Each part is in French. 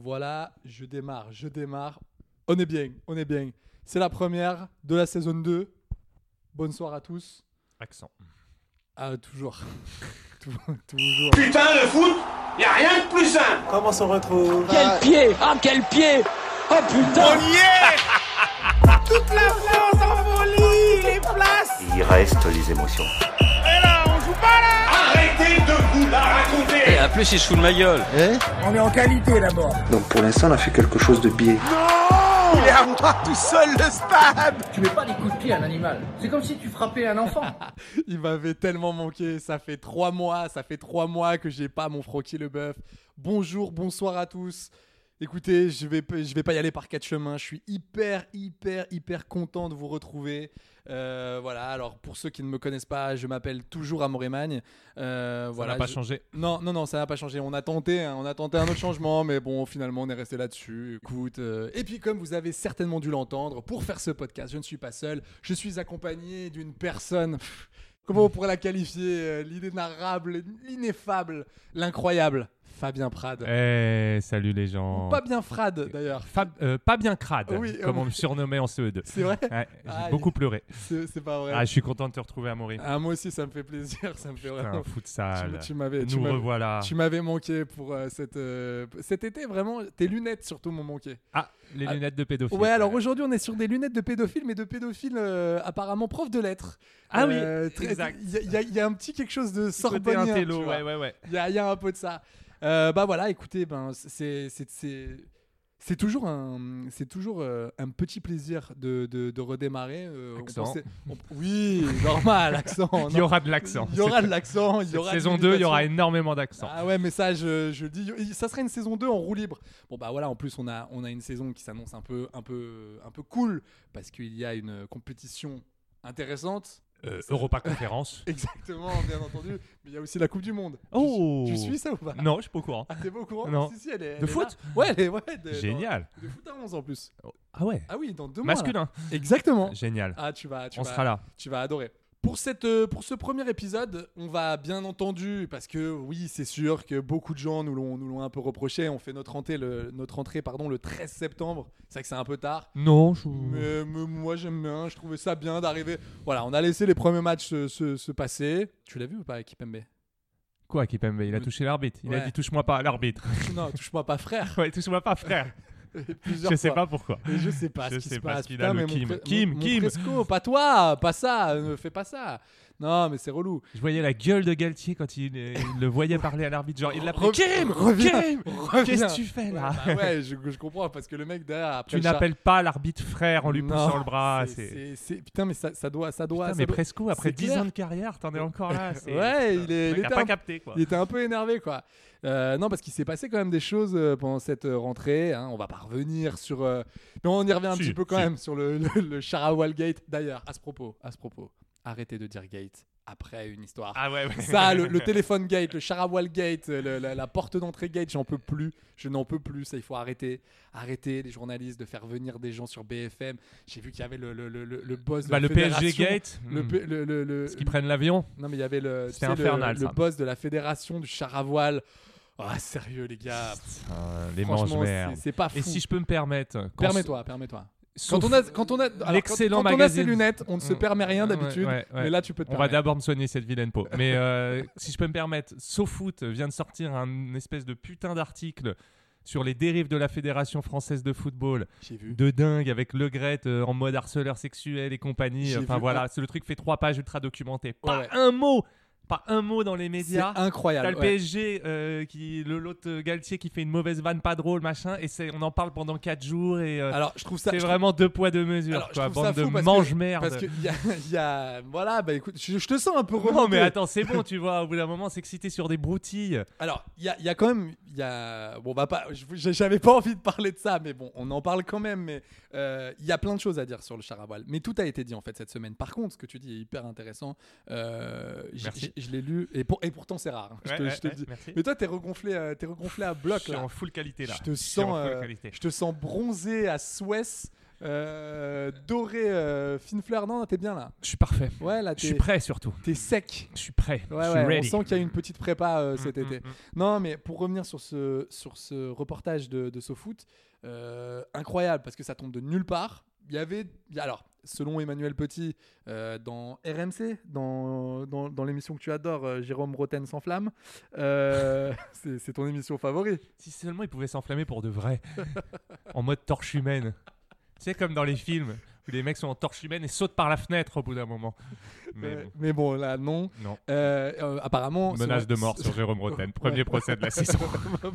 Voilà, je démarre, je démarre. On est bien, on est bien. C'est la première de la saison 2. Bonsoir à tous. Accent. Ah, toujours. Tou- toujours. Putain, le foot, y a rien de plus simple. Comment on retrouve Quel pied Ah quel pied Oh putain Toute la France en folie, les places. Il reste les émotions. Et là, on joue pas là. Arrêtez de vous la raconter. En plus il se fout de ma gueule Donc pour l'instant, on a fait quelque chose de biais. Tu mets pas des coups de pied à un animal. C'est comme si tu frappais un enfant. Il m'avait tellement manqué. Ça fait trois mois, ça fait trois mois que j'ai pas mon Froquier le bœuf. Bonjour, bonsoir à tous. Écoutez, je vais, p- je vais pas y aller par quatre chemins. Je suis hyper, hyper, hyper content de vous retrouver. Euh, voilà. Alors pour ceux qui ne me connaissent pas, je m'appelle toujours Amorémagne. Euh, voilà. Voilà, pas je- changé. Non, non, non, ça n'a pas changé. On a tenté, hein, on a tenté un autre changement, mais bon, finalement, on est resté là-dessus. Écoute, euh, et puis comme vous avez certainement dû l'entendre, pour faire ce podcast, je ne suis pas seul. Je suis accompagné d'une personne. pff, Comment on pourrait la qualifier euh, L'inénarrable, l'ineffable, l'incroyable, Fabien Prade. Eh, salut les gens. Ou Pas bien Frade d'ailleurs. Fab- euh, pas bien crade, Oui, euh, comme on oui. me surnommait en CE2. C'est vrai Ah, Ouais, j'ai Aïe. beaucoup pleuré. C'est c'est pas vrai. Ah, je suis content de te retrouver, Amaury. Ah, moi aussi, ça me fait plaisir. Ça me fait Putain, vraiment. foot Tu, sale. tu m'avais. tu Nous m'avais- revoilà. Tu m'avais manqué pour euh, cette, euh, cet été, vraiment. Tes lunettes surtout m'ont manqué. Ah, les Ah, lunettes de pédophile. Ouais, alors aujourd'hui, on est sur des lunettes de pédophiles, mais de pédophiles euh, apparemment profs de lettres. Euh, Ah oui, très- exact. Il y, a- il y a- il y a un petit quelque chose de Côté sorbonien. tu intello, vois. ouais, ouais, ouais. Il y, a- il y a un peu de ça. Euh, bah voilà, écoutez, ben c'est c'est- c'est c'est toujours un c'est toujours euh, un petit plaisir de, de, de redémarrer. euh, on Accent. pensait- on- oui, normal, accent. Il y non. aura de l'accent. Il y aura de l'accent. il y Cette aura de saison 2, il y aura l'imitation. énormément d'accent. Ah ouais, mais ça, je, je le dis, il- ça serait une saison 2 en roue libre. Bon bah voilà, en plus on a, on a une saison qui s'annonce un peu, un peu, un peu cool parce qu'il y a une compétition intéressante. Euh, Europa Conférence. Exactement, bien entendu. Mais il y a aussi la Coupe du Monde. Tu- Oh. Tu, suis ça ou pas Non, je suis pas au courant. Ah, T'es pas au courant Non. Si, si, elle est- elle De est foot là. Ouais, elle est- ouais. de- Génial. dans- de foot à 11 en plus. Ah ouais. Ah oui, dans deux mois. là. Masculin. Exactement. Génial. Ah, tu vas, tu On vas- sera là. tu vas adorer. Pour, cette, euh, pour ce premier épisode, on va bien entendu, parce que oui, c'est sûr que beaucoup de gens nous l'ont nous l'ont un peu reproché, on fait notre entrée le, notre entrée, pardon, le 13 septembre, c'est vrai que c'est un peu tard, Non, je. mais, mais moi j'aime bien, je trouvais ça bien d'arriver. Voilà, on a laissé les premiers matchs se, se- se passer. Tu l'as vu ou pas, Kipembe Quoi, Kipembe Il a Me- touché l'arbitre. Il a Ouais. dit touche-moi pas, l'arbitre. Non, touche-moi pas frère. Ouais, touche-moi pas, frère. Plusieurs Je sais fois. pas pourquoi. Et je sais pas Je ce qui sais se pas passe. ce qu'il Putain, a, le mais mon Kim. pre- Kim, mon- Kim. Mon Fresco, pas toi, pas ça, ne fais pas ça. Non, mais c'est relou. Je voyais la gueule de Galtier quand il, il le voyait parler à l'arbitre. Genre, il l'appelait Re- Kim reviens, Kim reviens. Qu'est-ce que tu fais Oh, Ouais, là bah ouais, je, je comprends parce que le mec derrière après Tu le chat- n'appelles pas l'arbitre frère en lui Non, poussant le bras. c'est- C'est. c'est- c'est- putain mais ça, ça doit ça doit, Putain, ça mais doit- Presco, après c'est 10 clair. ans de carrière, t'en es encore là. c'est- Ouais, putain, il est- le il mec a était pas un- capté quoi. il était un peu énervé quoi. Euh, non parce qu'il s'est passé quand même des choses euh, pendant cette euh, rentrée. hein. on va pas revenir sur, euh, mais on y revient un Si, petit peu quand si. même sur le, le, le Charawal Gate. D'ailleurs à ce propos, à ce propos, arrêtez de dire Gate après une histoire. Ah ouais, ouais. Ça, le, le téléphone gate, le charawal gate, le- la, la porte d'entrée gate, j'en peux plus. Je n'en peux plus. Ça, il faut arrêter. Arrêter les journalistes de faire venir des gens sur BFM. J'ai vu qu'il y avait le, le, le, le- le boss de Bah, la le PSG fédération, Gate. Le, hmm. P- le, le- le- Parce qu'ils prennent l'avion. Non, mais il y avait le, tu C'était sais, le- infernal, le, ça. boss de la fédération du charawal. Ah, sérieux, les gars. Putain, Les manges Franchement, c'est- merdes. c'est pas fou. Et si je peux me permettre. quand- Permets-toi, permets-toi. sauf- Quand on a, quand on a, alors, quand- L'excellent quand on a magazine. ces lunettes, on ne se Mm. permet rien Ouais, d'habitude. ouais, ouais. Mais là, tu peux te On va permettre. d'abord me soigner cette vilaine peau. Mais euh, si je peux me permettre, SoFoot vient de sortir un espèce de putain d'article sur les dérives de la Fédération française de football J'ai vu. de dingue avec Le Gret euh, en mode harceleur sexuel et compagnie. J'ai Enfin vu, voilà, c'est le truc fait trois pages ultra documentées. Pas Ouais, ouais. un mot Pas un mot dans les C'est médias. T'as incroyable. le ouais. PSG, euh, qui, le l'autre Galtier qui fait une mauvaise vanne pas drôle, machin, et c'est, on en parle pendant 4 jours et euh, Alors, je trouve ça. c'est je trouve- vraiment deux poids deux mesures, alors, je quoi, trouve ça bande de fou parce que- mange-merde. Parce que il y a, il y a- voilà, bah écoute, je, je te sens un peu remonté. Non mais attends, c'est bon, tu vois, au bout d'un moment, s'exciter sur des broutilles. Alors, il y a, il y a quand même, il y a, bon bah pas, je- j'avais pas envie de parler de ça, mais bon, on en parle quand même. Mais euh, il y a plein de choses à dire sur le char à voile. Mais tout a été dit en fait cette semaine. Par contre, ce que tu dis est hyper intéressant. Euh, j- Merci. j- Je l'ai lu et pour- et pourtant c'est rare. hein. Je Ouais, te- ouais, je te le ouais, dis. merci. Mais toi, t'es regonflé, euh, t'es regonflé à Je bloc suis là. en full qualité là. Je te Je suis en sens, full euh, qualité. je te sens bronzé à Suez, euh, doré, euh, fine fleur. Non, t'es bien là. Je suis parfait. Ouais, là, Je suis t'es prêt surtout. t'es sec. Je suis prêt. Ouais, je suis ouais, on ready. sent qu'il y a une petite prépa euh, cet Mm, été. mm, mm. Non, mais pour revenir sur ce, sur ce reportage de, de SoFoot, euh, incroyable parce que ça tombe de nulle part. Il y avait, il y a- alors, selon Emmanuel Petit, euh, dans RMC, dans, dans, dans l'émission que tu adores, euh, Jérôme Roten sans flamme, euh, c'est c'est ton émission favorite. Si seulement il pouvait s'enflammer pour de vrai, en mode torche humaine. C'est comme dans les films où les mecs sont en torche humaine et sautent par la fenêtre au bout d'un moment. Mais Euh, bon, mais bon, là, non. non. Euh, euh, apparemment. Menace selon- de mort sur Jérôme Roten. Premier Ouais. procès de la saison.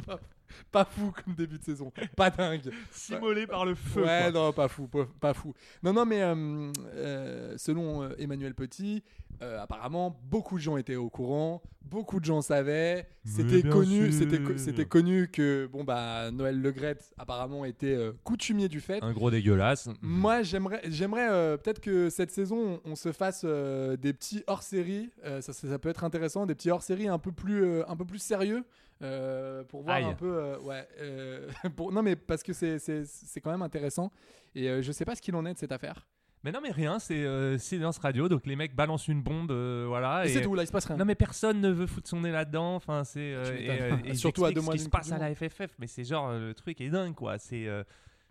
pas, pas fou comme début de saison. Pas dingue. Simulé par le feu. ouais, non, pas fou, pas, pas fou. Non, non, mais euh, euh, selon euh, Emmanuel Petit, euh, apparemment, beaucoup de gens étaient au courant, beaucoup de gens savaient, c'était bien connu, sûr. c'était co- c'était connu que bon bah Noël Legrette apparemment était euh, coutumier du fait. Un gros dégueulasse. Moi, j'aimerais, j'aimerais euh, peut-être que cette saison, on, on se fasse euh, des petits hors-série. Euh, ça, ça, ça peut être intéressant, des petits hors-série un peu plus, euh, un peu plus sérieux euh, pour voir Aïe. un peu. euh, ouais. euh, pour- non, mais parce que c'est, c'est, c'est quand même intéressant. Et euh, je sais pas ce qu'il en est de cette affaire. Mais non, mais rien, c'est euh, silence radio. Donc les mecs balancent une bombe, euh, voilà. euh, Et, c'est tout. Là, il se passe rien. Non mais personne ne veut foutre son nez là-dedans. Enfin c'est euh, Tu et, m'étonnes. euh, et ils Surtout à expliquent deux ce mois qui d'une se Coupe passe du à la FFF, mais c'est genre euh, le truc est dingue quoi. C'est euh,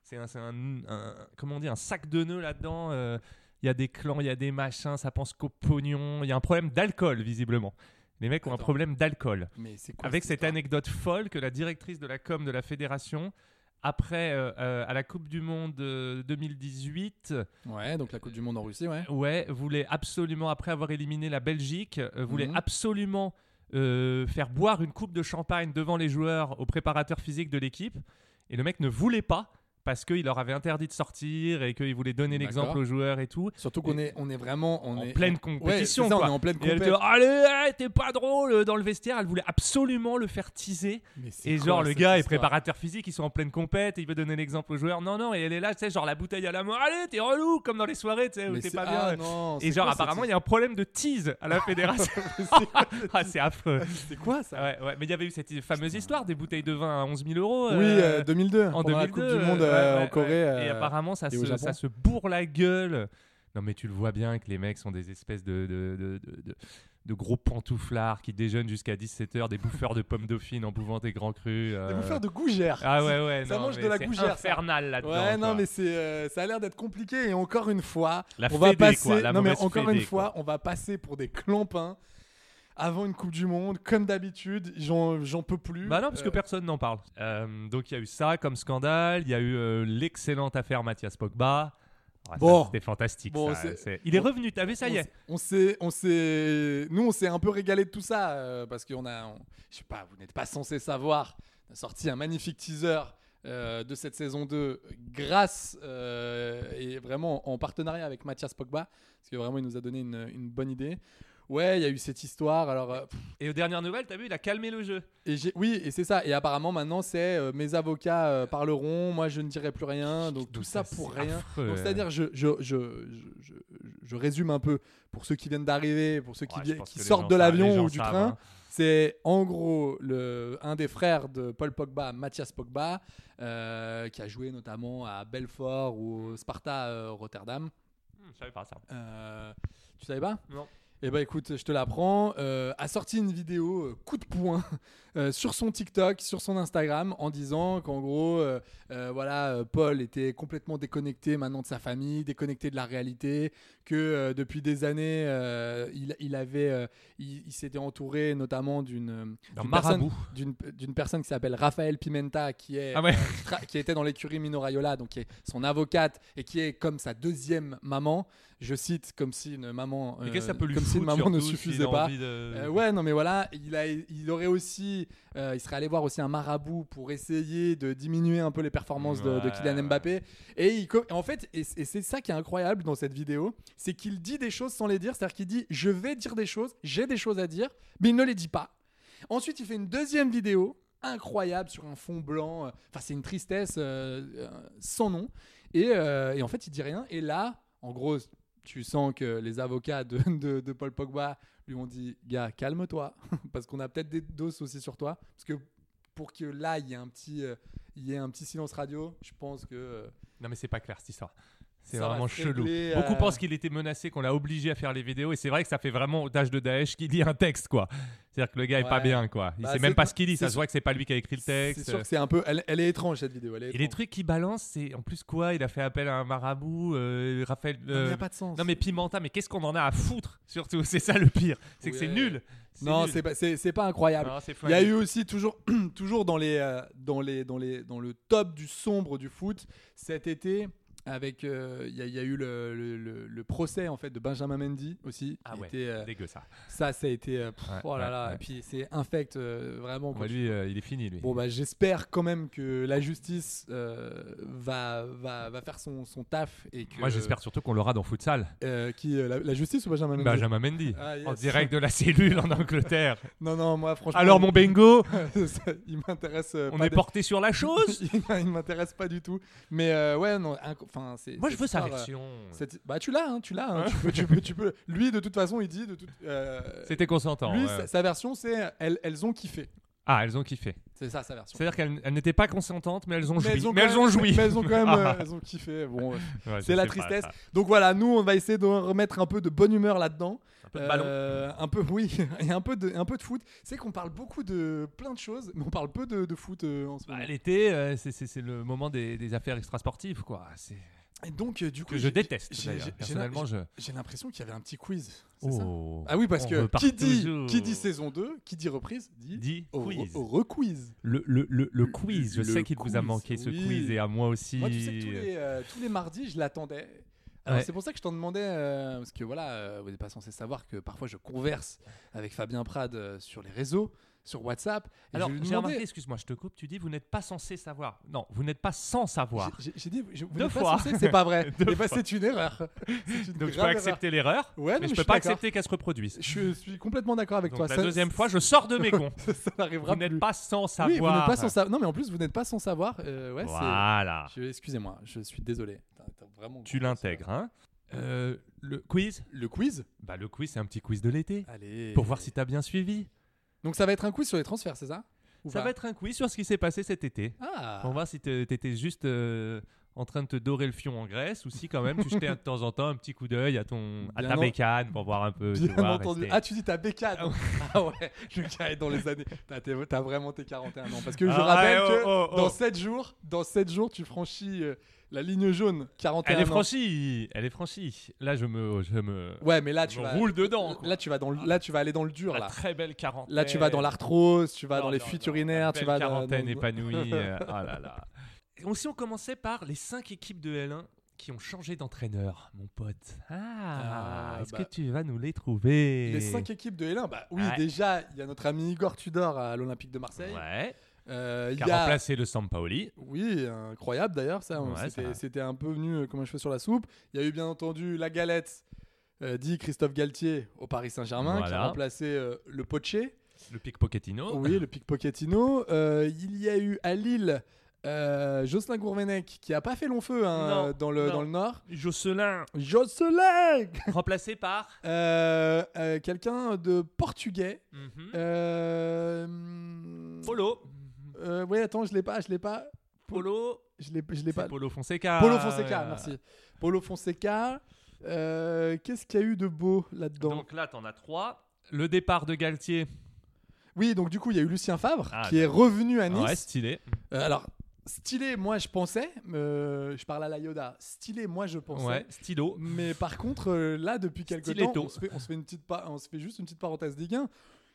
c'est un, c'est un- un- comment on dit, un sac de nœuds là-dedans. euh, Il y a des clans, il y a des machins, ça pense qu'au pognon. Il y a un problème d'alcool visiblement. Les mecs ont un Attends. problème d'alcool. mais c'est quoi Avec cette cette anecdote folle que la directrice de la com de la fédération après euh, euh, à la Coupe du Monde euh, 2018 histoire Ouais, donc la Coupe du Monde en Russie, ouais. Ouais, voulait absolument, après avoir éliminé la Belgique, euh, voulait Mhm. absolument euh, faire boire une coupe de champagne devant les joueurs au préparateur physique de l'équipe. Et le mec ne voulait pas parce qu'il leur avait interdit de sortir et qu'il voulait donner D'accord. l'exemple aux joueurs et tout. Surtout qu'on Et- est, on est vraiment, on en est pleine ouais, compétition, c'est ça, quoi. on est en pleine Et elle compétition. était, allez, allez, t'es pas drôle euh, dans le vestiaire. Elle voulait absolument le faire teaser. Et genre, le gars est préparateur physique, ils sont en pleine compète, et il veut donner l'exemple aux joueurs. Non, non, et elle est là, tu sais, genre la bouteille à la main. Allez, t'es relou, comme dans les soirées, tu sais, où t'es pas bien. ah, Et genre, apparemment, il y a un problème de tease à la fédération. ah, c'est affreux. C'est quoi ça Ouais, ouais. Mais il y avait eu cette fameuse histoire des bouteilles de vin à 11 000 euros. Oui, euh, euh, 2002, en pendant 2002. la Coupe du euh, Monde ouais, euh, ouais, en Corée. ouais. Et euh, apparemment, ça, et au se, Japon. ça se bourre la gueule. Non, mais tu le vois bien que les mecs sont des espèces de. de, de- de- de- de gros pantouflards qui déjeunent jusqu'à 17h, des bouffeurs de pommes dauphines en buvant des grands crus. euh. Des bouffeurs de gougère. Ah ouais, ouais, Ça non, mange mais de la c'est gougère, ça. infernal là-dedans. Ouais, non, quoi. mais c'est, euh, ça a l'air d'être compliqué. Et encore une fois, La on va fédé, quoi, passer. la non, mais mauvaise encore fédé, une fois, on va passer pour des clampins avant une Coupe du Monde, comme d'habitude. J'en, j'en peux plus. Bah non, parce que Euh, personne n'en parle. Euh, donc il y a eu ça comme scandale, il y a eu euh, l'excellente affaire Mathias Pogba. Ouais, ça, Bon. C'était fantastique. Bon, ça, c'est- c'est- Il est bon. revenu, t'as vu, ça y on est. s- On s'est, on s'est, nous, on s'est un peu régalé de tout ça euh, parce qu'on a, on- je sais pas, vous n'êtes pas censé savoir, on a sorti un magnifique teaser. euh, de cette saison 2 grâce euh, et vraiment en partenariat avec Mathias Pogba parce que vraiment il nous a donné une, une bonne idée ouais il y a eu cette histoire alors euh, pff, Et aux dernières nouvelles, t'as vu, il a calmé le jeu. et j'ai- oui et c'est ça et apparemment maintenant c'est euh, mes avocats euh, parleront moi je ne dirai plus rien donc tout Donc ça ça, pour c'est rien affreux, donc euh. c'est-à-dire, je, je, je, je, je- je résume un peu pour ceux qui viennent d'arriver, pour ceux qui, Ouais, je vi- pense qui que les sortent gens de savent- les l'avion ou gens du savent, train. hein. C'est en gros le, un des frères de Paul Pogba, Mathias Pogba, euh, qui a joué notamment à Belfort ou au Sparta euh, Rotterdam. Hmm, Je savais pas ça. Euh, tu savais pas Non. Eh ben écoute, je te l'apprends. euh, a sorti une vidéo euh, coup de poing euh, sur son TikTok, sur son Instagram, en disant qu'en gros, euh, euh, voilà, euh, Paul était complètement déconnecté maintenant de sa famille, déconnecté de la réalité, que euh, depuis des années, euh, il, il avait, euh, il, il s'était entouré notamment d'une D'un d'une personne- marabout. d'une d'une personne qui s'appelle Raphaël Pimenta, qui est Ah ouais. tra- qui était dans l'écurie Mino Raiola, donc qui est son avocate et qui est comme sa deuxième maman. Je cite comme si une maman, euh, Mais qu'est-ce que ça peut lui comme si une foutre, maman ne surtout, s'il suffisait a pas. envie de- Euh, ouais, non, mais voilà, il, a, il aurait aussi, euh, il serait allé voir aussi un marabout pour essayer de diminuer un peu les performances de, de Ouais, Kylian ouais. Mbappé. Et il co- en fait, et c- et c'est ça qui est incroyable dans cette vidéo, c'est qu'il dit des choses sans les dire, c'est-à-dire qu'il dit je vais dire des choses, j'ai des choses à dire, mais il ne les dit pas. Ensuite, il fait une deuxième vidéo incroyable sur un fond blanc. euh, Enfin, c'est une tristesse euh, euh, sans nom. Et, euh, et en fait, il dit rien. Et là, en gros, tu sens que les avocats de, de- de Paul Pogba lui ont dit Gars, calme-toi, parce qu'on a peut-être des doses aussi sur toi. Parce que pour que là, il y ait un petit, euh, il y ait un petit silence radio, je pense que. euh, Non, mais c'est pas clair cette histoire. C'est Ça va vraiment se chelou. régler, Beaucoup euh, pensent qu'il était menacé, qu'on l'a obligé à faire les vidéos, et c'est vrai que ça fait vraiment otage de Daesh qui lit un texte, quoi. C'est-à-dire que le gars est pas Ouais. bien, quoi. Il Bah, sait c'est- même pas ce qu'il lit, c'est ça se sûr- voit que c'est pas lui qui a écrit le c'est texte. euh. sûr que c'est un peu. Elle, elle est étrange cette vidéo. Elle est Et les étrange. trucs qu'il balance, c'est en plus quoi Il a fait appel à un marabout, euh, Raphaël. Non, mais il euh, n'y a pas de sens. non mais Pimenta, mais qu'est-ce qu'on en a à foutre surtout C'est ça le pire, c'est que Ouais. c'est nul. Non, nul. Ah, c'est pas, c'est- c'est pas incroyable. Non, c'est Il y a flingue. eu aussi toujours, toujours dans les, euh, dans les, dans les, dans le top du sombre du foot cet été. Avec, euh, il y, a- il y a eu le, le- le- le procès en fait de Benjamin Mendy aussi. Ah qui ouais, était, euh, dégueu ça. ça, ça a été, euh, pff, Ouais, oh là ouais, là. ouais. Et puis c'est infect euh, vraiment. quand Moi, tu- lui, euh, il est fini lui. Bon bah j'espère quand même que la justice euh, va, va, va faire son, son taf et que. Moi, j'espère Bah, surtout qu'on l'aura dans futsal. euh, qui euh, la, la justice ou Benjamin Mendy Benjamin Mendy, Ah, yes. en direct de la cellule en Angleterre. Non non moi franchement. Alors mon bingo, Ça, il m'intéresse. euh, on pas est des- porté sur la chose. il il m'intéresse pas du tout. Mais euh, ouais, non. inco- Enfin, c'est. Moi je cette veux sa histoire, euh, version. cette- Bah tu l'as, hein, tu l'as. hein, tu, peux, tu peux, tu peux. Lui, de toute façon, il dit de toute. euh, C'était consentant. Lui, ouais. sa, sa version, c'est euh, elles, elles ont kiffé. Ah, elles ont kiffé. C'est ça sa version. C'est-à-dire qu'elles elles n'étaient pas consentantes, mais elles ont Mais joui. quand Mais elles même- ont joui. mais elles ont quand même, euh, Ah, elles ont kiffé. Bon, ouais. ouais, je c'est la sais pas, tristesse. ça. Donc voilà, nous, on va essayer de remettre un peu de bonne humeur là-dedans. Un peu de ballon. Euh, un peu, oui, et un peu de, un peu de foot. C'est qu'on parle beaucoup de plein de choses, mais on parle peu de, de foot euh, en ce moment. Bah, L'été, euh, c'est- c'est c'est le moment des, des affaires extrasportives, quoi. C'est- Et donc, euh, du coup, Que je j'ai- déteste. j'ai- d'ailleurs. j'ai- j'ai- Personnellement, je. J'ai l'impression qu'il y avait un petit quiz. c'est ça Oh. Ah oui, parce On que repart qui dit, toujours. qui dit saison 2, qui dit reprise, dit, Dit au, quiz. re- au requiz. Le, le- le- le quiz, je oh, le sais qu'il vous a quiz, manqué ce oui. quiz et à moi aussi. Moi, tu sais que tous les, euh, tous les mardis, je l'attendais. Alors, Ouais. c'est pour ça que je t'en demandais, euh, parce que voilà, euh, vous n'êtes pas censé savoir que parfois je converse avec Fabien Prade euh, sur les réseaux, sur WhatsApp. et Alors, je lui j'ai demandais- remarqué, excuse-moi, je te coupe, tu dis vous n'êtes pas censé savoir. Non, vous n'êtes pas sans savoir. j'ai- j'ai- j'ai dit, je, vous Deux n'êtes pas fois. censé que c'est pas vrai. Eh Deux ben, fois. c'est une erreur. C'est une Donc, je peux grave erreur. accepter l'erreur, Ouais, non, mais mais je je peux suis pas d'accord. accepter qu'elle se reproduise. Je suis complètement d'accord avec Donc, toi. la Ça- deuxième fois, je sors de mes cons. ça n'arrivera Vous plus. n'êtes pas sans savoir. Oui, vous n'êtes pas sans savoir. Non, mais en plus, vous n'êtes pas sans savoir. Euh, ouais, c'est- Voilà. Je- Excusez-moi, je suis désolé. T'as- t'as vraiment- Tu l'intègres, hein Euh, Le quiz Le quiz Bah, le quiz, c'est un petit quiz de l'été. Allez. Pour voir si t'as bien suivi. Donc ça va être un quiz sur les transferts, c'est ça Ou Ça pas va être un quiz sur ce qui s'est passé cet été. Ah Pour voir si t'es- t'étais juste euh, en train de te dorer le fion en Grèce ou si quand même tu jetais de temps en temps un petit coup d'œil à ton à Bien ta en- bécane pour voir un peu. tu Bien vois, entendu. rester. Ah, tu dis ta bécane Ah ouais, le gars est dans les années. T'as t'es- t'as vraiment tes 41 ans. Parce que je Ah rappelle ouais, que oh, oh, oh. dans 7 jours, dans 7 jours, tu franchis euh, la ligne jaune 41 Elle est ans. franchie, elle est franchie. Là, je me, je me, Ouais, mais là je tu me vas roule dedans. quoi. Ah. là tu vas dans le- là tu vas aller dans le dur La là. très belle quarantaine. Là tu vas dans l'arthrose, tu vas Non, dans les non, fuites non, la urinaires, tu belle vas dans- quarantaine dans- épanouie. euh, oh là là. Et aussi, on commençait par les cinq équipes de L1 qui ont changé d'entraîneur, mon pote. Ah, Ah, est-ce bah. que tu vas nous les trouver Les 5 équipes de L1, bah oui, Ouais. déjà, il y a notre ami Igor Tudor à l'Olympique de Marseille. Ouais. Euh, il Qui a y a- remplacé le Sampaoli. Oui, incroyable d'ailleurs, ça. on- Ouais, c'était- ça. C'était un peu venu euh, comme un cheveu sur la soupe. Il y a eu bien entendu la galette, euh, dit Christophe Galtier au Paris Saint-Germain, qui a Voilà. Oh. remplacé euh, le Poché, Le pickpocketino. oui, le pickpocketino. Euh, il y a eu à Lille euh, Jocelyn Gourvenec, qui a pas fait long feu hein, Non, dans, le, non. dans le Nord. Jocelyn, Jocelyn remplacé par. Euh, euh, Quelqu'un de portugais. Mhm. Euh... Polo. Euh, oui, attends, je l'ai pas, je l'ai pas, Polo. je l'ai, je l'ai C'est pas. Polo Fonseca. Polo Fonseca, Euh, merci. Polo Fonseca. euh, qu'est-ce qu'il y a eu de beau là-dedans Donc là, t'en as trois. Le départ de Galtier. Oui, donc du coup, il y a eu Lucien Favre Ah, qui est revenu à Nice. Ouais, stylé. Euh, alors, stylé, moi je pensais, euh, je parle à la Yoda, stylé, moi je pensais. Ouais, stylo. Mais par contre, euh, là, depuis quelques Stiletto. temps, on se, fait, on se fait une petite pa- on se fait juste une petite parenthèse Ligue 1.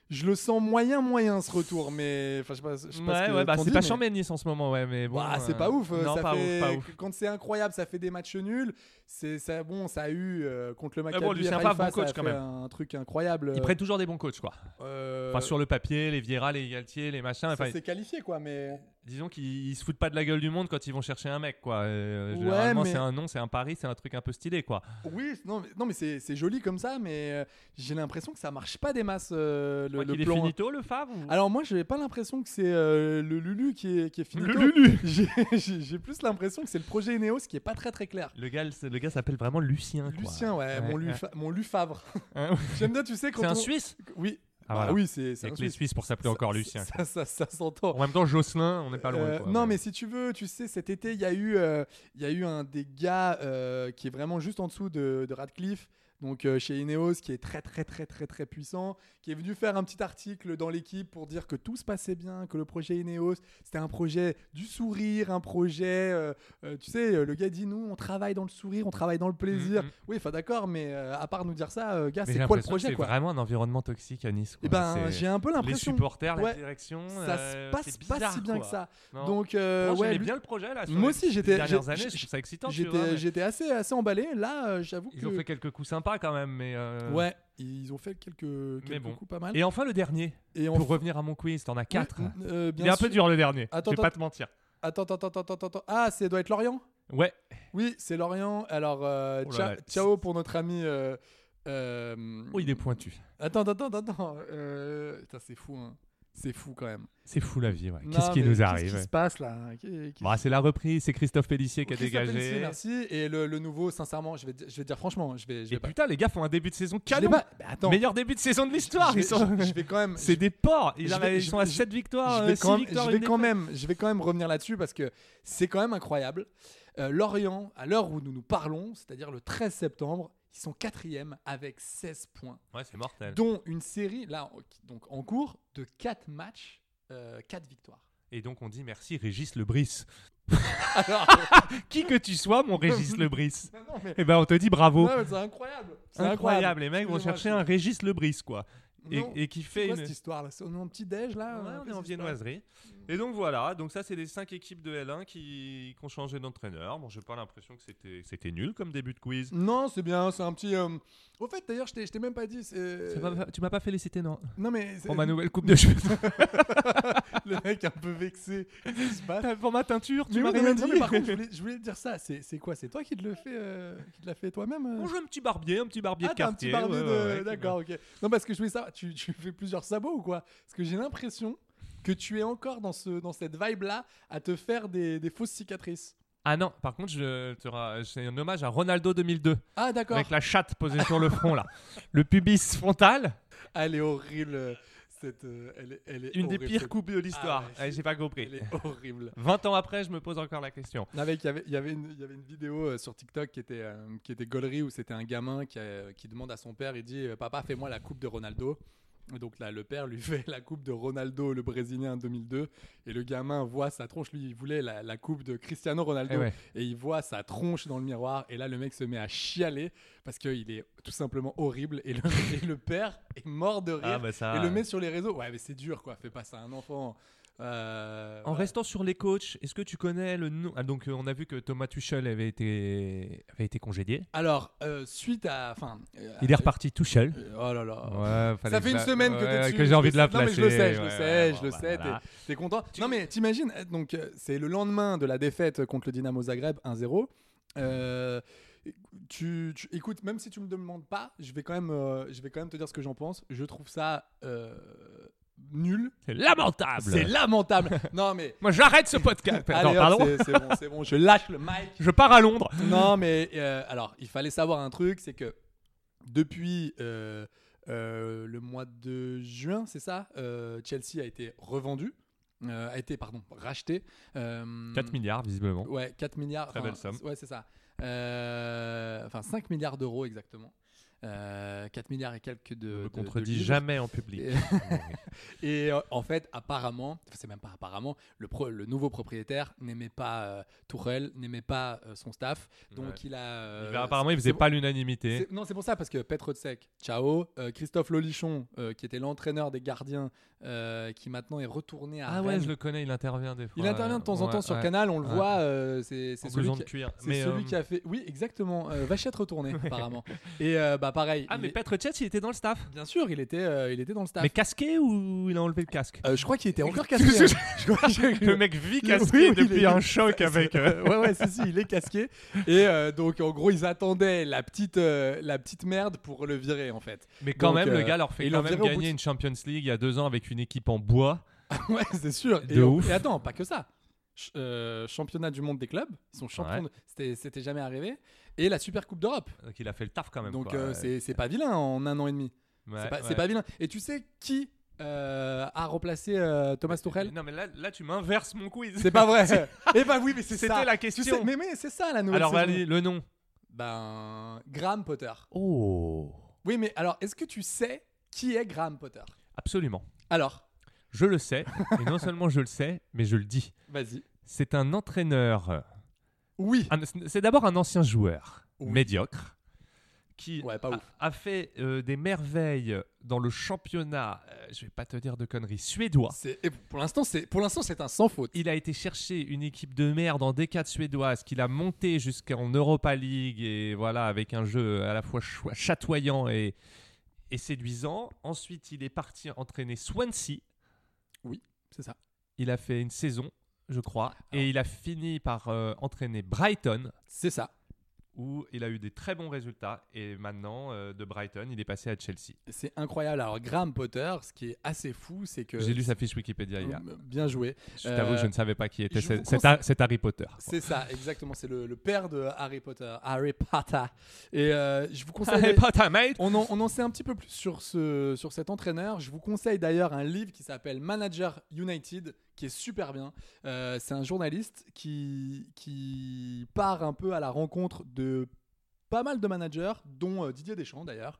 Je le sens moyen, moyen ce retour, mais enfin, je sais pas. Je sais pas ce Ouais, que ouais, bah t'en c'est dis, pas mais- Chambé Nice en ce moment, ouais, mais bon. Ouah, euh, c'est pas ouf. euh, Non, ça pas fait- ouf, pas ouf. Quand c'est incroyable, ça fait des matchs nuls. C'est ça, bon, ça a eu euh, contre le bon, Maccabi. Lucien à Favre, Haïfa, bon coach, ça a quand fait même. Un truc incroyable. Ils prennent toujours des bons coachs, quoi. Euh, Enfin, sur le papier, les Vieira, les Galtier, les machins. ça Enfin, s'est qualifié quoi, mais disons qu'ils ils se foutent pas de la gueule du monde quand ils vont chercher un mec, quoi. Euh, Ouais, généralement, mais- c'est un nom, c'est un pari, c'est un truc un peu stylé, quoi. oui, non, mais, non, mais c'est c'est joli comme ça, mais euh, j'ai l'impression que ça marche pas des masses euh, le, Quoi le qu'il est plan. finito, le Favre ou- Alors moi, j'ai pas l'impression que c'est euh, le Lulu qui est qui est fini. Le Lulu J'ai- J'ai j'ai plus l'impression que c'est le projet Ineos qui est pas très très clair. Le gars, le le gars s'appelle vraiment Lucien. quoi. Lucien, ouais, mon, ouais. Lufa- mon Lufavre. Hein J'aime bien, tu sais, quand C'est un on- Suisse Oui. Ah, Bah voilà. oui, c'est c'est C'est un que les Suisse. Suisses pour s'appeler Ça- encore ça- Lucien. Ça, ça- ça s'entend. En même temps, Jocelyn, on n'est pas loin. Euh, quoi. non, mais si tu veux, tu sais, cet été, il y a eu, euh, il y a eu un des gars euh, qui est vraiment juste en dessous de, de Radcliffe, donc euh, chez Ineos, qui est très très très très très puissant, qui est venu faire un petit article dans l'équipe pour dire que tout se passait bien, que le projet Ineos, c'était un projet du sourire, un projet, euh, euh, tu sais, euh, le gars dit nous, on travaille dans le sourire, on travaille dans le plaisir. Mhm. Oui, enfin d'accord, mais euh, à part nous dire ça, euh, gars, Mais c'est quoi le j'ai l'impression que projet C'est quoi vraiment un environnement toxique à Nice. Eh quoi. ben, C'est- j'ai un peu les l'impression. supporters, ouais, la direction, ça euh, se passe c'est pas bizarre, si bien quoi. que ça. Non. Donc, euh, Hein. Moi, ouais, j'aimais lui- bien le projet là. sur Moi les- aussi, les j'étais- Dernières j'ai- années, j'ai- je trouve ça excitant. tu vois, J'étais, mais j'étais assez, assez emballé. Là, euh, j'avoue que. Ils ont fait quelques coups sympas quand même, mais. euh, Ouais, ils ont fait quelques, quelques bon. coups pas mal. Et enfin le dernier. Et en- Pour revenir à mon quiz, t'en as Oui, 4 n- euh, Il bien est un sûr. peu dur le dernier. Attends, je vais pas attends. te mentir. Attends, attends, attends, attends, attends. Ah, c'est doit être Lorient Ouais. Oui, c'est Lorient. Alors, euh, Oh là tcha- là. ciao pour notre ami. euh, euh, Oh, il est pointu. Attends, attends, attends, attends. Euh, putain, c'est fou, hein. C'est fou quand même. C'est fou la vie. ouais. Non, Qu'est-ce qui mais nous arrive Qu'est-ce qui ouais. se passe là Qu'est- qu'est- Bah, C'est la reprise. C'est Christophe Pellissier qui a Christophe Pellissier, dégagé. Merci. Et le, le nouveau, sincèrement, je vais, di- je vais dire franchement, je vais, je Et vais pas. putain, les gars font un début de saison Je l'ai canon. pas- Bah, attends. Meilleur début de saison de je l'histoire. vais, ils sont- je- je vais quand même. C'est des porcs. Ils, je arrivent- vais- ils je sont vais- à je- 7 victoires. je euh, vais, six quand, même, victoires, je une vais quand défaite. même, je vais quand même revenir là-dessus parce que c'est quand même incroyable. Euh, Lorient, à l'heure où nous nous parlons, c'est-à-dire le 13 septembre, ils sont quatrième avec 16 points, Ouais, c'est mortel. dont une série, là, en- donc en cours, de 4 matchs, 4 victoires. Et donc on dit merci Régis Lebris. Alors, euh, Qui que tu sois, mon Régis Lebris. non, mais- Eh ben on te dit bravo. non, mais c'est incroyable. C'est incroyable. Les mecs vont Excusez-moi, chercher je- un Régis Lebris quoi. Et, Non, et qui C'est fait quoi une. cette histoire là C'est- On est en petit déj là euh, Ouais, un on peu est en cette viennoiserie. Et donc voilà, donc ça c'est les cinq équipes de L1 qui, qui ont changé d'entraîneur. Bon, j'ai pas l'impression que c'était c'était nul comme début de quiz. Non, c'est bien, c'est un petit. euh, Au fait, d'ailleurs, je t'ai- je t'ai même pas dit. c'est- tu m'as pas félicité non Non, mais. c'est- Pour ma nouvelle coupe de cheveux. Le mec un peu vexé. Qu'est-ce qui se passe pour ma teinture, tu Mais m'as oui, non, rien mais- dit. non, mais par contre, je voulais, je voulais te dire ça. C'est c'est quoi C'est toi qui te le fais, euh, qui te l'a fait toi-même euh On joue un petit barbier, un petit barbier Ah, de t'as un petit quartier. barbier ouais, de- ouais, ouais, qui D'accord, ok. Non, parce que je voulais savoir, tu, tu fais plusieurs sabots ou quoi Parce que j'ai l'impression que tu es encore dans, ce, dans cette vibe-là à te faire des, des fausses cicatrices. Ah non, par contre, je, te ra- c'est un hommage à Ronaldo 2002 Ah, d'accord. avec la chatte posée sur le front là, le pubis frontal, Ah, Elle est horrible. euh, Cette, euh, elle, est- elle est une des horrible, pires cette- coupes de l'histoire. Ah ouais, Ah, c'est- j'ai pas Elle compris. est horrible. 20 ans après, je me pose encore la question. Avec, il y avait, il y avait une, il y avait une vidéo euh, sur TikTok qui était, euh, qui était gaulerie où c'était un gamin qui, a- euh, qui demande à son père, il dit euh, Papa, fais-moi la coupe de Ronaldo. Et donc là, le père lui fait la coupe de Ronaldo, le Brésilien en 2002. Et le gamin voit sa tronche, lui, il voulait la, la coupe de Cristiano Ronaldo. Eh ouais. Et il voit sa tronche dans le miroir. Et là, le mec se met à chialer parce qu'il est tout simplement horrible. Et le, et le père est mort de rire. Ah, bah ça- Et le met sur les réseaux. Ouais, mais c'est dur, quoi. Fais pas ça à un enfant. Euh, En voilà. restant sur les coachs, est-ce que tu connais le nom Ah, Donc, euh, on a vu que Thomas Tuchel avait été, avait été congédié. Alors, euh, suite à. Enfin, euh, Il est reparti Tuchel. Euh, Oh là là. Ouais, fallait Ça fait que une je la- semaine que t'es ouais, dessus. que j'ai envie de la Non, mais placer. je le sais, je le Ouais, sais, ouais, je le bon, sais. voilà. t'es- T'es content. Non, mais t'imagines, euh, donc euh, c'est le lendemain de la défaite contre le Dynamo Zagreb 1-0. Euh, tu, tu- écoute, même si tu me demandes pas, je vais quand même, euh, je vais quand même te dire ce que j'en pense. Je trouve ça euh, nul. C'est lamentable. C'est lamentable. non mais. Moi, j'arrête ce podcast. Allez, Attends, hop, pardon. c'est- C'est bon, c'est bon. Je lâche le mic. Je pars à Londres. Non, mais euh, alors, il fallait savoir un truc, c'est que depuis euh, euh, le mois de juin, c'est ça, euh, Chelsea a été revendu, euh, a été, pardon, racheté. euh, 4 milliards, visiblement. Ouais, 4 milliards. Très enfin, belle somme. Ouais, c'est ça. Euh, Enfin, 5 milliards d'euros exactement. euh, 4 milliards et quelques de. Je de- me de contredis livres. jamais en public. Et- Et euh, en fait, apparemment, enfin, c'est même pas apparemment, le, pro- le nouveau propriétaire n'aimait pas euh, Tourelle, n'aimait pas euh, son staff. Donc Ouais. il a. euh, Il va- apparemment, il c'est- faisait c'est- pas l'unanimité. c'est- Non, c'est pour ça, parce que Petr Odsek, ciao. euh, Christophe Lolichon, euh, qui était l'entraîneur des gardiens, euh, qui maintenant est retourné à. Ah ouais, Rennes. je le connais, il intervient des fois. Il intervient de temps en Ouais, temps sur ouais. Canal, on le ouais. voit. euh, c'est c'est En celui, blouson qui, de cuir. c'est Mais, celui euh, qui a fait. Oui, exactement. euh, Vachette retournée, apparemment. Et euh, bah pareil. Ah, il mais est- Petr Cech, il était dans le staff. Bien sûr, il était, euh, il était dans le staff. Mais casqué ou il a enlevé le casque Euh, je crois qu'il était encore casqué. hein. Je crois que- Le mec vit Oui, casqué oui, il depuis est- un choc avec. euh, ouais, ouais, si, si, il est casqué. Et euh, donc, en gros, ils attendaient la petite, euh, la petite merde pour le virer, en fait. Mais quand Donc, même, euh, le gars leur et fait ils quand l'ont même viré au bout gagner de- une Champions League il y a deux ans avec une équipe en bois. ouais, c'est sûr. De et, on- ouf. et attends, pas que ça. Ch- euh, championnat du monde des clubs. Ils sont champions. Ouais. de- C'était, c'était jamais arrivé. Et la Super Coupe d'Europe. Donc il a fait le taf quand même. Donc, quoi. euh, c'est, c'est pas vilain en un an et demi. bah, Ouais, c'est, pas, c'est ouais. pas vilain. Et tu sais qui euh, a remplacé euh, Thomas Tuchel Non, mais là, là, tu m'inverses mon quiz. C'est pas vrai. Eh ben oui, mais c'est C'était ça. la Tu sais- question. mais, mais c'est ça la nouvelle Alors, saison. vas-y, le nom. Ben, Graham Potter. Oh. Oui, mais alors, est-ce que tu sais qui est Graham Potter Absolument. Alors, Je le sais. Et non seulement je le sais, mais je le dis. vas-y. C'est un entraîneur. Oui. un- C'est d'abord un ancien joueur Oui. médiocre qui Ouais, pas a, ouf. a fait euh, des merveilles dans le championnat, euh, je vais pas te dire de conneries, suédois. C'est- et pour l'instant, c'est pour l'instant, c'est un sans faute. Il a été chercher une équipe de merde en D4 suédoise qu'il a montée jusqu'en Europa League et voilà, avec un jeu à la fois chou- chatoyant et, et séduisant. Ensuite, il est parti entraîner Swansea. C'est ça. Il a fait une saison, je crois, et il a fini par euh, entraîner Brighton. C'est ça. où il a eu des très bons résultats et maintenant euh, de Brighton il est passé à Chelsea. C'est incroyable. Alors, Graham Potter, ce qui est assez fou, Euh, c'est que euh, J'ai lu sa fiche Wikipédia hier. Bien joué. Je t'avoue, Euh, je ne savais pas qui était je vous cet, cet- conseille- cet Harry Potter. C'est ça, exactement. C'est le, le père de Harry Potter. Harry Potter. Et euh, je vous conseille. Harry Potter, mate On en, on en sait un petit peu plus sur, ce, sur cet entraîneur. Je vous conseille d'ailleurs un livre qui s'appelle Manager United, qui est super bien. Euh, c'est un journaliste qui, qui part un peu à la rencontre de pas mal de managers, dont euh, Didier Deschamps d'ailleurs.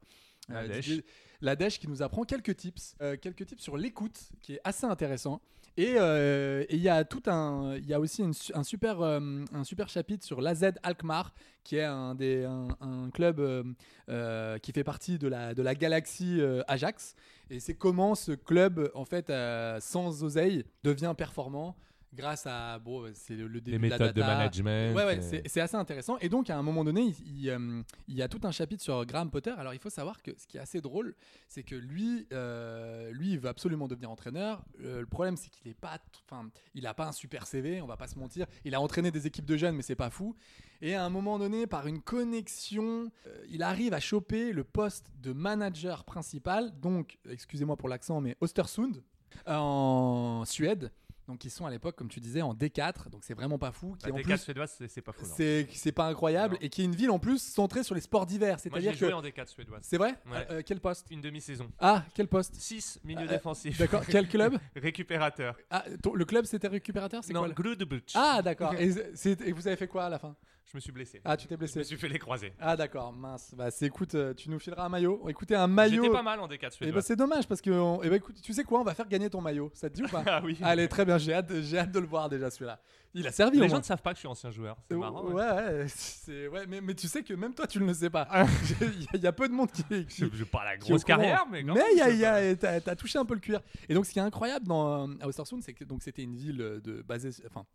Euh, La Dèche. Didier- la Dèche qui nous apprend quelques tips, euh, quelques tips sur l'écoute, qui est assez intéressant. Et euh, et il y a tout un, il y a aussi une su- un super, euh, un super chapitre sur l'AZ Alkmaar, qui est un des, un, un club euh, euh, qui fait partie de la, de la galaxie euh, Ajax. Et c'est comment ce club, en fait, euh, sans oseille, devient performant grâce à bon, c'est le, le Les début de la méthodes de data. management. Ouais, ouais, euh, c'est c'est assez intéressant. Et donc, à un moment donné, il, il, euh, il y a tout un chapitre sur Graham Potter. Alors, il faut savoir que ce qui est assez drôle, c'est que lui, euh, lui, il veut absolument devenir entraîneur. Euh, le problème, c'est qu'il est pas, t- enfin, il a pas un super CV. On va pas se mentir. Il a entraîné des équipes de jeunes, mais c'est pas fou. Et à un moment donné, par une connexion, euh, il arrive à choper le poste de manager principal. Donc, excusez-moi pour l'accent, mais Östersund euh, en Suède. Donc, ils sont à l'époque, comme tu disais, en D4. Donc, c'est vraiment pas fou. Qui bah, en des plus- quatre suédoises, c'est c'est pas fou. non. c'est c'est pas incroyable Non. et qui est une ville en plus centrée sur les sports d'hiver. Moi, j'ai C'est-à-dire joué que en D4 suédoise. c'est vrai. Ouais. Euh, quel poste Une demi-saison. Ah, quel poste 6, milieu Euh, défensif. D'accord. quel club Récupérateur. Ah, ton- Le club c'était récupérateur, c'est Non, quoi le- Grudebutsch. Ah d'accord. Et, c'est- et vous avez fait quoi à la fin Je me suis blessé. Ah, tu t'es Je me blessé. suis fait les croiser. Ah d'accord. Mince. Bah c'est écoute, euh, tu nous fileras un maillot. Écoutez un maillot. J'étais pas mal en D4 Et ben suédoise. c'est dommage parce que on- eh ben, écoute, tu sais quoi, on va faire gagner ton maillot. Ça te dit ou pas ah oui. Allez très bien. J'ai hâte, de- j'ai hâte de le voir déjà celui-là. Il a servi. au Les gens moins. ne savent pas que je suis ancien joueur. C'est Euh, marrant. hein. Ouais, ouais. ouais, c'est- ouais, mais, mais tu sais que même toi, tu ne le sais pas. Il y a- il y, a peu de monde qui. qui- Je je parle à qui est au grosse courant. carrière, mais quand Mais même, il y a- c'est il y a- pas- t'as t'as touché un peu le cuir. Et donc, ce qui est incroyable dans, euh, à Östersund, c'est que donc, c'était une ville euh, de basée. Enfin,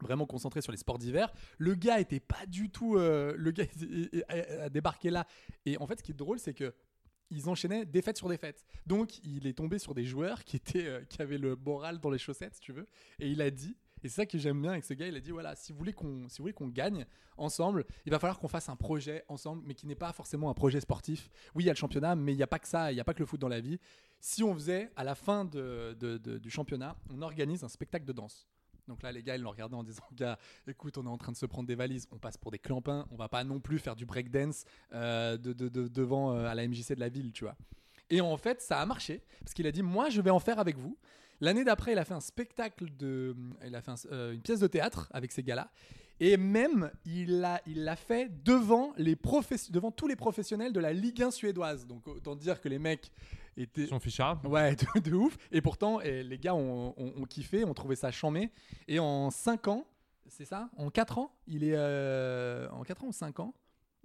vraiment concentrée sur les sports d'hiver. Le gars était pas du tout. euh, le gars est- est- est- a débarqué là. Et en fait, ce qui est drôle, c'est que. Ils enchaînaient défaite sur défaite. Donc, il est tombé sur des joueurs qui, étaient, euh, qui avaient le moral dans les chaussettes, si tu veux. Et il a dit, et c'est ça que j'aime bien avec ce gars, il a dit voilà, si vous voulez qu'on si vous voulez qu'on gagne ensemble, il va falloir qu'on fasse un projet ensemble, mais qui n'est pas forcément un projet sportif. Oui, il y a le championnat, mais il n'y a pas que ça, il n'y a pas que le foot dans la vie. Si on faisait, à la fin de- de- de- du championnat, on organise un spectacle de danse. Donc là, les gars, ils l'ont regardé en disant Gars, écoute, on est en train de se prendre des valises, on passe pour des clampins, on va pas non plus faire du breakdance euh, de, de- de- devant euh, à la MJC de la ville, tu vois. Et en fait, ça a marché, parce qu'il a dit Moi, je vais en faire avec vous. L'année d'après, il a fait un spectacle de. Il a fait un- euh, une pièce de théâtre avec ces gars-là. Et même, il l'a il l'a fait devant, les professe- devant tous les professionnels de la Ligue 1 suédoise. Donc autant dire que les mecs étaient... Son fichard. Ouais, de, de ouf. Et pourtant, eh, les gars ont, ont- ont kiffé, ont trouvé ça chambé. Et en 5 ans, c'est ça En 4 ans Il est. euh, en 4 ans ou 5 ans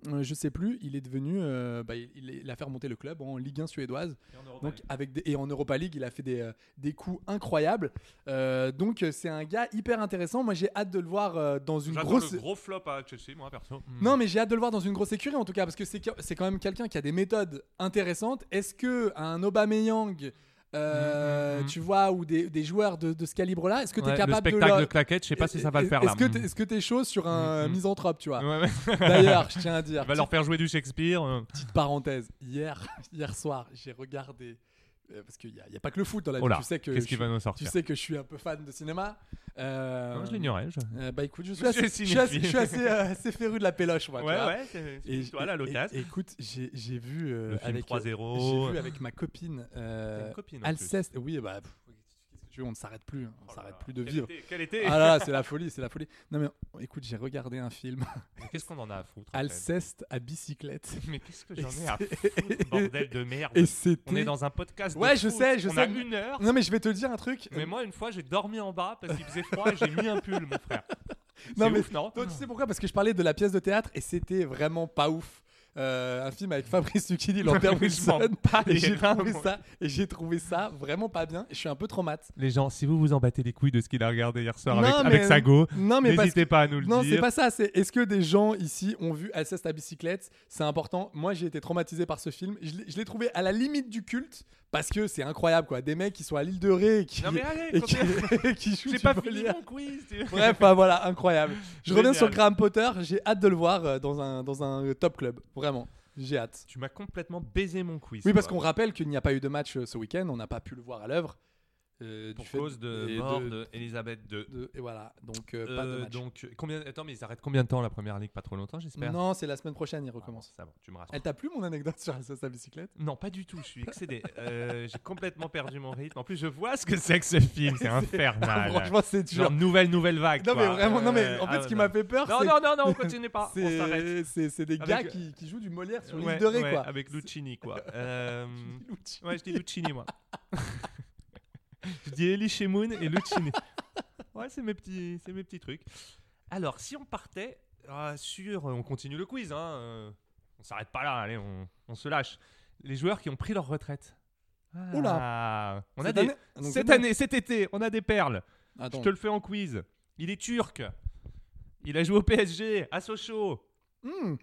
Euh, je sais plus, il est devenu. euh, bah, il, il- il a fait remonter le club en Ligue 1 suédoise. donc, avec des- et en Europa League, il a fait des, euh, des coups incroyables. Euh, donc, euh, c'est un gars hyper intéressant. Moi, j'ai hâte de le voir euh, dans une J'attends grosse. Hmm. le gros flop à Chelsea, moi perso. Non, mais j'ai hâte de le voir dans une grosse écurie en tout cas, parce que c'est que- c'est quand même quelqu'un qui a des méthodes intéressantes. Est-ce que un Aubameyang, euh, Mhm. tu vois, ou des, des joueurs de, de ce calibre-là, est-ce que tu es Ouais, capable le spectacle de, leur- claquettes, je sais pas si ça va le faire là. Est-ce que t'es- est-ce que t'es chaud sur un Mhm. misanthrope, tu vois Ouais, ouais. D'ailleurs, je tiens à dire, Il va leur faire jouer du Shakespeare. euh. petite parenthèse, hier, hier soir, j'ai regardé, euh, parce qu'il n'y a, il y a pas que le foot dans la vie, Oh là, Ah, tu sais que, qu'est-ce je qu'il va suis- nous tu sortir sais que je suis un peu fan de cinéma. Euh, Non, Je l'ignorais. je- euh, bah écoute, je suis Je assez, suis je suis assez, cinéphile. je suis assez, euh, assez féru de la péloche, moi. tu Ouais, vois. ouais, c'est Et c'est Bah, toi la et- l'occasion. et- Écoute, j'ai j'ai vu euh, Le film avec 3-0. J'ai vu avec ma copine euh, une copine, en plus. Alceste. Oui, bah pff, qu'est-ce que tu veux, on ne s'arrête plus, hein, on Oh là s'arrête là, plus de quel vivre. été, Quel été Ah là, là, c'est la folie, c'est la folie. Non mais oh, écoute, j'ai regardé un film Mais Qu'est-ce qu'on en a à foutre en fait Alceste à bicyclette. Mais qu'est-ce que Et j'en ai à c'est- foutre, bordel de merde Et c'était On est dans un podcast. de Ouais, je foot, sais, je on sais, a mais- une heure. Non mais je vais te dire un truc. Mais moi, une fois, j'ai dormi en bas parce qu'il faisait froid et j'ai mis un pull, mon frère. C'est Non, mais ouf, non Toi, tu sais pourquoi Parce que je parlais de la pièce de théâtre et c'était vraiment pas ouf. Euh, un film avec Fabrice Lucchini, Lambert Je m'en Wilson. bats Et les j'ai reins, trouvé moi. ça, et j'ai trouvé ça vraiment pas bien. Je suis un peu traumatisé. Les gens, si vous vous en battez les couilles de ce qu'il a regardé hier soir Non, avec, mais- avec Sago, Non mais parce que- n'hésitez pas à nous le Non, c'est dire. pas ça. C'est est-ce que des gens ici ont vu Alceste à bicyclette C'est important. Moi, j'ai été traumatisé par ce film. Je l'ai- je l'ai trouvé à la limite du culte parce que c'est incroyable, quoi. Des mecs qui sont à l'île de Ré et qui, Non, mais allez, et qui, continue. et qui jouent j'ai du pas fini Molière. mon quiz. tu- Bref, bah, voilà, incroyable. Je reviens Génial. sur Graham Potter. J'ai hâte de le voir euh, dans un dans un euh, top club. Vraiment, j'ai hâte. Tu m'as complètement baisé mon quiz. Oui, parce toi. qu'on rappelle qu'il n'y a pas eu de match euh, ce week-end. On n'a pas pu le voir à l'œuvre euh, Pour du fait- cause de et mort d'Elisabeth II. de- et voilà, donc euh, pas de Euh, match. donc, combien... Attends, mais ils arrêtent combien de temps la première ligue Pas trop longtemps, j'espère. non, c'est la semaine prochaine, il Ah, bon, recommence. ça va, tu me rassures. Elle t'a plu Eh, mon anecdote sur Alceste à bicyclette Non, pas du tout, je suis excédé. Euh, j'ai complètement perdu mon rythme. En plus, je vois ce que c'est que ce film, c'est infernal. Franchement, c'est dur. Genre nouvelle, nouvelle vague. non, mais quoi. vraiment, non, mais Euh, en fait, ah, ce qui non. m'a fait peur, Non, c'est- non, non, non, on continue pas. On s'arrête. c'est. C'est c'est des Avec- gars euh, qui, qui jouent du Molière sur Ouais, l'île de Ré, ouais, quoi. Avec Lucchini, quoi. Euh, Lucchini. Ouais, je dis Lucchini, moi. je dis Elie Shemoun et Lucchini. Ouais, c'est mes petits, c'est mes petits trucs. Alors, si on partait ah, sur, on continue le quiz, hein. euh, on s'arrête pas là, allez, on, on se lâche. Les joueurs qui ont pris leur retraite. Ah, on a Cette des, année- donc, cette année, cet été, on a des perles. Attends. Je te le fais en quiz. Il est turc. Il a joué au PSG, à Sochaux. Hmm.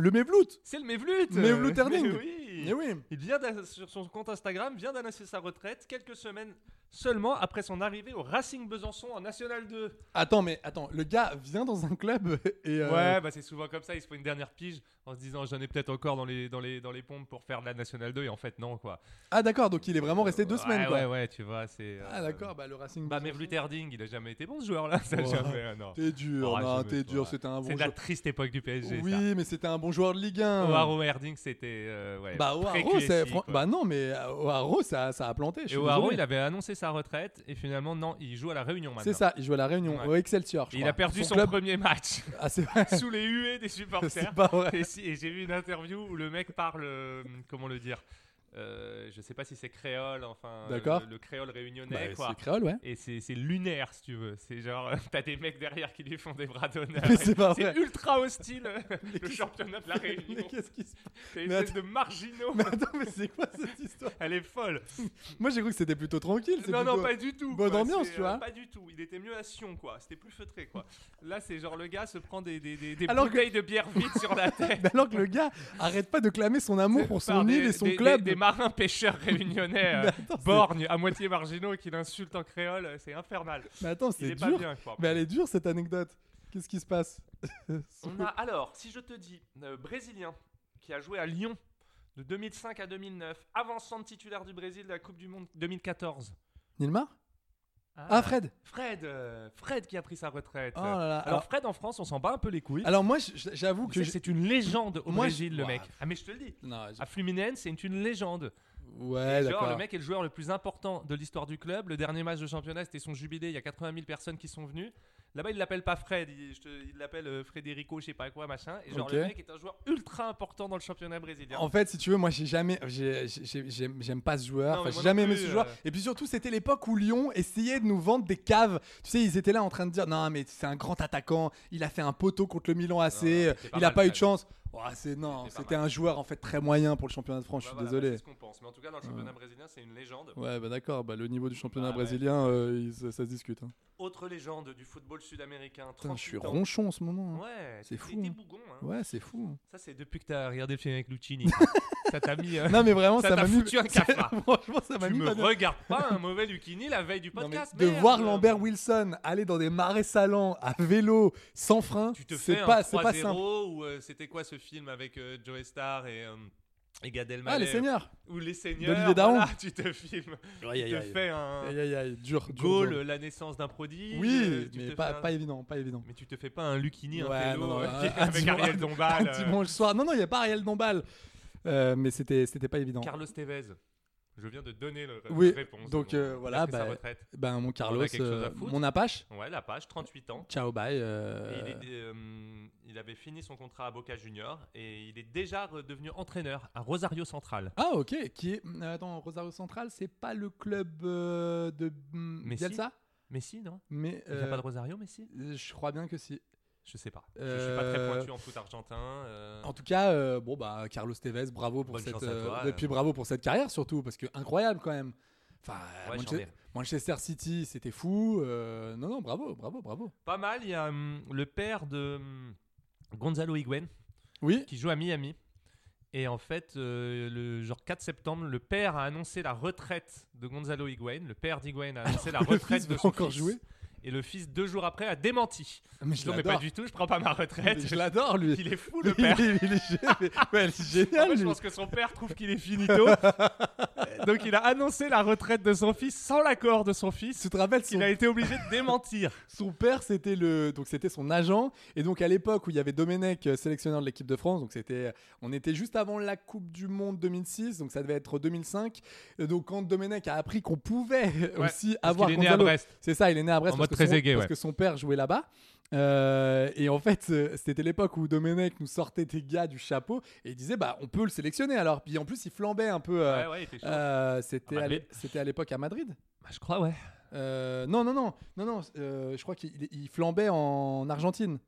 Le Mevlut C'est le Mevlut. Mevlut Erding. Mais oui. Eh oui Il vient d'ann- sur son compte Instagram vient d'annoncer sa retraite quelques semaines seulement après son arrivée au Racing Besançon en National 2. Attends, mais attends, le gars vient dans un club et. euh, Ouais, bah c'est souvent comme ça, il se fait une dernière pige en se disant j'en ai peut-être encore dans les dans les dans les pompes pour faire de la National 2 et en fait non quoi. Ah, d'accord, donc il est vraiment resté deux Ouais, semaines, quoi. Ouais ouais, tu vois, c'est euh, Ah, d'accord, bah le Racing. Bah Besançon. Mevlut Erding, il a jamais été bon ce joueur là, ça Ouais. jamais euh, non. T'es dur, Oh, non, jamais, t'es dur, toi. c'était un C'est bon de la joueur. triste époque du PSG ça. Oui, hein. mais c'était un bon joueur de Ligue 1. Oaro Erding c'était euh, ouais. Bah, Oaro, pré-QSI, c'est. quoi. Bah, non, mais euh, Oaro, ça, ça a planté. je et suis Oaro, désolé. il avait annoncé sa retraite et finalement non, il joue à la Réunion maintenant. C'est ça, il joue à La Réunion, Ouais. au Excelsior. je Et il crois. a perdu son, club. premier match Ah, c'est vrai. sous les huées des C'est supporters. pas vrai. Et, si- et j'ai vu une interview où le mec parle, euh, comment le dire, euh, je sais pas si c'est créole, enfin, euh, D'accord. le, le créole Bah, réunionnais, quoi. c'est créole, ouais. Et c'est c'est lunaire, si tu veux. C'est genre, euh, t'as des mecs derrière qui lui font des bras d'honneur. Mais c'est pas vrai. C'est ultra hostile, euh, le qu'est-ce- championnat de la Mais Réunion. qu'est-ce qui se passe T'es une mais espèce de marginaux. Mais attends, mais c'est quoi cette histoire Elle est folle. Moi j'ai cru que c'était plutôt tranquille. c'est Non, non, plutôt- pas du tout. bonne quoi. ambiance, C'est, tu euh, vois. Pas du tout. Il était mieux à Sion, quoi. C'était plus feutré, quoi. Là, c'est genre le gars se prend des, des, des, des Alors que- bouteilles de bière vide sur la tête. Mais alors que le gars arrête pas de clamer son amour pour par son des- île et son des, club. Des, des marins pêcheurs réunionnais euh, Mais attends, c'est- borgnes, à moitié marginaux, qui l'insultent en créole. euh, C'est infernal. Mais attends, Il c'est est pas dur. bien, quoi. Mais elle est dure cette anecdote. Qu'est-ce qui se passe On a, alors, si je te dis euh, Brésilien, qui a joué à Lyon de 2005 à 2009, avançant de titulaire du Brésil de la Coupe du Monde 2014. Nilmar Ah, Ah, Fred Fred, euh, Fred qui a pris sa retraite. Oh là là, Alors alors- Fred en France, on s'en bat un peu les couilles. Alors moi je- je- j'avoue que. C'est- je- C'est une légende au Moi, je- Brésil, le Ouah. mec. Ah, mais je te le dis. Non, je- À Fluminense, c'est une légende. Ouais, Et genre, d'accord. le mec est le joueur le plus important de l'histoire du club. Le dernier match de championnat, c'était son jubilé. Il y a 80 000 personnes qui sont venues. Là-bas, il l'appelle pas Fred, il je te- il l'appelle euh, Frederico, je sais pas quoi, machin. Et genre, Ok. le mec est un joueur ultra important dans le championnat brésilien. En fait, si tu veux, moi, j'ai jamais, j'ai- j'ai- j'aime j'aime pas ce joueur. Non, Enfin, mais moi j'ai non jamais aimé plus, ce joueur. euh. Et puis surtout, c'était l'époque où Lyon essayait de nous vendre des caves. Tu sais, ils étaient là en train de dire non, mais c'est un grand attaquant. Il a fait un poteau contre le Milan AC. Non, non, c'était pas il a mal, pas eu de Fred. chance. Oh, c'est non, C'était pas c'était un joueur en fait très moyen pour le championnat de France. je Bah suis voilà, désolé. C'est ce qu'on pense. Mais en tout cas, dans le championnat brésilien, c'est une légende. Ouais, bah d'accord. Bah, le niveau du championnat Ah, ouais. brésilien, euh, il- ça, ça se discute. hein. Autre légende du football sud-américain. Putain, je suis 38 ans. ronchon en ce moment. hein. Ouais, C'est t'es- fou, t'es hein. bougon, hein. Ouais, c'est fou. Ça, c'est depuis que t'as regardé le film avec Lucini. ça t'a mis. euh, Non, mais vraiment, Ça ça t'a m'a mis. foutu un cafard. Franchement, ça m'a tu mis. me pas bien. regardes pas un mauvais Lucini la veille du Non, mais podcast. de merde. voir Lambert Wilson aller dans des marais salants à vélo sans frein, Tu te fais c'est pas, un c'est pas 3-0 simple. ou euh, c'était quoi ce film avec euh, Joe Star et, euh, et Gad Elmaleh Ah, les seigneurs Ou les seigneurs. D'Olivier Daon. voilà, tu te filmes. tu te fais un Aïe aïe aïe, dur, dur, goal, dur. la naissance d'un prodige. Oui, euh, tu mais te pas, fais un- pas évident, pas évident. Mais tu te fais pas un Lucini, un Ouais, non, Pélo, non, euh, un- qui- un avec dimanche- Ariel Un Dombal. euh, dimanche soir, non, non, il n'y a pas Ariel Dombal. Euh, mais c'était c'était pas évident. euh, Carlos Tevez. Je viens de donner le, Oui, la réponse. donc, euh, voilà, Il a pris sa bah- retraite. Ben, mon Carlos, quelque chose à euh, foutre mon Apache, Ouais, la page, 38 ans. ciao, bye. Et euh, il, est- euh, il avait fini son contrat à Boca Junior et il est déjà redevenu entraîneur à Rosario Central. Ah, ok, qui est. euh, Attends, Rosario Central, c'est pas le club euh, de. Mais si. Bielsa Messi, non Mais. Il n'y a euh, pas de Rosario, Messi euh, je crois bien que si. Je sais pas. Je suis pas très Euh, pointu en foot argentin. euh, En tout cas, euh, bon bah Carlos Tevez, bravo pour Bonne cette chance à euh, toi, et euh. puis bravo pour cette carrière surtout parce que incroyable quand même. Enfin, ouais, j'en Manche- ai. Manchester City, c'était fou. euh, non non, bravo, bravo, bravo. Pas mal, il y a hum, le père de hum, Gonzalo Higuain Oui. qui joue à Miami. Et en fait, euh, le genre 4 septembre, le père a annoncé la retraite de Gonzalo Higuain. Le père d'Higuain a annoncé la que le retraite fils de veut son encore fils. jouer. Et le fils, deux jours après, a démenti. Ah, Mais je Non, mais pas l'adore. du tout, je prends pas ma retraite. Mais Je l'adore lui. Il est fou, le Il est- père. il est gé- mais- ouais, il est En fait, génial. je lui. pense que son père trouve qu'il est finito. Donc il a annoncé la retraite de son fils sans l'accord de son fils. Tu te rappelles son, Il a été obligé de démentir. son père c'était le donc c'était son agent et donc à l'époque où il y avait Domenech euh, sélectionneur de l'équipe de France donc c'était euh, on était juste avant la Coupe du monde 2006 donc ça devait être 2005 Et Euh, donc quand Domenech a appris qu'on pouvait euh, aussi avoir Il est né à Gonzalo- Brest. C'est ça, il est né à Brest En parce, mode que, son, Trezeguet, parce ouais. que son père jouait là-bas. Euh, et en fait, euh, c'était l'époque où Domenech nous sortait des gars du chapeau et il disait bah on peut le sélectionner alors. Puis en plus, il flambait un peu. euh, Ouais, ouais, Ah bah, il était chaud. euh, c'était À à Madrid. l'é- c'était à l'époque à Madrid. Bah, je crois, ouais. Euh, non non non non non. euh, je crois qu'il il flambait en Argentine.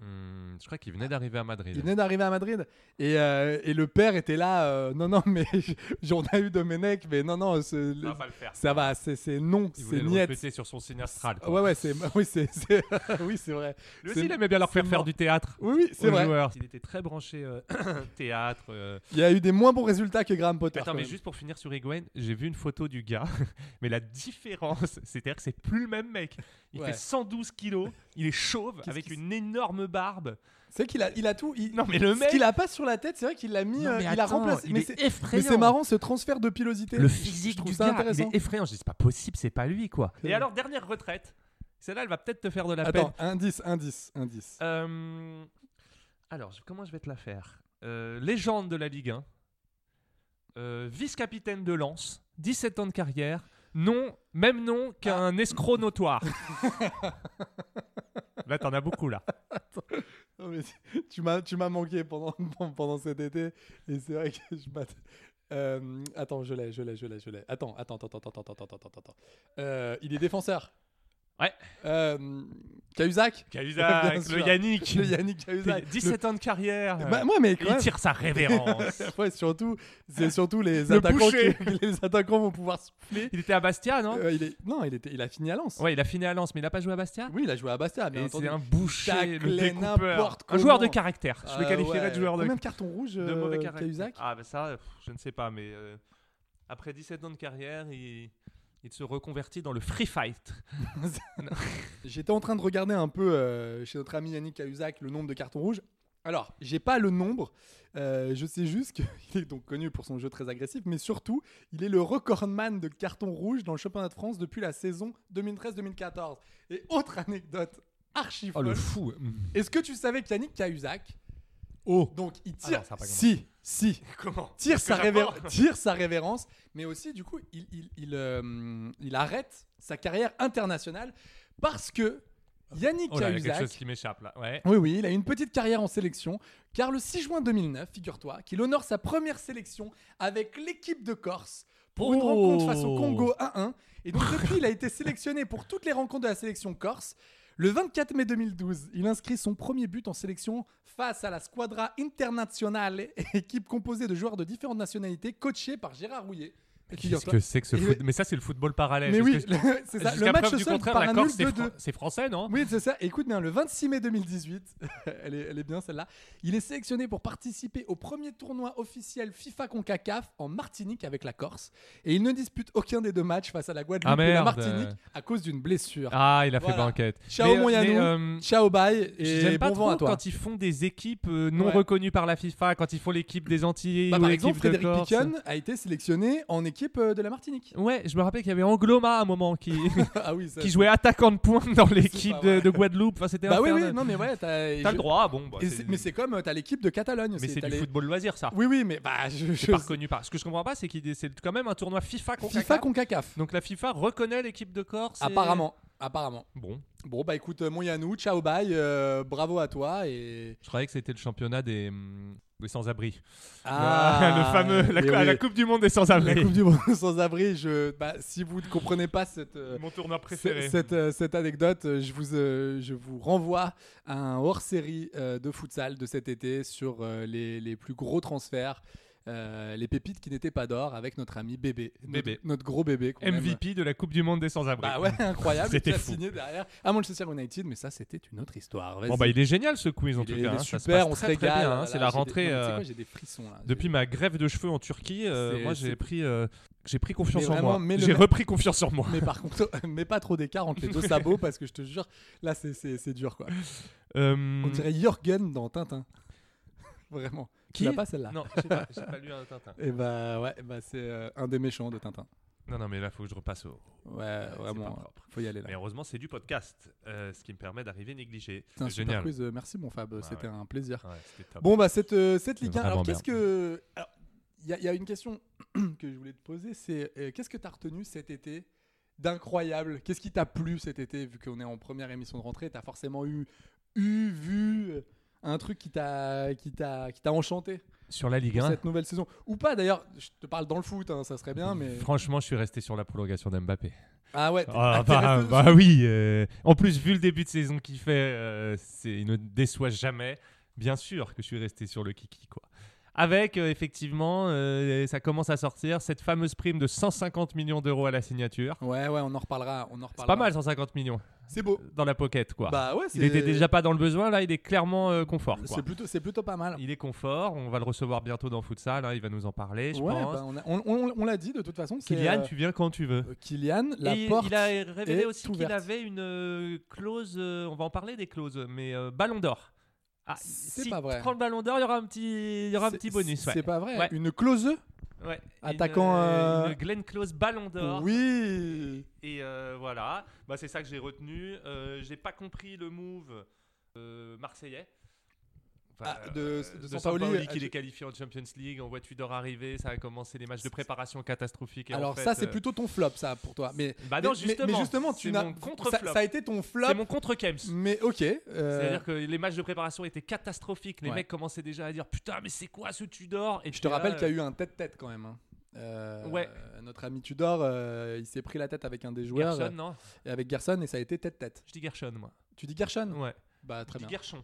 Hmm, je crois qu'il venait d'arriver à Madrid. Il venait d'arriver à Madrid et, euh, et le père était là. euh, non non mais j'en ai eu Domenech mais non non ce- On va pas le faire. ça va c'est c'est non Ah, c'est Il voulait le niet. recruter sur son signe astral. quoi. Ouais ouais c'est oui c'est c'est- oui c'est vrai. c'est- Lui aussi, il aimait bien leur faire c'est faire mort. du théâtre. Oui oui c'est aux vrai. joueurs. Il était très branché euh, théâtre. euh. Il y a eu des moins bons résultats que Graham Potter. Attends, quand mais même. juste pour finir sur Higuain, j'ai vu une photo du gars, mais la différence, c'est-à-dire que c'est plus le même mec. Il Ouais. fait 112 kilos, il est chauve, Qu'est-ce avec qui- une énorme barbe. C'est qu'il a, il a tout. il- Non, mais le Ce mec- qu'il a pas sur la tête, c'est vrai qu'il l'a mis. Non, euh, mais il a attends, remplacé. il mais est c'est- effrayant. mais c'est marrant ce transfert de pilosité. Le Je- je physique trouve du ça gars, intéressant. il est effrayant. Je dis, c'est pas possible, c'est pas lui, quoi. Ouais. Et alors, dernière retraite. Celle-là, elle va peut-être te faire de la peine. Attends, indice, indice, indice. Euh, alors, je- comment je vais te la faire Euh, Légende de la Ligue 1, euh, vice-capitaine de Lens, 17 ans de carrière, nom, même nom Ah. qu'un escroc notoire. là, t'en as beaucoup, là. Non, mais tu- tu m'as, tu m'as manqué pendant pendant cet été et c'est vrai que je m'att- Euh, attends, je l'ai, je l'ai, je l'ai, je l'ai. Attends, attends, attends, attends, attends, attends, attends, attends. Euh, il est défenseur. Ouais. Euh, Cahuzac. Bien Cahuzac, sûr. le Yannick, Le Yannick Cahuzac. 17 ans de carrière. Le- Bah, moi, mais quand euh, il même, tire sa révérence. Ouais, surtout, c'est surtout les Le attaquants boucher. qui- les attaquants vont pouvoir souffler. il était à Bastia, non Euh, il est- non, il était, il a fini à Lens. Ouais, il a fini à Lens, mais il a pas joué à Bastia Oui, il a joué à Bastia, bien Et entendu. c'est un boucher, le taclait découpeur. n'importe Un joueur de comment. caractère. Je le Ah qualifierais ouais. de joueur de Combien de cartons rouges de mauvais euh, caractère. Cahuzac Ah, bah ça, pff, je ne sais pas, mais euh, après 17 ans de carrière, il, il se reconvertit dans le free fight. J'étais en train de regarder un peu euh, chez notre ami Yannick Cahuzac le nombre de cartons rouges. Alors, j'ai pas le nombre, euh, je sais juste qu'il est donc connu pour son jeu très agressif, mais surtout, il est le recordman de cartons rouges dans le championnat de France depuis la saison 2013-2014. Et autre anecdote archi folle, fou Est-ce que tu savais qu'Yannick Cahuzac Oh. Donc il Ah non, tire. ça a pas si, si. Comment Tire sa, que révér- j'apprends tire sa révérence, mais aussi, du coup, il, il, il, euh, il arrête sa carrière internationale parce que Yannick Oh là, il y a quelque Cahuzac- chose qui m'échappe là. Ouais. oui, oui, il a une petite carrière en sélection, car le 6 juin 2009, figure-toi, qu'il honore sa première sélection avec l'équipe de Corse pour une Oh. rencontre face au Congo 1-1. Et donc depuis, il a été sélectionné pour toutes les rencontres de la sélection Corse. Le 24 mai 2012, il inscrit son premier but en sélection face à la Squadra Internazionale, équipe composée de joueurs de différentes nationalités, coachée par Gérard Rouillet. Et Qu'est-ce figure-toi- que c'est que ce Et- foot Mais ça, c'est le football parallèle. Mais oui, Jusque- le- c'est ça. jusqu'à Le match preuve se du solde contraire, par la un Corse, nul c'est 2-2. fran- c'est français, non Oui, c'est ça. Écoute bien, le 26 mai 2018, elle, est, elle est bien celle-là, il est sélectionné pour participer au premier tournoi officiel FIFA CONCACAF en Martinique avec la Corse. Et il ne dispute aucun des deux matchs face à la Guadeloupe Ah, et la merde. Martinique à cause d'une blessure. Ah, il a fait Voilà. banquette. Ciao Mais, euh, mon Yanou, mais, euh, ciao bye et J'aime pas bon vent trop à toi. quand ils font des équipes euh, non Ouais. reconnues par la FIFA, quand ils font l'équipe des Antilles Bah, ou par l'équipe exemple, de Frédéric Corse. Piquen a été sélectionné en équipe euh, de la Martinique. Ouais, je me rappelle qu'il y avait Angloma à un moment qui, ah oui, ça. qui jouait attaquant de pointe dans l'équipe pas de, vrai. de Guadeloupe. Enfin, c'était Bah oui, oui, infernal. non mais ouais, t'as, je- T'as le droit, bon. bah, et c'est- Mais c'est comme euh, t'as l'équipe de Catalogne. mais aussi, c'est t'as du les- football loisir, ça. Oui, oui, mais bah je. je- C'est pas reconnu par. Ce que je comprends pas, c'est qu'il c'est quand même un tournoi FIFA contre FIFA CONCACAF. Donc la FIFA reconnaît l'équipe de Corse. et- Apparemment, apparemment. Bon, Bon bah écoute, euh, mon Yanou, ciao bye, euh, bravo à toi et je croyais que c'était le championnat des, hum, des sans-abri. le Ah, fameux. La, mais cou- à oui. la Coupe du Monde des La sans-abri. Coupe du Monde sans abri. Je, bah, si vous ne comprenez pas cette euh, Mon tournoi c- cette, euh, cette anecdote, euh, je vous euh, je vous renvoie à un hors-série euh, de futsal de cet été sur euh, les, les plus gros transferts. euh, les pépites qui n'étaient pas d'or avec notre ami bébé, notre, Bébé. notre gros bébé qu'on aime. MVP de la Coupe du Monde des sans-abri. Bah ouais, incroyable. C'était qui a fou. signé derrière à Manchester United, mais ça c'était une autre histoire. Vas-y. Bon bah il est génial ce quiz en Il tout est- il cas. est hein. Ça se super, passe on très, se très régale. bien, hein. Là, C'est là, la j'ai des- rentrée. non, mais tu sais euh, quoi, j'ai des frissons là. Depuis ma grève de cheveux en Turquie, euh, C'est- moi c'est- j'ai pris, euh, j'ai pris confiance Mais en vraiment, moi. mets le J'ai ma- repris confiance en moi. Mais par contre, mets pas trop d'écart entre les deux sabots parce que je te jure, là c'est- c'est c'est dur quoi. Euh, On dirait Jorgen dans Tintin. Vraiment. Qui Tu l'as pas celle-là Non, j'ai pas, j'ai pas lu un Tintin. Et bah ouais, bah c'est euh, un des méchants de Tintin. Non non mais là faut que je repasse au. Ouais, pas Euh, vraiment. propre. Faut y aller là. Mais heureusement c'est du podcast, euh, ce qui me permet d'arriver négligé. C'est un C'est super génial. quiz. euh, Merci mon Fab, Ouais, c'était ouais. un plaisir. Ouais, c'était top. Bon bah cette, euh, cette Ligue 1, Ah Vraiment alors qu'est-ce bien. que... alors, Il y, a- il y a une question que je voulais te poser, c'est euh, qu'est-ce que tu as retenu cet été d'incroyable Qu'est-ce qui t'a plu cet été vu qu'on est en première émission de rentrée Tu as forcément eu, eu, vu euh, un truc qui t'a qui t'a qui t'a enchanté Sur la Ligue pour 1. cette nouvelle saison ou pas d'ailleurs je te parle dans le foot hein, ça serait bien mais Franchement, je suis resté sur la prolongation d'Mbappé. ah ouais t'es- Ah, t'es bah, resté- bah oui. euh, en plus, vu le début de saison qu'il fait, euh, c'est, il ne déçoit jamais. Bien sûr que je suis resté sur le kiki, quoi. Avec, euh, effectivement, euh, ça commence à sortir, cette fameuse prime de 150 millions d'euros à la signature. ouais ouais on en reparlera on en C'est reparlera pas mal, 150 millions, c'est beau dans la pocket, quoi. bah ouais il c'est- était déjà pas dans le besoin, là, il est clairement euh, confort, quoi. c'est plutôt c'est plutôt pas mal Il est confort, on va le recevoir bientôt dans Futsal, hein, il va nous en parler, je ouais pense. bah, on a- on on- on l'a dit de toute façon c'est, Kylian, euh, tu viens quand tu veux. Euh, Kylian, la Et porte. il a révélé est aussi qu'il ouverte. avait une euh, clause, euh, on va en parler des clauses, mais euh, ballon d'or. Ah, C'est si pas vrai. tu prends le ballon d'or, il y aura un petit, il y aura un C'est- petit bonus. C'est ouais. pas vrai. Ouais. Une E close Ouais. Attaquant, Une, euh, une Glenn Close ballon d'or. Oui. Et euh, voilà, bah, c'est ça que j'ai retenu. Euh, j'ai pas compris le move euh, marseillais. Enfin, Ah, de- euh, de de Sampaoli, Sampaoli ah, qui tu- est qualifié en Champions League en voiture d'or arrivée, ça a commencé les matchs de préparation catastrophiques. et en Alors fait, ça, c'est euh, plutôt ton flop, ça, pour toi. Mais Bah non, mais- mais- justement. Mais, justement, tu C'est n'as mon contre-flop. ça, ça a été ton flop. c'est mon contre Kems. Mais ok. euh, C'est-à-dire que les matchs de préparation étaient catastrophiques. Les Ouais. mecs commençaient déjà à dire putain, mais c'est quoi ce Tudor Et je te puis là, rappelle qu'il y a euh, eu un tête-tête quand même. hein. Euh, Ouais. Notre ami Tudor, euh, il s'est pris la tête avec un des joueurs, Gershon, non euh, et avec Gerson, et ça a été tête-tête. Je dis Gershon, moi. Tu dis Gershon Ouais. Bah Je très dis bien. Gershon.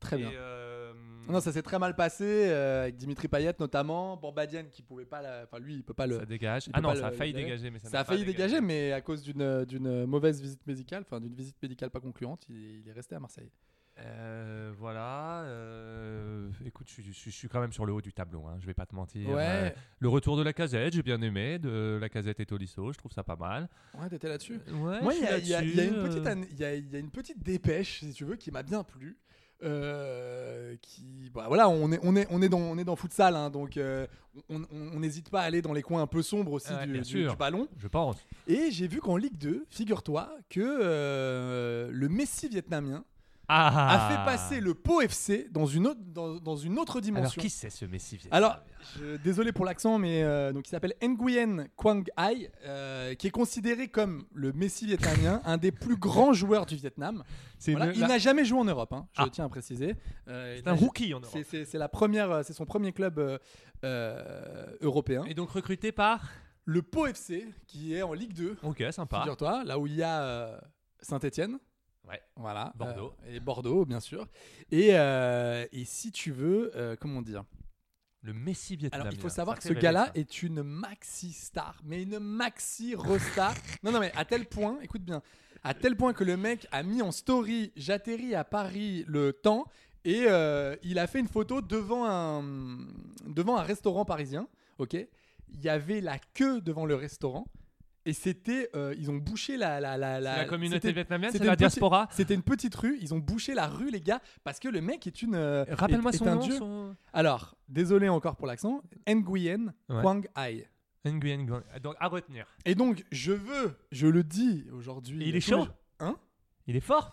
Très bien. Et, euh, Non, ça s'est très mal passé euh, avec Dimitri Payet notamment, Borbadian qui pouvait pas, la- enfin lui il peut pas le, ça dégage. il Ah peut non, pas ça a le- failli le- dégager, mais ça Ça n'a a pas failli dégagé. dégager, mais à cause d'une euh, d'une mauvaise visite médicale, enfin d'une visite médicale pas concluante, il, il est resté à Marseille. Euh, voilà. euh, Écoute, je, je- je suis quand même sur le haut du tableau. hein, je vais pas te mentir. Euh, ouais, le retour de la casette, j'ai bien aimé. De la casette et Tolisso, je trouve ça pas mal. ouais, t'étais là-dessus. Ouais, Moi, je il y, suis a- il y a- il y a une là-dessus, petite euh, an- il y a- il y a une petite dépêche, si tu veux, qui m'a bien plu. euh, qui, bah, voilà, on est on est on est dans on est dans futsal, hein, donc euh, on on- on n'hésite pas à aller dans les coins un peu sombres aussi Ouais, du- bien du- sûr. du ballon. Je pense. Et j'ai vu qu'en Ligue 2, figure-toi que euh, le Messi vietnamien Ah. a fait passer le Pau FC dans une autre, dans, dans une autre Alors, dimension. qui c'est ce Messi Alors, je- désolé pour l'accent, mais euh, donc il s'appelle Nguyen Quang Hai, euh, qui est considéré comme le Messi vietnamien, un des plus grands joueurs du Vietnam. c'est Voilà, une- Il la- n'a jamais joué en Europe, hein, je Ah. tiens à préciser. Euh, il c'est un n'a- rookie en c'est- Europe. C'est c'est la première, euh, c'est son premier club euh, euh, européen. Et donc recruté par. Le Pau FC, qui est en Ligue 2, Ok, sympa. figure-toi, là où il y a euh, Saint-Étienne. Ouais. Voilà. Bordeaux. euh, et Bordeaux, bien sûr. Et, euh, et si tu veux, euh, comment dire Le Messi vietnamien. Alors, il faut savoir Ça que ce fait gars-là rêver, ça. est une maxi star, mais une maxi resta. non, non, mais à tel point, écoute bien, à tel point que le mec a mis en story J'atterris à Paris le temps et euh, il a fait une photo devant un, devant un restaurant parisien. Ok Il y avait la queue devant le restaurant et c'était. euh, ils ont bouché la. La, la, C'est la communauté c'était- vietnamienne, c'est c'était la une petite- diaspora. C'était une petite rue, ils ont bouché la rue, les gars, parce que le mec est une. euh, Rappelle-moi est- est son un nom, dieu. son. Alors, désolé encore pour l'accent, Nguyen Ouais. Quang Hai. Nguyen Nguyen. Ah, Donc, à retenir. Et donc, je veux, je le dis aujourd'hui. Et il à est tous les chaud gens- Hein Il est fort.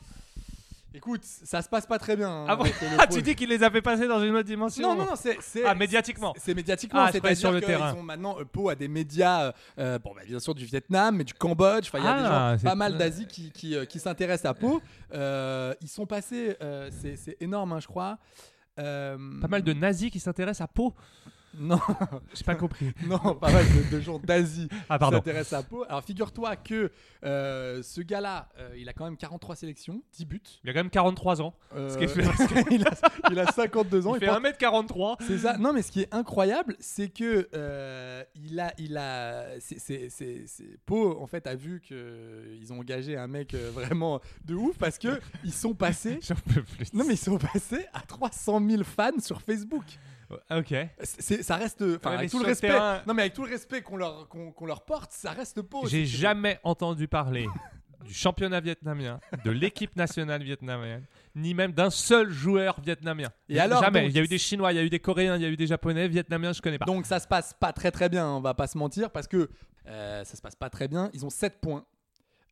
Écoute, ça se passe pas très bien. hein, Ah bon avec le Ah, pôle. tu dis qu'il les avait passés dans une autre Non, dimension non, non, c'est. c'est- Ah, médiatiquement. C'est médiatiquement, Ah, je croyais c'est-à-dire sur le que terrain. Ils ont maintenant euh, peau à des médias, euh, euh, bon, bah, bien sûr du Vietnam, mais du Cambodge. Enfin, il y a Ah, des c'est- gens, pas mal d'Asie qui, qui, euh, qui s'intéressent à peau. Euh, ils sont passés, euh, c'est c'est énorme, hein, je crois. Euh, Pas mal de nazis qui s'intéressent à Pau. Non, J'ai pas compris. non, pas mal de- de gens d'Asie Ah, pardon. s'intéresse à Pau. Alors figure-toi que euh, ce gars-là, euh, il a quand même 43 sélections, 10 buts. Il a quand même 43 ans. Euh, Ce qui fait- ce il, a, il a 52 ans. il il fait porte- 1m43. c'est ça. Non, mais ce qui est incroyable, c'est que euh, il a, il a, c'est, c'est, c'est- c'est- Pau en fait a vu que ils ont engagé un mec euh, vraiment de ouf parce que ils sont passés. J'en peux plus. Non, mais ils sont passés à 300 000 fans sur Facebook. Ok. C'est, ça reste, enfin, Ouais, mais avec tout sur le le respect. terrain- Non, mais avec tout le respect qu'on leur, qu'on, qu'on leur porte, ça reste Pau. J'ai Oh, C'est- jamais entendu parler du championnat vietnamien, de l'équipe nationale vietnamienne, ni même d'un seul joueur vietnamien. Et alors, Jamais. donc, il y a eu des Chinois, il y a eu des Coréens, il y a eu des Japonais, Vietnamiens, je connais pas. Donc ça se passe pas très très bien, hein, on va pas se mentir, parce que euh, ça se passe pas très bien. Ils ont 7 points.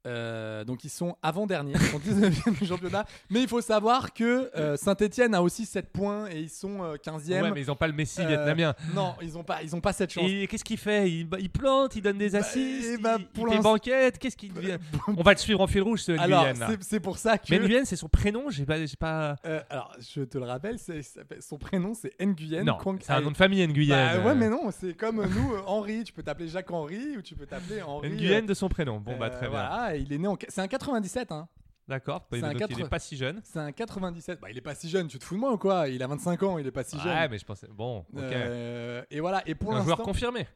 Euh, donc ils sont avant-derniers, ils sont 19e du championnat. Mais il faut savoir que Saint-Etienne a aussi 7 points et ils sont euh, 15e. ouais, mais ils ont pas le Messi Euh, vietnamien. Non, ils ont pas, ils ont pas cette chance. Et qu'est-ce qu'il fait il, il plante, il donne des assists, et bah, il, pour il fait l'instant- euh, banquette. Qu'est-ce qu'il devient On va le suivre en fil rouge, ce Alors Nguyen. là. c'est- c'est pour ça que. Mais Nguyen, c'est son prénom. J'ai pas, j'ai pas. Euh, alors je te le rappelle, c'est- c'est- son prénom c'est Nguyen. non, Quang c'est un Hai. nom de famille, Nguyen. Bah, ouais, Euh, mais non, c'est comme euh, nous, euh, Henri. Tu peux t'appeler Jacques Henri ou tu peux t'appeler Henri. Euh, Nguyen de son prénom. Bon, euh, bah très bien. Voilà, et il est né en. C'est un 97, hein. D'accord. C'est un Donc, Il quatre- est pas si jeune. C'est un 97. Bah, il est pas si jeune, tu te fous de moi ou quoi Il a 25 ans, il est pas si jeune. Ouais, mais je pensais. Bon, ok. Euh, et voilà, et pour un joueur l'instant, confirmé.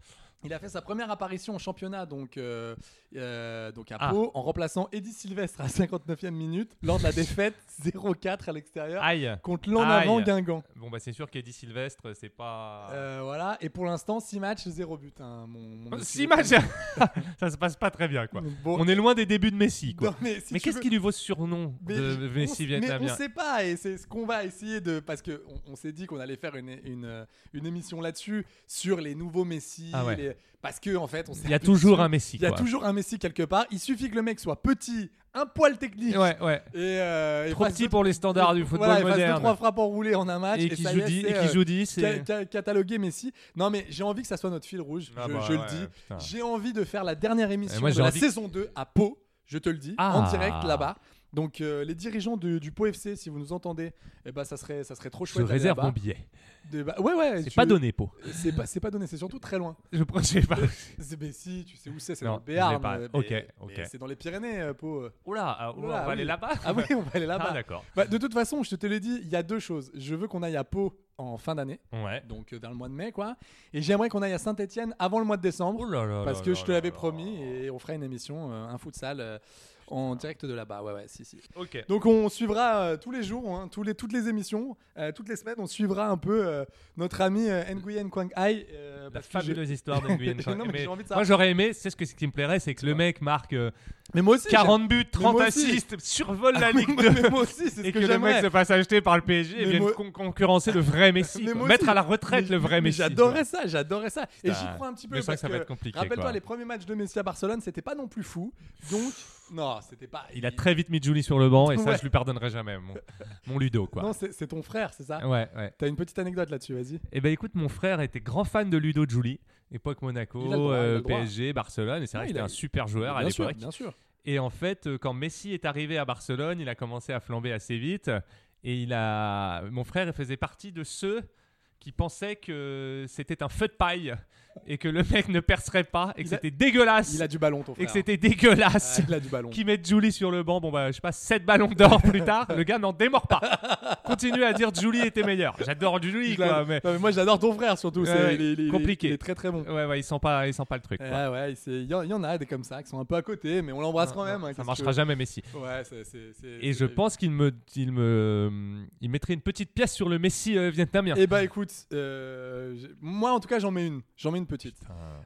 il a fait sa première apparition en championnat, donc, euh, euh, donc à Ah. Pau, en remplaçant Eddie Sylvestre à la 59e minute lors de la défaite 0-4 à l'extérieur Aïe. contre l'en avant Aïe. Guingamp. Bon, bah c'est sûr qu'Eddie Sylvestre, c'est pas. Euh, voilà, et pour l'instant, 6 matchs, 0 but. hein, mon, mon Oh, monsieur. Six matchs Ça se passe pas très bien, quoi. Bon, On est loin des débuts de Messi, quoi. non, mais si mais tu qu'est-ce veux- qui lui vaut ce surnom Mais de je- Messi on, s- Mais vietnamien on sait pas, et c'est ce qu'on va essayer de. Parce qu'on on, on s'est dit qu'on allait faire une, une, euh, une émission là-dessus, sur les nouveaux Messi. Ah ouais. les- parce que, en fait, on s'est Il y a aperçu- toujours un Messi, Il y a quoi. toujours un Messi quelque part. Il suffit que le mec soit petit, un poil technique. Ouais, ouais. Et, euh, et Trop fasse petit deux- pour les standards du voilà, football et fasse deux, moderne. trois frappes enroulées en un match. et qui ça joue y est, 10, et c'est, qui euh, joue 10. ca- c'est- ca- catalogué Messi. Non, mais j'ai envie que ça soit notre fil rouge. Ah je bah je ouais, le dis. putain. J'ai envie de faire la dernière émission Et moi, de j'ai la envie- saison 2 à Pau, je te le dis, Ah. en direct là-bas. Donc euh, les dirigeants du, du Pau FC, si vous nous entendez, eh ben, ça, serait, ça serait trop Je chouette. d'aller réserve là-bas. mon billet. De- bah, ouais, ouais. C'est tu- pas donné, Po. C'est pas, c'est pas donné, c'est surtout très loin. Je prends- je sais pas. C'est- Mais si, tu sais où c'est, c'est Non, dans le Béarn. je l'ai pas. euh, Ok, mais- ok. mais C'est dans les Pyrénées, euh, Pau. euh. Oula, ah, oula, Oula, on va oui. aller là-bas Ah oui, on va aller Ah, là-bas. d'accord. Bah, de toute façon, je te l'ai dit, il y a deux choses. Je veux qu'on aille à Pau en fin d'année, Ouais. donc euh, vers le mois de mai, quoi. Et j'aimerais qu'on aille à Saint-Etienne avant le mois de décembre. Oh là là Parce là que là je te là l'avais là. promis et on fera une émission, euh, un futsal euh, en direct de là-bas. Ouais, ouais, si, si. Ok. Donc on suivra euh, tous les jours, hein, tous les, toutes les émissions, euh, toutes les semaines, on suivra un peu euh, notre ami euh, Nguyen Quang Hai. euh, La parce que j'ai- fabuleuse histoire de Nguyen. Non, mais j'ai envie de ça. Moi j'aurais aimé, c'est ce, que- ce qui me plairait, c'est que le mec marque euh, Mais moi aussi, 40 buts, 30 moi aussi. assists, survole j'ai- la Ligue 2 mais moi aussi, c'est ce et que, que, le mec j'aimerais. se fasse acheter par le PSG et Mais vienne moi- con- concurrencer le vrai Messi, Mais quoi. moi mettre aussi. à la retraite Mais- le vrai mais Messi. J'adorais ça, j'adorais ça. Et Putain. j'y crois un petit peu Mais ça, parce ça va que, être compliqué, Rappelle-toi, quoi. les premiers matchs de Messi à Barcelone, c'était pas non plus fou. Donc Non, c'était pas. Il a très vite mis Julie sur le banc et ça, Ouais. je lui pardonnerai jamais, mon, mon Ludo, quoi. Non, c'est c'est ton frère, c'est ça Ouais, ouais. T'as une petite anecdote là-dessus, vas-y. Eh ben écoute, mon frère était grand fan de Ludo Giuli, époque Monaco, Il a le droit, il a le euh, droit. PSG, Barcelone, et c'est Ouais, vrai que il c'était a- un super joueur à bien sûr, l'époque. bien sûr. Et en fait, euh, quand Messi est arrivé à Barcelone, il a commencé à flamber assez vite, et il a, mon frère faisait partie de ceux qui pensaient que c'était un feu de paille et que le mec ne percerait pas et que Il a- c'était dégueulasse Il a du ballon, ton frère. et que c'était dégueulasse. Ouais, il a du ballon. Qui met Julie sur le banc, bon bah je sais pas, 7 ballons d'or plus tard, le gars n'en démord pas. Continue à dire Julie était meilleur. J'adore Julie Je l'a- quoi, mais Non, mais moi j'adore ton frère surtout. c'est- Ouais, il est- il est- il est- compliqué. Il est très très bon. Ouais, ouais, il sent pas, il sent pas le truc. quoi. Ah ouais, c'est- il y, en- il y en a des comme ça qui sont un peu à côté, mais on l'embrasse Non, quand même. non, hein, ça qu'est-ce marchera que- jamais, Messi. Ouais, c'est- c'est- c'est- Et c'est- je pense qu'il me, il me, il mettrait une petite pièce sur le Messi euh, vietnamien. Eh bah écoute, euh, j'ai- moi en tout cas j'en mets une, j'en mets une petite.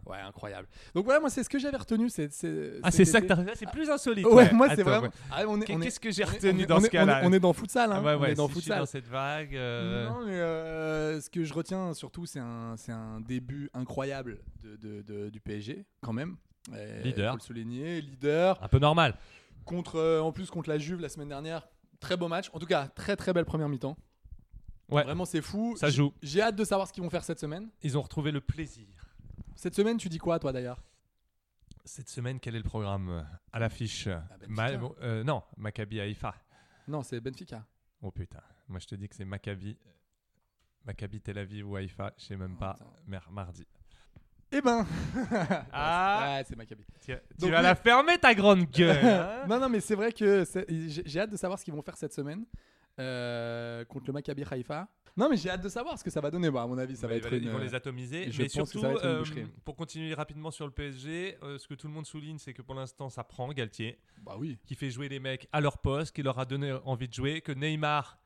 Ouais, incroyable. Donc voilà, moi c'est ce que j'avais retenu. c'est c'est- Ah, cet c'est ça que été. t'as. ça, C'est plus insolite. Ouais, moi c'est Attends, vraiment. ouais. Ah, on est- Qu'est- on est- Qu'est-ce que j'ai on est- retenu on est- dans on ce est- cas-là on est- On est dans futsal, hein. Ah ouais, on ouais, est dans si je suis futsal. dans cette vague. euh, Non, mais euh, ce que je retiens surtout, c'est un, c'est un début incroyable de, de- de- du PSG, quand même. Euh, Leader. Faut le souligner, leader. Un peu normal. Contre, euh, en plus, contre la Juve la semaine dernière. Très beau match. En tout cas, très très belle première mi-temps. Ouais. Vraiment, c'est fou. Ça J'ai- joue. J'ai hâte de savoir ce qu'ils vont faire cette semaine. Ils ont retrouvé le plaisir. Cette semaine, tu dis quoi, toi d'ailleurs Cette semaine, quel est le programme euh, à l'affiche Benfica. Ma- bon, euh, Non, Maccabi Haïfa. Non, c'est Benfica. Oh putain, moi je te dis que c'est Maccabi. Maccabi Tel Aviv ou Haïfa, je sais même pas. attends. Mer- mardi. Eh ben Ah. Ouais, c'est Maccabi. Tu, tu Donc, vas oui. la fermer ta grande gueule. hein non, non, mais c'est vrai que c'est- j'ai j'ai hâte de savoir ce qu'ils vont faire cette semaine euh, contre le Maccabi Haïfa. Non, mais j'ai hâte de savoir ce que ça va donner. Bah, à mon avis, ça Ouais, va il être Ils une. vont les atomiser. je Mais pense que surtout, ça va être une euh, boucherie. pour continuer rapidement sur le PSG, euh, ce que tout le monde souligne, c'est que pour l'instant, ça prend Galtier, Bah oui. qui fait jouer les mecs à leur poste, qui leur a donné envie de jouer, que Neymar,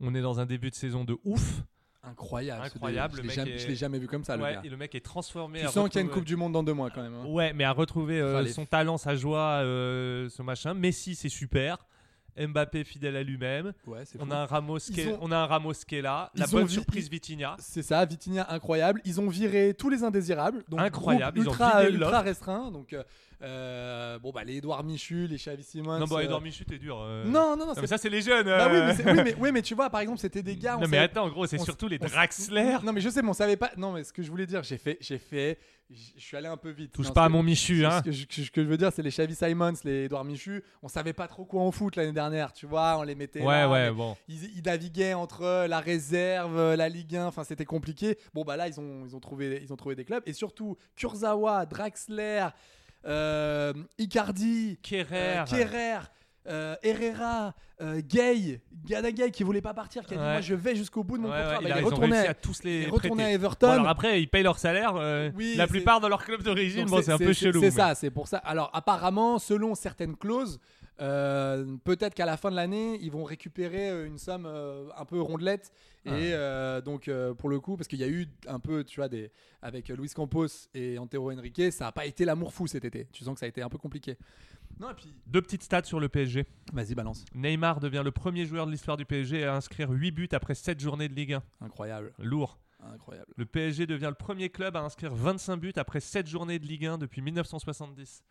on est dans un début de saison de ouf. Incroyable. ce Incroyable, délire. le Je l'ai mec jamais, est- je l'ai jamais vu comme ça, le Ouais, gars. et le mec est transformé. Tu à sens qu'il y a une retrouver- Coupe du Monde dans deux mois quand même. hein. Ouais, mais à retrouver euh, Fallait. son talent, sa joie, euh, ce machin. Messi, c'est super. Mbappé fidèle à lui-même. Ouais, c'est On fou. a un Ramos qui est, Ils ont- on a un Ramos qui est là. La Ils ont bonne vi- surprise Vitinha. C'est ça, Vitinha incroyable. Ils ont viré tous les indésirables. Donc Incroyable, groupe ils ont ultra, vidé le ultra loft. restreint. Donc, euh, euh, bon, bah, les Edouard Michu, les Xavi Simons. Non, bah, euh, Edouard Michu, t'es dur. euh. Non, non, non. mais c'est- ça, c'est les jeunes. Bah oui, euh. mais c'est- oui, mais, oui, mais tu vois, par exemple, c'était des gars. on Non, mais savait- attends, en gros, c'est on s- surtout les on s- Draxler. Non, mais je sais, mais on savait pas. Non, mais ce que je voulais dire, j'ai fait, j'ai fait, j- je suis allé un peu vite. Touche Non, pas ce à que- mon Michu, hein. Ce que, je, ce que je veux dire, c'est les Xavi Simons, les Edouard Michu. On savait pas trop quoi en foot l'année dernière, tu vois. On les mettait. Ouais, là, ouais, mais euh, bon. Ils, ils naviguaient entre la réserve, euh, la Ligue 1. Enfin, c'était compliqué. Bon, bah là, ils ont, ils ont trouvé, ils ont trouvé des clubs. Et surtout, Kurzawa, Draxler, euh, Icardi, Kerrer. euh, Kerrer. euh, Herrera, euh, Gay, Ganagay qui voulait pas partir, qui a dit Ouais. moi je vais jusqu'au bout de mon Ouais, contrat, Bah, ouais, il a- il est ils ont retourné réussi à- à tous il les est retourné à prêter. Everton. Bon, alors après, ils payent leur salaire. euh, Oui, la c'est- plupart dans leur club d'origine, Donc, bon, c'est un peu chelou. C'est mais- ça, c'est pour ça. Alors apparemment, selon certaines clauses, euh, peut-être qu'à la fin de l'année, ils vont récupérer euh, une somme euh, un peu rondelette. Et Ah. euh, donc euh, pour le coup, parce qu'il y a eu un peu, tu vois, des avec euh, Luis Campos et Antero Henrique, ça n'a pas été l'amour fou cet été. Tu sens que ça a été un peu compliqué. Non et puis, Deux petites stats sur le PSG. vas-y balance. Neymar devient le premier joueur de l'histoire du PSG à inscrire 8 buts après 7 journées de Ligue 1. Incroyable, Lourd. incroyable. Le PSG devient le premier club à inscrire 25 buts après 7 journées de Ligue 1 depuis 1970.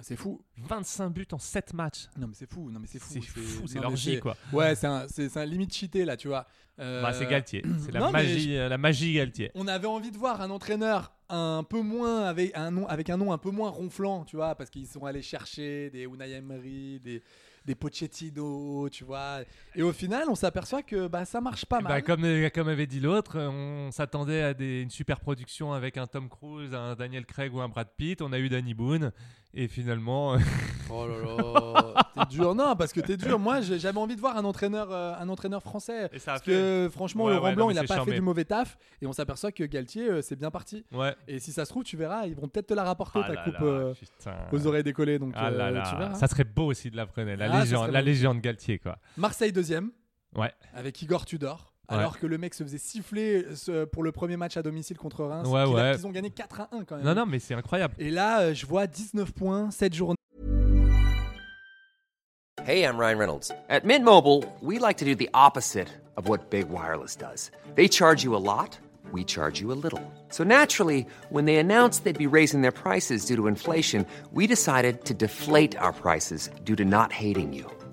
C'est fou. 25 buts en 7 matchs. Non mais c'est fou. Non mais c'est fou. C'est fou, c'est non, mais l'orgie quoi. Ouais, c'est un, c'est c'est un limite cheaté là, tu vois. Euh, Bah, c'est Galtier, c'est la non, mais magie, euh, la magie Galtier. on avait envie de voir un entraîneur un peu moins avec un nom avec un nom un peu moins ronflant, tu vois, parce qu'ils sont allés chercher des Unai Emery, des des Pochettino, tu vois. Et au final, on s'aperçoit que bah ça marche pas Eh ben, mal. comme, euh, comme avait dit l'autre, euh, on s'attendait à des, une super production avec un Tom Cruise, un Daniel Craig ou un Brad Pitt. On a eu Danny Boone. Et finalement, Oh là là, t'es dur. Non, parce que t'es dur. Moi, j'ai- j'avais envie de voir un entraîneur euh, un entraîneur français. Et ça a Parce fait. que franchement, Ouais, Laurent ouais, non, Blanc, mais il a c'est pas charmé. fait du mauvais taf, et on s'aperçoit que Galtier, euh, c'est bien parti. ouais. Et si ça se trouve, tu verras, ils vont peut-être te la rapporter Ah ta là coupe là, euh, putain. aux oreilles décollées. Donc Ah euh, là là, tu verras. ça serait beau aussi de la prendre, la Ah, ça légende, serait la beau. légende Galtier quoi. Marseille deuxième. Ouais. Avec Igor Tudor. Ouais. Alors que le mec se faisait siffler ce- pour le premier match à domicile contre Reims. Ouais, qu'il a- ouais. qu'ils ont gagné 4 à 1 quand même. Non non, mais c'est incroyable. Et là, euh, je vois 19 points, 7 journées. Hey, I'm Ryan Reynolds. At Mint Mobile, we like to do the opposite of what Big Wireless does. They charge you a lot, we charge you a little. So naturally, when they announced they'd be raising their prices due to inflation, we decided to deflate our prices due to not hating you.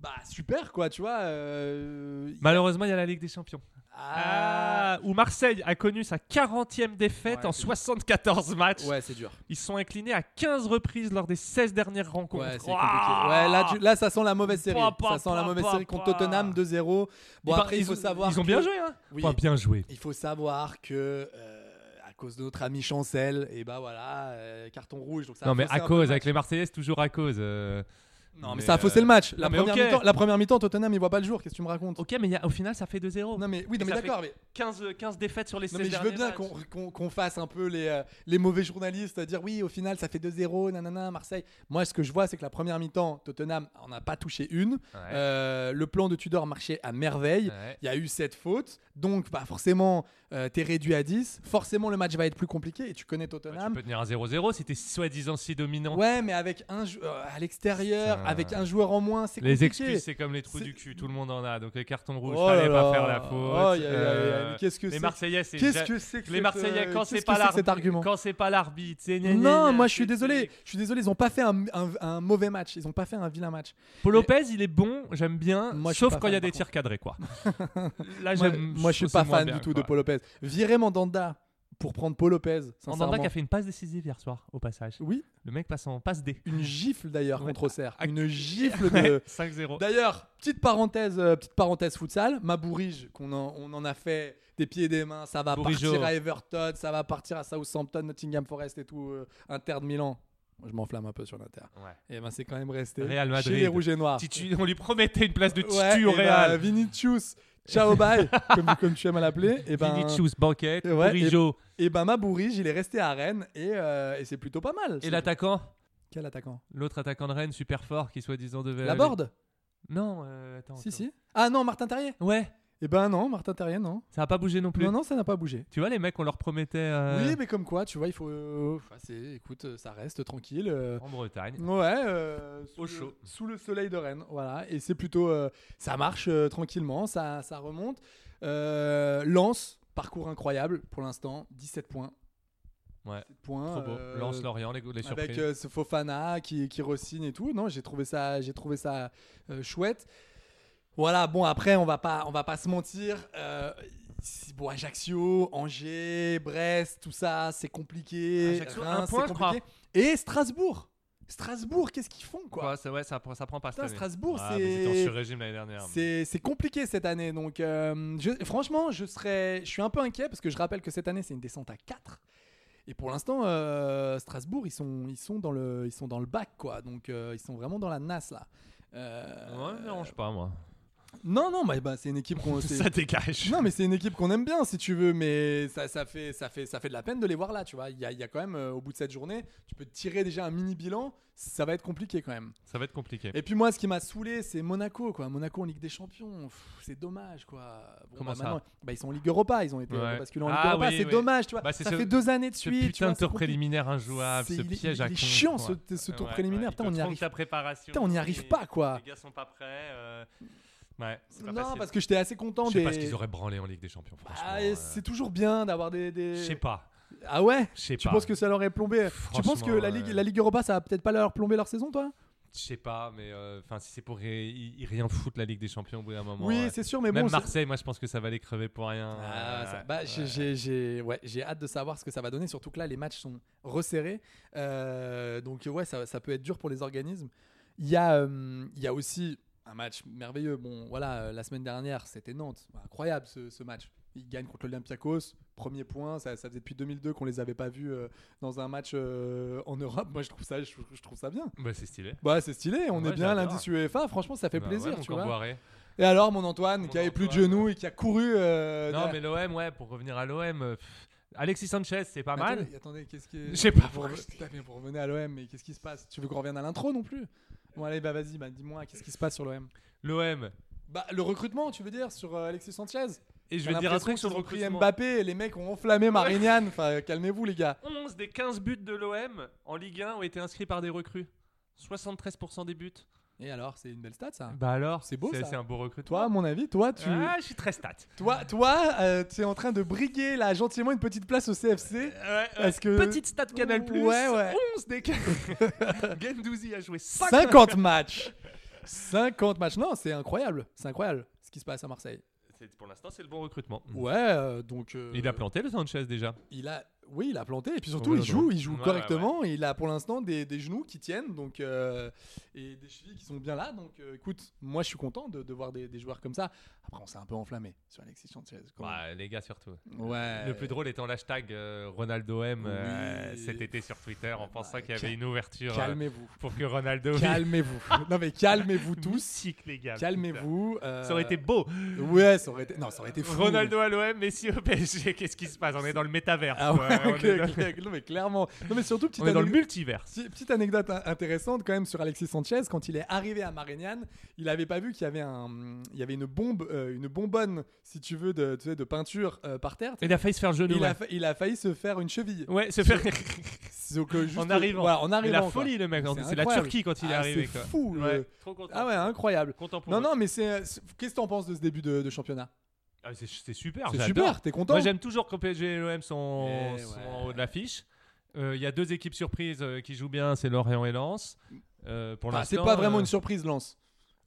bah, super, quoi, tu vois. euh, Malheureusement, il y a la Ligue des Champions. Ah, où Marseille a connu sa 40e défaite Ouais, en c'est- 74 matchs. Ouais, c'est dur. Ils se sont inclinés à 15 reprises lors des 16 dernières rencontres. Ouais, c'est Ouah. compliqué. Ouais, là, tu- là, ça sent la mauvaise série. Pa, ça pa, sent la pa, mauvaise pa, série contre pa. Tottenham 2-0. Bon, Ils par- après, il ils faut ont- savoir. Ils ont que- bien joué, hein Oui. Enfin, bien joué. Il faut savoir que. euh, à cause de notre ami Chancel, et bah voilà, euh, carton rouge. Donc ça a non, mais faussé à un peu le cause, match. avec les Marseillais, c'est toujours à cause. euh. Non, mais, Mais, ça a faussé euh, le match. La non, mais première, ok. mi-temps, la première mi-temps, Tottenham, il voit pas le jour. Qu'est-ce que tu me racontes Ok, mais il y a- au final, ça fait 2-0. Non, mais oui, non, mais Ça d'accord, fait mais, 15, 15 euh, défaites sur les 16 non, mais je veux derniers bien matchs. qu'on qu'on- qu'on fasse un peu les, euh, les mauvais journalistes, à dire oui, au final, ça fait 2-0, nanana, Marseille. Moi, ce que je vois, c'est que la première mi-temps, Tottenham, on n'a pas touché une. Euh, le plan de Tudor marchait à merveille. Ouais. Il y a eu cette faute. Donc, bah, forcément, euh, t'es réduit à 10. Forcément, le match va être plus compliqué. Et tu connais Bah, Tottenham. tu peux tenir un 0-0 si t'es soi-disant si dominant. Ouais, mais avec un jou- euh, à l'extérieur, Putain. avec un joueur en moins, c'est Les compliqué. excuses, c'est comme les trous C'est- du cul, tout le monde en a. Donc les cartons rouges, Oh là fallait pas là. faire la faute. euh, Oh, y a- y a- y a- mais qu'est-ce que les c'est- Marseillais, c'est qu'est-ce ja- que c'est que les cette, Marseillais euh, quand qu'est-ce c'est que pas c'est que cet l'arbitre, argument quand c'est pas l'arbitre, c'est gna, gna, Non, gna, moi je suis c'est- désolé. c'est- Je suis désolé, ils ont pas fait un, un- un mauvais match. Ils ont pas fait un vilain match. Paul Mais- Lopez, il est bon, j'aime bien, Moi, je suis sauf pas quand il y a fan, des par tirs cadrés quoi. Moi, Là, j'aime. moi, je suis trouve pas c'est moins fan bien, du tout quoi. de Paul Lopez. Virer Mandanda pour prendre Paul Lopez. Mandanda sincèrement. qui a fait une passe décisive hier soir, au passage. Oui, Le mec passe en passe D. une gifle d'ailleurs Ouais. contre Auxerre. Ah, Une gifle de. 5-0. D'ailleurs, petite parenthèse, euh, petite parenthèse futsal. Mabourige, qu'on en, on en a fait des pieds et des mains. Ça va Bourigeau. partir à Everton, ça va partir à Southampton, Nottingham Forest et tout. euh, Inter de Milan. Moi, Je m'enflamme un peu sur l'Inter. Et ben c'est quand même resté Real Madrid. chez les Rouges et Noirs. Titu- on lui promettait une place de Titu Ouais, au et ben, Real. Vinicius, ciao bye, comme, comme tu aimes à l'appeler. Et ben, Vinicius, Banquet, Ouais, et- Rijo Et ben Mabourige, il est resté à Rennes et, euh, et c'est plutôt pas mal. et C'est- l'attaquant Quel attaquant L'autre attaquant de Rennes, super fort, qui soi-disant devait. La aller- Borde Non, euh, attends. Si, attends. si. Ah non, Martin Terrier Ouais, Et ben non, Martin Terrier, non. ça a pas bougé non plus. Non, non, ça n'a pas bougé. Tu vois, les mecs, on leur promettait. euh, Oui, mais comme quoi, tu vois, il faut. euh, enfin, c'est- écoute, euh, ça reste tranquille. euh, En Bretagne. Ouais, euh, sous, Au le, chaud. sous le soleil de Rennes, voilà. Et c'est plutôt, euh, ça marche euh, tranquillement, ça, ça remonte. Euh, Lens, parcours incroyable pour l'instant, 17 points. Ouais. 17 points. Trop beau. euh, Lance Lorient, les, les surprises. avec euh, ce Fofana qui, qui re-signe et tout. Non, j'ai trouvé ça, j'ai trouvé ça euh, chouette. Voilà, bon, après, on va pas, on va pas se mentir. euh, c'est- bon, Ajaccio, Angers, Brest, tout ça, c'est compliqué. Ajaccio, Reims, un point, c'est je crois. compliqué. Et Strasbourg. Strasbourg, qu'est-ce qu'ils font, quoi, Quoi, ça, ouais, ça, prend- ça prend pas cette Putain, année. Strasbourg, Ouais, c'est- mais Ils étaient en sur-régime l'année dernière. c'est, c'est compliqué cette année. Donc, euh, je- franchement, je, serais, je suis un peu inquiet parce que je rappelle que cette année, c'est une descente à 4. Et pour l'instant, euh, Strasbourg, ils sont, ils, sont dans le, ils sont dans le bac, quoi. Donc, euh, ils sont vraiment dans la nasse, là. Euh, Ouais, me dérange pas, moi. non, non, mais bah, c'est une équipe qu'on. c'est- Ça dégage. non, mais c'est une équipe qu'on aime bien, si tu veux, mais ça, ça, fait, ça, fait, ça fait de la peine de les voir là, tu vois. Il y a, il y a quand même, euh, au bout de cette journée, tu peux tirer déjà un mini bilan, ça va être compliqué quand même. Ça va être compliqué. Et puis moi, ce qui m'a saoulé, c'est Monaco, quoi. Monaco en Ligue des Champions, Pff, c'est dommage, quoi. Bon, Comment bah, ça maintenant, bah, ils sont en Ligue Europa, ils ont été Ouais. basculés en Ligue Ah Europa, oui, c'est oui. dommage, tu vois. Bah, c'est ça ce- fait deux années de ce suite. tu putain vois, de tour c'est compliqué. préliminaire injouable, C'est- ce il est- piège à il est con, chiant, quoi. ce- ce tour Ouais, préliminaire. ouais, Putain, il on te n'y trompe arrive- ta préparation. Putain, on n'y arrive pas, quoi. Les gars sont pas prêts. euh, Ouais, c'est pas Non, facile. parce que j'étais assez content Je sais des. pas ce qu'ils auraient branlé en Ligue des Champions, Bah, franchement. et euh, c'est toujours bien d'avoir des, des- Je sais pas. Ah ouais Je sais Tu pas. penses que ça leur est plombé Tu penses que la Franchement, Ligue, ouais. la Ligue Europa, ça va peut-être pas leur plomber leur saison, toi Je sais pas, mais euh, enfin, si c'est pour ré- ils ils rien foutent la Ligue des Champions au bout d'un moment. Oui, ouais. c'est sûr, mais Même bon. c'est- Marseille, moi, je pense que ça va les crever pour rien. Euh, Ah, Ouais, ça- ouais, bah, j'ai- ouais. j'ai- j'ai ouais, j'ai hâte de savoir ce que ça va donner, surtout que là, les matchs sont resserrés. Euh, donc, ouais, ça, ça peut être dur pour les organismes. Il y, a, euh, il y a aussi un match merveilleux. Bon, voilà, euh, la semaine dernière, c'était Nantes. Bah, Incroyable ce, ce match. Ils gagnent contre l'Olympiakos. Premier point, ça, ça faisait depuis 2002 qu'on les avait pas vus euh, dans un match euh, en Europe. Moi, je trouve ça, je, je trouve ça bien. Bah, c'est stylé. Bah, c'est stylé, on Ouais, est bien j'adore. lundi sur UEFA. Franchement, ça fait Bah ouais, plaisir, mon tu vois. Camboiré. Et alors, mon Antoine, Mon qui avait plus de Antoine, genoux ouais. et qui a couru. euh, Non, derrière- mais l'OM, ouais, pour revenir à l'OM, euh, pff, Alexis Sanchez, c'est pas Mais mal. Attendez, attendez, qu'est-ce que. Je sais pas Vous pourquoi reven- Putain, mais vous revenez à l'OM, mais qu'est-ce qui se passe Tu veux qu'on revienne à l'intro non plus Bon, allez, bah vas-y, bah, dis-moi, qu'est-ce qui se passe sur l'OM L'OM, Bah, le recrutement, tu veux dire, sur euh, Alexis Sanchez Et je T'as vais dire un l'impression truc qu'ils sur le ont pris recrutement. Mbappé et les mecs ont enflammé Marignane. Enfin, calmez-vous, les gars. 11 des 15 buts de l'OM en Ligue 1 ont été inscrits par des recrues. 73% des buts. Et alors, c'est une belle stat, ça. Bah alors, Ah. C'est beau, ça. C'est un beau recrutement. Toi, à mon avis, toi, tu. Ah, je suis très stat. Toi, toi, euh, tu es en train de briguer là gentiment une petite place au CFC. Parce que- Petite stat Canal Plus. Ouais, ouais. 11 des 15. Gendouzi a joué 5. 50 matchs. 50 matchs. Non, c'est incroyable. C'est incroyable ce qui se passe à Marseille. Pour l'instant, c'est le bon recrutement. Ouais, euh, donc. euh, Il a planté le Sanchez déjà. il a- oui, il a planté. Et puis surtout, Ouais, il ouais, joue, ouais. il joue Ouais, ouais, correctement. et Il a pour l'instant des, des genoux qui tiennent donc, euh, et des chevilles qui sont bien là. Donc euh, écoute, moi je suis content de, de voir des, des joueurs comme ça. Après, on s'est un peu enflammé sur Alexis Sanchez. quand même. Bah, les gars, surtout. ouais. Le plus drôle étant l'hashtag euh, Ronaldo M euh, Euh, Oui. cet été sur Twitter en pensant qu'il y cal- avait une ouverture euh, Calmez-vous. pour que Ronaldo. Calmez-vous. non mais calmez-vous tous. Mythique, les gars. Calmez-vous. Ah, putain. euh, Ça aurait été beau. Ouais, ça aurait été. Non, ça aurait été fou. Ronaldo à l'OM, Messi au PSG. Qu'est-ce qui se passe On est dans le métavers. Ah quoi. ouais, on, est dans... cl- cl- non, mais clairement. Non, mais surtout, petite on est dans le anecdote- multivers. Petit- Petite anecdote in- intéressante quand même sur Alexis Sanchez. Quand il est arrivé à Marignane, il n'avait pas vu qu'il y avait un, il y avait une bombe, euh, une bonbonne, si tu veux, de, tu sais, de peinture euh, par terre. Il a failli se faire genou. Il, ouais. a fa- il a failli se faire une cheville. Ouais, se faire. Donc, euh, juste- en arrivant. voilà, en Mais arrivant, la folie, quoi. le mec. C'est la incroyable. Turquie quand il est Ah, arrivé. C'est quoi. fou. le- Ouais, trop content. Ah ouais, incroyable. Content pour Non, eux. non, mais c'est. c'est- Qu'est-ce que t'en penses de ce début de, de championnat Ah, c'est- c'est super. C'est j'adore. super, t'es content Ah, Moi, j'aime toujours quand PSG et l'OM sont, Eh sont ouais. en haut de l'affiche. Euh, Il y a deux équipes surprises euh, qui jouent bien, c'est Lorient et Lens. Euh, pour Ah, C'est l'instant, pas vraiment euh, une surprise, Lance.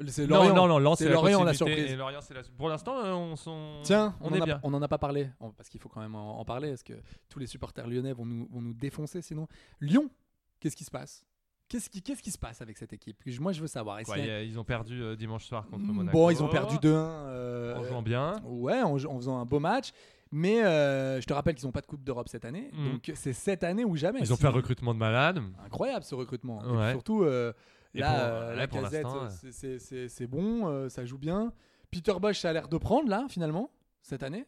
C'est Non, Lorient. non, non, Lens, C'est c'est Lorient, la continuité, surprise. et Lorient, c'est la- Pour l'instant, euh, on sont. Tiens, on, en est a- bien. on en a pas parlé, on- parce qu'il faut quand même en, en parler, parce que tous les supporters lyonnais vont nous, vont nous défoncer sinon. Lyon, qu'est-ce qui se passe Qu'est-ce qui, qu'est-ce qui se passe avec cette équipe Moi, je veux savoir. Est-ce Quoi, qu'il il y y a- a- ils ont perdu euh, dimanche soir contre Mm, Monaco. Oh. Bon, ils ont perdu 2-1. euh, En jouant bien. Ouais, en, jou- en faisant un beau match. Mais euh, je te rappelle qu'ils n'ont pas de Coupe d'Europe cette année. Mm. Donc, c'est cette année ou jamais. Ils ont Si- fait un recrutement de malade. Incroyable ce recrutement. Et puis Ouais. surtout, euh, Et là, pour- euh, ouais, la pour casette, l'instant, euh, ouais. c'est- c'est- c'est c'est bon, euh, ça joue bien. Peter Bosch, ça a l'air de prendre, là, finalement, cette année.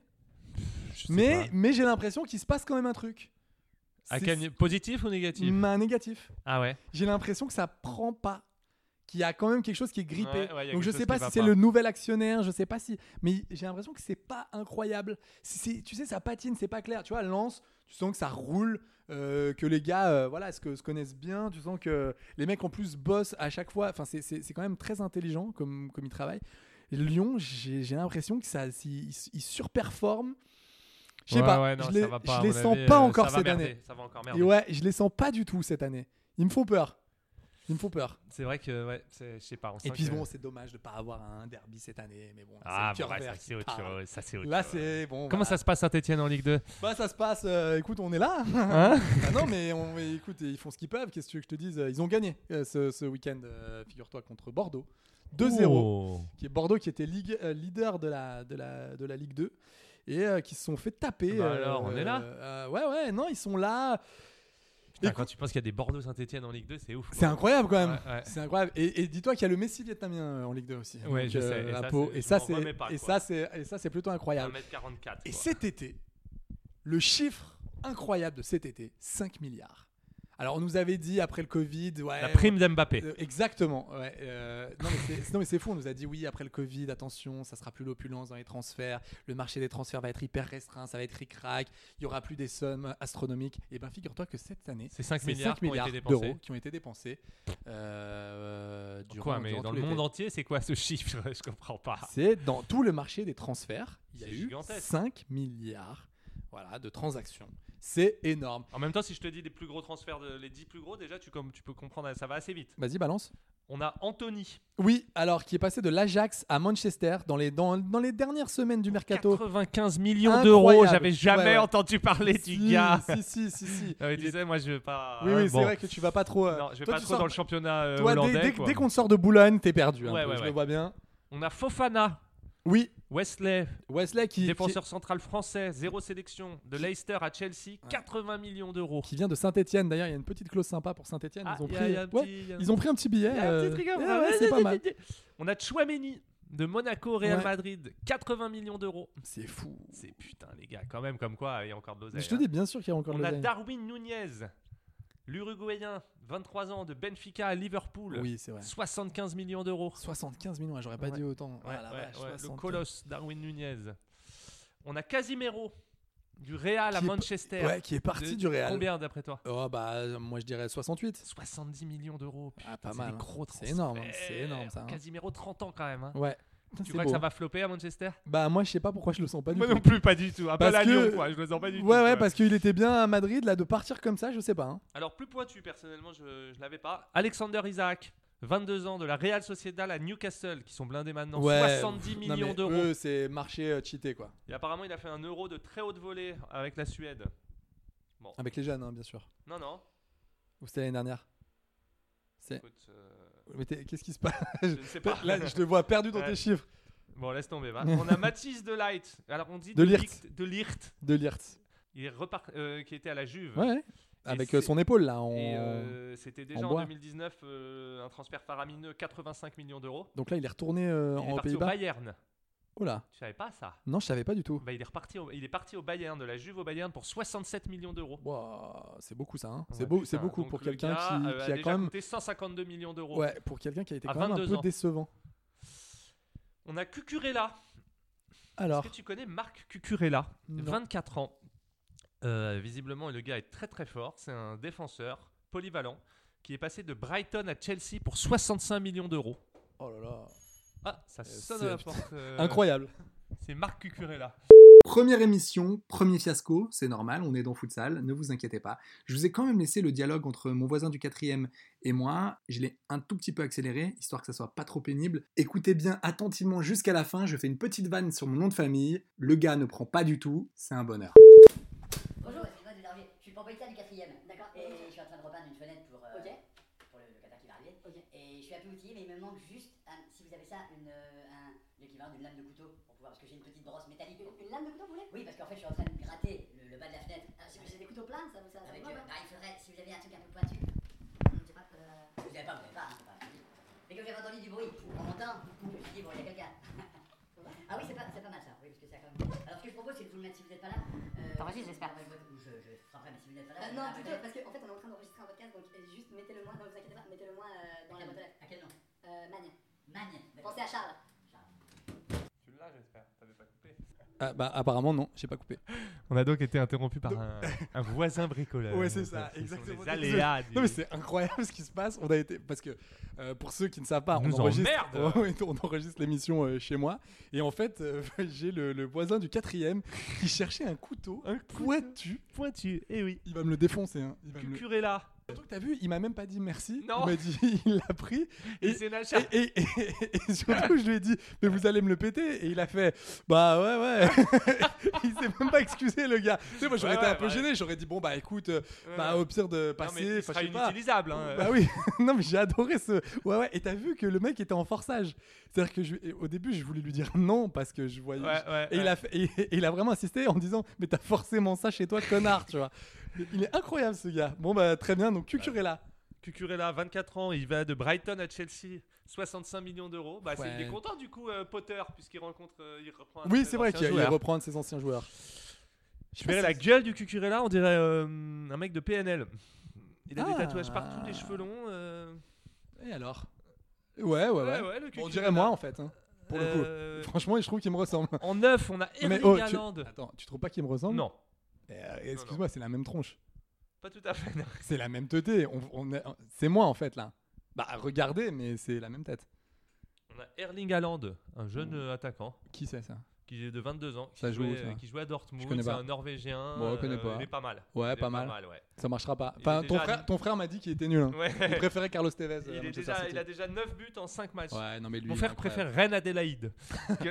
Je sais Mais, pas. mais j'ai l'impression qu'il se passe quand même un truc. À C'est- quel ni- Positif ou négatif Mais un négatif. Ah ouais. J'ai l'impression que ça prend pas. Qu'il y a quand même quelque chose qui est grippé. Ouais, ouais, il y a Donc je quelque sais chose pas qui si va c'est pas. le nouvel actionnaire, je sais pas si. Mais j'ai l'impression que c'est pas incroyable. Si c'est- tu sais, ça patine, c'est pas clair. Tu vois, Lance, tu sens que ça roule, euh, que les gars, euh, voilà, se, se connaissent bien. Tu sens que les mecs en plus bossent à chaque fois. Enfin, c'est- c'est c'est quand même très intelligent comme, comme ils travaillent. Et Lyon, j'ai j'ai l'impression que ça, si- ils, ils surperforment. Je sais Ouais, pas, ouais, non, je ça les, va pas, je à les mon sens avis, pas euh, encore ça va cette merder, année. Ça va encore Et merder. ouais, je les sens pas du tout cette année. Ils me font peur. Ils me font peur. C'est vrai que, ouais, c'est- je sais pas. on Et sent puis que- bon, c'est dommage de pas avoir un derby cette année, mais bon, c'est Ah, le cœur bon, ouais, vert ça, qui c'est autre parle. chose. Ça, c'est autre Là, chose. c'est bon. Comment voilà. ça se passe Saint-Etienne en Ligue 2 Bah, ça se passe. euh, écoute, on est là. Hein Ah non, mais on, mais écoute, ils font ce qu'ils peuvent. Qu'est-ce que tu veux que je te dise Ils ont gagné euh, ce, ce week-end, euh, figure-toi, contre Bordeaux. 2-0. Oh. Qui est Bordeaux qui était ligue- euh, leader de la, de, la, de la Ligue 2 et euh, qui se sont fait taper. Bah alors, on est là. euh, ouais, ouais, non, ils sont là. Putain, Écoute- quand tu penses qu'il y a des Bordeaux Saint-Etienne en Ligue 2, c'est ouf. C'est quoi. incroyable quand même. Ouais, ouais. C'est incroyable. Et, et dis-toi qu'il y a le Messi vietnamien euh, en Ligue 2 aussi. Ouais, je sais. Et à ça, Pau. c'est- Et je ça, m'en c'est remets pas, et quoi. ça, c'est et ça, c'est plutôt incroyable. 1m44. Et quoi. cet été, le chiffre incroyable de cet été, 5 milliards. Alors on nous avait dit après le Covid, ouais, La prime d'Mbappé. euh, exactement. ouais, euh, non, mais c'est- non mais c'est fou, on nous a dit oui après le Covid, attention, ça sera plus l'opulence dans les transferts, le marché des transferts va être hyper restreint, ça va être ric-rac, il y aura plus des sommes astronomiques. Et bien figure-toi que cette année, C'est 5 c'est milliards, 5 milliards qui ont été dépensés. d'euros qui ont été dépensés. euh, durant, Quoi, mais durant dans tout le l'été. monde entier, c'est quoi ce chiffre Je comprends pas. C'est dans tout le marché des transferts, il y a C'est eu gigantesque. 5 milliards voilà, de transactions. C'est énorme. En même temps, si je te dis les plus gros transferts, de- les 10 plus gros, déjà, tu, comme, tu peux comprendre, ça va assez vite. Vas-y, balance. On a Anthony, Oui, alors qui est passé de l'Ajax à Manchester dans les, dans, dans les dernières semaines du mercato. 95 millions Incroyable. d'euros. J'avais jamais Ouais, ouais. entendu parler Si, du gars. Si, si, si, si. Euh, il Il est- disait, moi, je veux pas. Oui, oui, Bon. c'est vrai que tu vas pas trop. euh, Non, je vais toi, pas tu trop sors- dans le championnat euh, Toi, dès- hollandais. dès, quoi. dès qu'on te sort de Boulogne, t'es perdu. un Ouais, peu, ouais, je le ouais. vois bien. On a Fofana, Oui, Wesley, Wesley qui, qui, défenseur central français, zéro sélection, de Leicester à Chelsea, 80 millions d'euros. qui vient de Saint-Etienne. D'ailleurs, il y a une petite clause sympa pour Saint-Etienne. Ah, ils, ont y a- pris... y a un ouais, petit- y a un ils ont pris un petit billet. Il y a un euh, petit Ah, truc hein. à ouais, voir. ouais, c'est pas mal. On a Chouameni de Monaco au Real Ouais. Madrid, 80 millions d'euros. C'est fou. C'est putain les gars, quand même comme quoi il y a encore de l'oseille. Je te hein. dis bien sûr qu'il y a encore On le a lien. Darwin Nunez L'Uruguayen, 23 ans, de Benfica à Liverpool. Oui, c'est vrai. 75 millions d'euros. 75 millions, ouais, j'aurais pas Ouais. dit autant. Ouais, Ah, la ouais, vache, ouais. Le 75. colosse Darwin Nunez. On a Casimiro du Real à Qui est- Manchester. Ouais, qui est parti De- du Real. Combien d'après toi Oh, bah, moi je dirais 68. 70 millions d'euros. Putain, Ah, pas c'est mal, des hein. gros C'est énorme, hein. transferts. C'est énorme, ça, hein. Casimiro, 30 ans quand même. hein. Ouais. Putain, c'est Tu crois beau, que ça hein. va flopper à Manchester Bah, moi je sais pas pourquoi je le sens pas du tout. plus, pas du tout. Parce que- je le sens pas euh. Ouais, ouais, parce qu'il était bien à Madrid, là, de partir comme ça, je sais pas. hein. Alors, plus pointu, personnellement, je, je l'avais pas. Alexander Isaac, 22 ans, de la Real Sociedad à Newcastle, qui sont blindés maintenant. 70 pff, non, millions mais d'euros. eux, C'est marché euh, cheaté, quoi. Et apparemment, il a fait un euro de très haute volée avec la Suède. Avec les jeunes, hein, bien sûr. Non, non. Ou c'était l'année dernière C'est. Écoute, euh, Mais t'es- qu'est-ce qui se passe je ne sais pas. Là, je te vois perdu dans Ouais. tes chiffres. Bon, laisse tomber, va. On a Mathis de Light. Alors, on dit De Ligt. Ligt- De Lirt. De Lirtz. Il est repar- euh, qui était à la Juve. Ouais, avec c'est- euh, son épaule, là. en- Et euh, c'était déjà en, bois. 2019 euh, un transfert faramineux, 85 millions d'euros. Donc là, il est retourné euh, Il est en parti au Pays-Bas. Bayern. Oh là. Tu savais pas ça Non, je savais pas du tout. Bah, il, est reparti au, il est parti au Bayern, de la Juve au Bayern, pour 67 millions d'euros. Waouh, c'est beaucoup ça. hein. Ouais, c'est beau, putain. c'est beaucoup Donc pour le quelqu'un gars, qui, euh, qui a déjà quand même. coûté 152 millions d'euros. Ouais, pour quelqu'un qui a été À quand même un 22 peu ans. décevant. On a Cucurella. Alors, Est-ce que tu connais Marc Cucurella Non. 24 ans. Euh, visiblement, le gars est très très fort. C'est un défenseur polyvalent qui est passé de Brighton à Chelsea pour 65 millions d'euros. oh là là, Ah, ça sonne c'est- à la porte. euh, incroyable. C'est Marc Cucurella. Première émission, premier fiasco, c'est normal, on est dans futsal, ne vous inquiétez pas. Je vous ai quand même laissé le dialogue entre mon voisin du quatrième et moi, je l'ai un tout petit peu accéléré, histoire que ça soit pas trop pénible. Écoutez bien attentivement jusqu'à la fin, je fais une petite vanne sur mon nom de famille, le gars ne prend pas du tout, c'est un bonheur. Bonjour, excusez-moi de vous déranger. Euh, Je suis le propriétaire du quatrième. D'accord. Et je suis en train de repeindre une fenêtre pour, euh, pour le locataire qui va arriver. Et je suis un peu outillé, mais il me manque juste, un- si vous avez ça, une, euh, un, l'équivalent d'une lame de couteau pour pouvoir, parce que j'ai une petite brosse métallique. Une lame de couteau, vous voulez Ah, Oui, parce qu'en fait, je suis en train de gratter le, le bas de la fenêtre. j'ai des couteaux pleins, ça vous ça, Avec, euh, bah, il faudrait, si vous avez un truc un peu pointu. Je sais pas. Vous n'avez pas, vous n'avez pas. hein, c'est pas mais comme j'avais entendu du bruit en montant, je me suis dit, bon, il y a quelqu'un. Ah oui, c'est pas, c'est pas mal ça. Oui, parce que ça quand même. Alors, ce que je propose, c'est de vous le mettre si vous n'êtes pas là. Euh, T'enregistres, j'espère. Je, je, frapperai, mais si vous n'êtes pas là. Euh, vous non, verrez plutôt, peut-être. parce qu'en fait, on est en train d'enregistrer un podcast, donc euh, juste mettez-le-moi, ne vous inquiétez pas, mettez-le-moi euh, dans la boîte aux lettres. À quel nom Euh, Magne. Magne. Pensez à Charles. Tu l'as, j'espère. T'avais pas coupé. Ah, bah, apparemment, non, j'ai pas coupé. On a donc été interrompu par Donc- un, un voisin bricoleur. Ouais, c'est ça, Ce Euh, sont exactement. Les aléas. Non, mais du- c'est incroyable ce qui se passe. On a été parce que euh, pour ceux qui ne savent pas, Nous on enregistre, emmerde. Ouais, on enregistre l'émission euh, chez moi et en fait, euh, j'ai le, le voisin du quatrième qui cherchait un couteau Un pointu. pointu. Eh oui. Il va me le défoncer. Hein. Il va me le- Cucurella. Surtout que t'as vu, il m'a même pas dit merci. Non. Ah. Il m'a dit, il l'a pris. Et Et, c'est Nacha. et- et- et- et surtout, je lui ai dit, mais vous allez me le péter. Et il a fait, bah ouais, ouais. il s'est même pas excusé, le gars. Tu sais, moi, j'aurais Ouais, été un ouais, peu bah gêné. J'aurais dit, bon, bah écoute, euh, Ouais, bah ouais. au pire de Non, mais passer. il enfin, sera je sais pas. inutilisable. hein. Bah oui, non mais j'ai adoré ce. Ouais ouais, et t'as vu que le mec était en forçage. C'est-à-dire que je... et au début je voulais lui dire non parce que je voyais. Ouais, ouais, et, ouais. Il a fait- et, et il a vraiment insisté en me disant mais t'as forcément ça chez toi connard, tu vois. Mais Il est incroyable ce gars. Bon bah très bien donc Cucurella. Cucurella, 24 ans, il va de Brighton à Chelsea, 65 millions d'euros. Bah, c'est- Ouais. Il est content du coup, euh, Potter, puisqu'il rencontre, euh, il reprend. un oui de c'est ses vrai anciens qu'il il joueurs. reprend un de ses anciens joueurs. Je verrais la gueule du Cucurella, on dirait euh, un mec de PNL. Il a des Ah. tatouages partout, des cheveux longs. euh, Et alors Ouais ouais ouais. Ouais, ouais, le Bon, on Cucurella. dirait moi en fait. hein, pour Euh, le coup. Franchement, je trouve qu'il me ressemble. En neuf, on a Mais Erling oh, tu... Haaland. Attends, tu trouves pas qu'il me ressemble Non, Eh, euh, Excuse-moi, c'est la même tronche. pas tout à fait. non. C'est la même teuté. On, on est- c'est moi en fait là. Bah regardez, mais c'est la même tête. On a Erling Haaland, un jeune Hmm. euh, attaquant Qui c'est ça qui est de 22 ans, qui, Ça joue, jouait, euh, ça. qui jouait à Dortmund. Je connais C'est pas. un Norvégien. euh, Bon, je connais pas. Il est pas mal. Ouais, Il est pas mal. ouais. Ça marchera pas. Il Enfin, est ton déjà- frère, ton frère m'a dit qu'il était nul. hein. Ouais. Il préférait Carlos Tevez. Il, à est Manchester déjà- City. il a déjà 9 buts en 5 matchs. Ouais, non mais lui. Mon il est frère incroyable. préfère Reine Adélaïde que,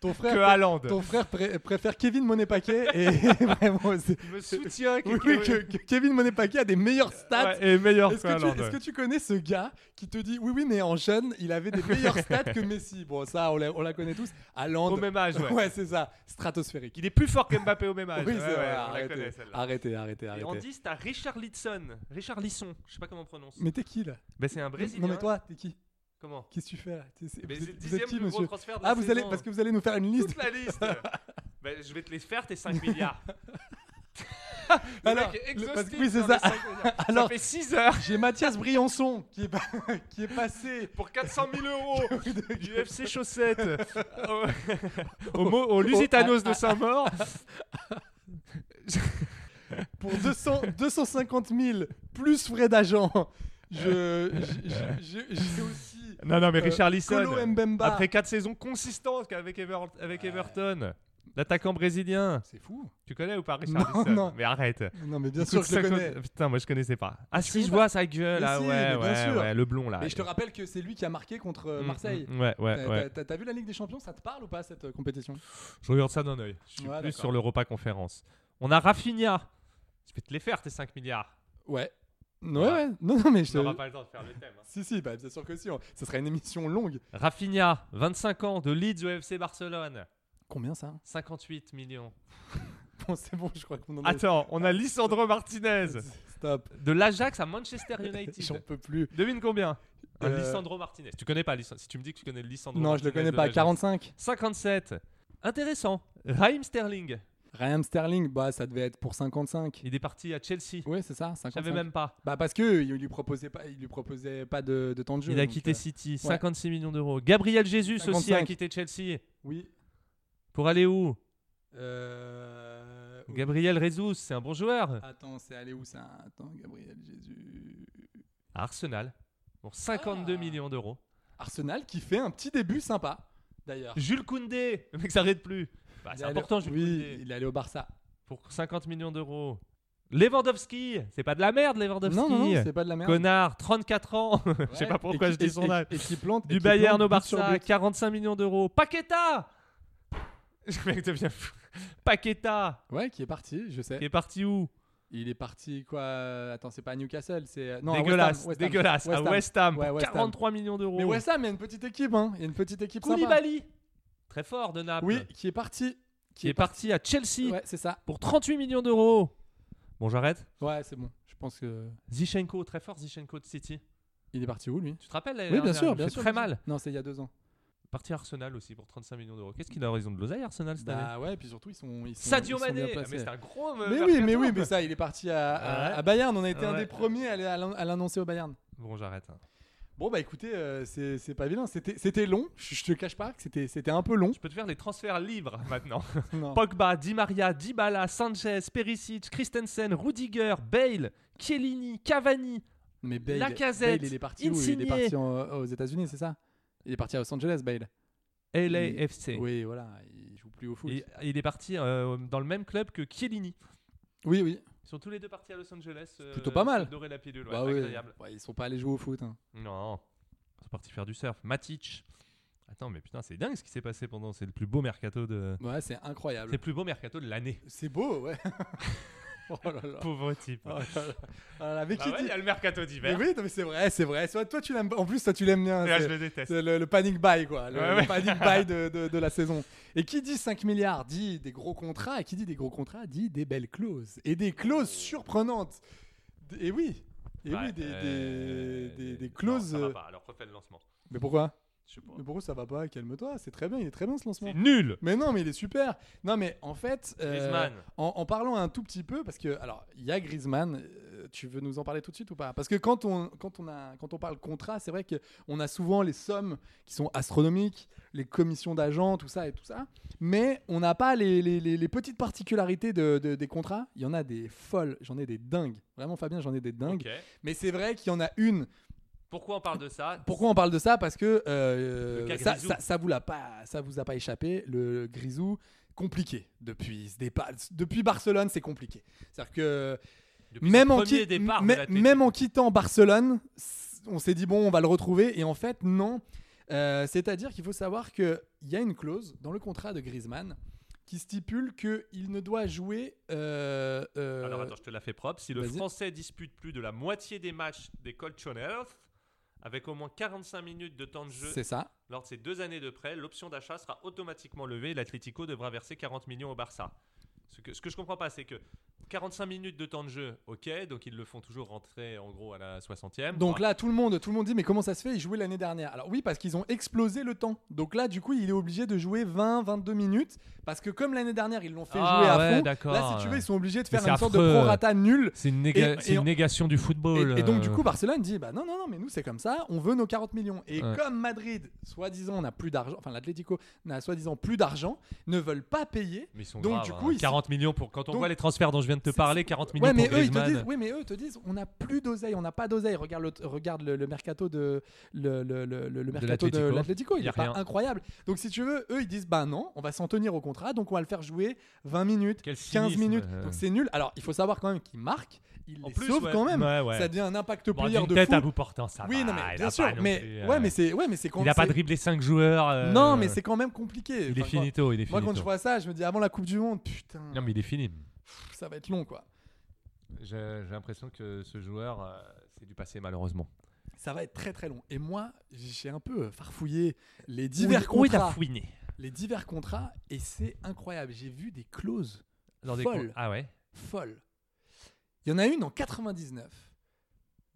Ton que frère. Haaland. Ton frère pré- préfère Kevin Monet-Paquet et vraiment. c'est- Il me soutient. que- Oui, oui, que, que- que Kevin Monet-Paquet a des meilleurs stats. Ouais, et meilleur Est-ce que, que tu, Haaland, est-ce ouais. que tu connais ce gars qui te dit oui oui mais en jeune il avait des meilleurs stats que Messi bon ça on la, on la connaît tous Haaland Au même âge, ouais. c'est ça stratosphérique Il est plus fort qu'Mbappé au même âge. Oui, Ah, Ouais, c'est ouais, vrai. on la arrêtez, connaît, celle-là. arrêtez, arrêtez, Et en arrêtez. 10, t'as Richard Litson. Richard Lisson. Je sais pas comment on prononce. Mais t'es qui là Ben, c'est un Brésilien. Non mais toi, t'es qui Comment Qu'est-ce que tu fais là T'es- c'est- Mais vous c'est le êtes- vous êtes dixième qui, plus gros monsieur transfert de la Ah, vous allez, saison. parce que vous allez nous faire une liste. Toute la liste. Ben, je vais te les faire, tes 5 milliards. Alors, mec est le- parce que- exhaustif oui, c'est dans ça. les cinq minutes. Ça Alors, fait six heures. J'ai Mathias Briançon qui est, pa- qui est passé. Pour 400 000 euros du FC Chaussettes Oh. au, au, Mo- au Lusitanos de Saint-Maur. pour 200, 250 000 plus frais d'agent. Je, je- je- je- j'ai aussi. Non, non, mais euh, Richard Lisson, Colo Mbemba. après 4 saisons consistantes avec, Ever- avec Everton, l'attaquant brésilien. C'est fou. Tu connais ou pas Richard Non, Lisson non. Mais arrête. Non, mais bien Il sûr coûte que je le 50 connais. Putain, moi je connaissais pas. Ah, Tu si, connais je pas vois sa gueule. Mais ah, si, ouais, mais bien ouais, sûr. ouais, le blond là. Mais je te rappelle que c'est lui qui a marqué contre euh, Mm, Marseille. mm, ouais, ouais, T'as- ouais. t'as- T'as t'as vu la Ligue des Champions Ça te parle ou pas cette euh, compétition Je regarde ça d'un œil. Je suis Ouais, plus d'accord. sur l'Europa Conférence. On a Rafinha. Je vais te les faire, tes 5 milliards. Ouais. Non, ouais, ouais. Non, non, mais je. On n'aura pas le temps de faire le thème. hein. Si, si, bah, bien sûr que si. hein. Ce serait une émission longue. Rafinha, 25 ans, de Leeds au FC Barcelone. Combien ça 58 millions. Bon, c'est bon, je crois qu'on en a. Attends, on a Lissandro Martinez. Stop. De l'Ajax à Manchester J'en United. peux plus. Devine combien Un Euh, Lissandro Martinez. Tu connais pas Lissandro Si tu me dis que tu connais Lissandro Non, je le Martinez connais de pas. l'Ajax. 45. 57. Intéressant. Raheem Sterling. Raheem Sterling, bah, ça devait être pour 55. Il est parti à Chelsea. Ouais, c'est ça, 55. J'avais même pas. Bah parce que il lui proposait pas, il lui proposait pas de, de temps de jeu. Il a donc, quitté euh, City, ouais. 56 millions d'euros. Gabriel Jesus aussi a 55. quitté Chelsea. Oui. Pour aller où Euh, Gabriel Jesus, c'est un bon joueur. Attends, c'est allé où ça Attends, Gabriel Jésus. À Arsenal. Pour 52 millions d'euros. Arsenal qui fait un petit début sympa d'ailleurs. Jules Koundé Le mec s'arrête plus. Bah, Il c'est est allé- important, Jules Oui, Koundé. il est allé au Barça. Pour 50 millions d'euros. Lewandowski C'est pas de la merde, Lewandowski Non, non, non, c'est pas de la merde. Connard, 34 ans Je sais Ouais. pas pourquoi Et je qui- dis son et- âge. et qui plante- et Du qui Bayern plante au but sur Barça, but. 45 millions d'euros. Paqueta Le mec devient fou. Paqueta Ouais, qui est parti, je sais. Qui est parti où Il est parti quoi euh, Attends, c'est pas à Newcastle, c'est euh, non, à West Ham, Dégueulasse, West Ham. dégueulasse. À West Ham, Ouais, pour West Ham. 43 millions d'euros. Mais West Ham, il y a une petite équipe, hein. Il y a une petite équipe sympa. Koulibaly Très fort de Naples. Oui, qui est parti. qui est parti à Chelsea Ouais, c'est ça. pour 38 millions d'euros. Bon, j'arrête. Ouais, c'est bon. Je pense que Zichenko, très fort Zichenko de City. il est parti où lui Tu te rappelles l'année Oui, bien dernière, il sûr, me bien fait sûr. Très bien sûr. mal. Non, c'est il y a deux ans. Parti à Arsenal aussi pour 35 millions d'euros. Qu'est-ce qu'il a raison de l'oseille Arsenal cette année Bah ouais, puis surtout ils sont ils sont- Sadio ils sont bien Mané. Ah, placés. Mais c'est un gros. Mais, euh, oui, mercato, mais oui, quoi. mais ça, il est parti à, à- Ouais. à Bayern. On a été un Ouais. des premiers à, l'an- à l'annoncer au Bayern. Bon, j'arrête. hein. Bon bah écoutez, euh, c'est c'est pas vilain. C'était c'était long. Je, je te cache pas que c'était c'était un peu long. Je peux te faire les transferts libres maintenant. Non. Pogba, Di Maria, Dybala, Sanchez, Perisic, Christensen, Rudiger, Bale, Chiellini, Cavani. Mais Bale, Lacazette, Bale, il est parti où Il Insigne. est parti en- euh, aux États-Unis, c'est ça Il est parti à Los Angeles, Bale. LAFC. Oui, voilà, il joue plus au foot. Et il est parti euh, dans le même club que Chiellini. Oui, oui. Ils sont tous les deux partis à Los Angeles. euh, plutôt pas mal. se Dorer la pilule, ouais, Bah c'est oui. incroyable. Ouais, ils sont pas allés jouer au foot. hein. Non, ils sont partis faire du surf. Matic. Attends, mais putain, c'est dingue ce qui s'est passé pendant. C'est le plus beau mercato de. Ouais, c'est C'est incroyable. le plus beau mercato de l'année. C'est beau, ouais. oh là là. Pauvre type. Oh là là. Oh là là, mais Bah qui ouais, dit- il y a le mercato Mais d'hiver. oui, non, mais c'est vrai, c'est vrai. Toi, toi, tu l'aimes. En plus, toi, tu l'aimes bien. Et là, c'est- je le déteste. c'est le, le panic buy, quoi. Le, Ouais, le ouais. panic buy de, de- de la saison. Et qui dit 5 milliards dit des gros contrats. Et qui dit des gros contrats dit des belles clauses. Et des clauses Oh. surprenantes. D- Et oui. Et Ouais, oui, des, Bah, euh, des, des, des non, clauses. ça va euh, pas, alors refais le lancement. Mais pourquoi Je sais pas. Mais pourquoi ça va pas Calme-toi. C'est très bien. Il est très bien ce lancement. C'est nul Mais non, mais il est super. Non, mais en fait, euh, Griezmann. en, en parlant un tout petit peu, parce que alors il y a Griezmann. euh, Tu veux nous en parler tout de suite ou pas Parce que quand on quand on a quand on parle contrat, c'est vrai que on a souvent les sommes qui sont astronomiques, les commissions d'agents, tout ça et tout ça. Mais on n'a pas les, les- les- les petites particularités de, de- des contrats. Il y en a des folles. J'en ai des dingues. Vraiment, Fabien, j'en ai des dingues. Ok. Mais c'est vrai qu'il y en a une Pourquoi on parle de ça pourquoi on parle de ça Parce que Le euh, cas ça, Grisou. ça, ça vous l'a pas, ça vous a pas échappé. Le Grisou compliqué depuis ce départ- depuis Barcelone, c'est compliqué. C'est-à-dire que Depuis son même en, premier qui- départ de mais- l'Atlético. même en quittant Barcelone, s- on s'est dit bon, on va le retrouver. Et en fait, non. Euh, C'est-à-dire qu'il faut savoir qu'il y a une clause dans le contrat de Griezmann qui stipule qu'il ne doit jouer. euh, euh, Alors attends, je te la fais propre. Si le vas-y. Français dispute plus de la moitié des matchs des Colchoneros, avec au moins 45 minutes de temps de jeu c'est ça. lors de ces deux années de prêt, l'option d'achat sera automatiquement levée et l'Atlético devra verser 40 millions au Barça. Ce que, ce que je comprends pas, c'est que 45 minutes de temps de jeu, ok, donc ils le font toujours rentrer en gros à la 60e. Donc Enfin, là, tout le monde, tout le monde dit, mais comment ça se fait Ils jouaient l'année dernière. Alors oui, parce qu'ils ont explosé le temps. Donc là, du coup, il est obligé de jouer 20, 22 minutes. Parce que comme l'année dernière, ils l'ont fait Ah jouer à ouais, fond. d'accord. Là, si tu veux, ils sont obligés de Mais faire c'est une sorte de affreux. prorata nul. C'est une, néga- Et- c'est et une on- négation du football. Et, et donc, du euh. coup, Barcelone dit bah non, non, non, mais nous, c'est comme ça, on veut nos 40 millions. Et Ouais. comme Madrid, soi-disant, n'a plus d'argent, enfin, l'Atlético n'a soi-disant plus d'argent, ne veulent pas payer. Mais ils sont donc, graves, du hein. coup, ils 40 millions pour quand on Donc- voit les transferts dont je viens de te parler, 40 millions Ouais, mais pour eux, ils te Griezmann. disent, oui, mais eux te disent, on n'a plus d'oseille, on n'a pas d'oseille. Regarde, le, regarde le, le mercato de le, le- le- le- le mercato de l'Atlético. l'Atlético, Il il y est a pas rien. incroyable. Donc si tu veux, eux ils disent, bah non, on va s'en tenir au contrat, donc on va le faire jouer 20 minutes, Quel 15 cynisme, minutes. euh. Donc c'est nul. Alors il faut savoir quand même qu'ils marquent, ils les plus, sauvent ouais. quand même. Ouais, ouais. Ça devient un impact Bon, player d'une de tête fou. à bout portant, ça Oui, va, non, il mais a bien pas sûr. non mais plus, euh, ouais, mais c'est ouais, mais c'est quand Il a pas c'est- dribblé 5 joueurs. euh, Non, mais c'est quand même compliqué. il est Enfin, quand- finito, il est Moi quand finito. je vois ça, je me dis avant la Coupe du Monde, putain, Non, mais il est fini. pff, ça va être long quoi. J'ai j'ai l'impression que ce joueur, euh, c'est du passé malheureusement. ça va être très très long. Et moi, j'ai un peu farfouillé les divers où t'as contrats. fouiné Les divers contrats, et c'est incroyable. J'ai vu des clauses Dans des folles. con- Ah ouais Folles. Il y en a une en 99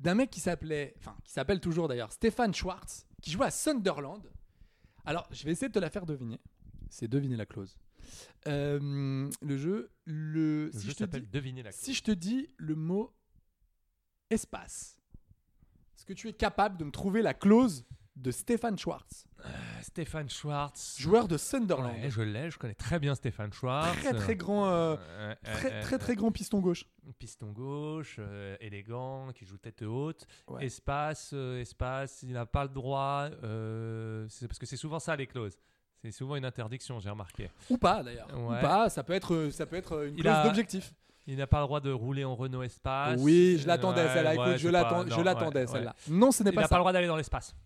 d'un mec qui s'appelait, enfin, qui s'appelle toujours d'ailleurs Stéphane Schwartz, qui jouait à Sunderland. Alors, je vais essayer de te la faire deviner. C'est deviner la clause. Euh, le jeu, le, jeu je te s'appelle dis- Deviner la Si je te dis le mot espace, est-ce que tu es capable de me trouver la clause de Stéphane Schwartz, Stéphane Schwartz. joueur de Sunderland, Ouais, je l'ai, je connais très bien Stéphane Schwartz. très très grand, euh, Euh, euh, très, euh, très très grand piston gauche. Piston gauche, euh, élégant, qui joue tête haute. Ouais. Espace, euh, espace, il n'a pas le droit. euh, c'est parce que c'est souvent ça les clauses. C'est souvent une interdiction, j'ai remarqué. Ou pas d'ailleurs. Ouais. Ou pas, ça peut être, euh, ça peut être euh, une Il clause a- d'objectif. Il n'a pas le droit de rouler en Renault Espace. Oui, je Euh, l'attendais, ouais, celle-là. Écoute, ouais, je c'est pas- l'attends- non, je l'attendais, ouais, celle-là. ouais. Non, ce n'est Il pas n'a ça. pas le droit d'aller dans l'espace.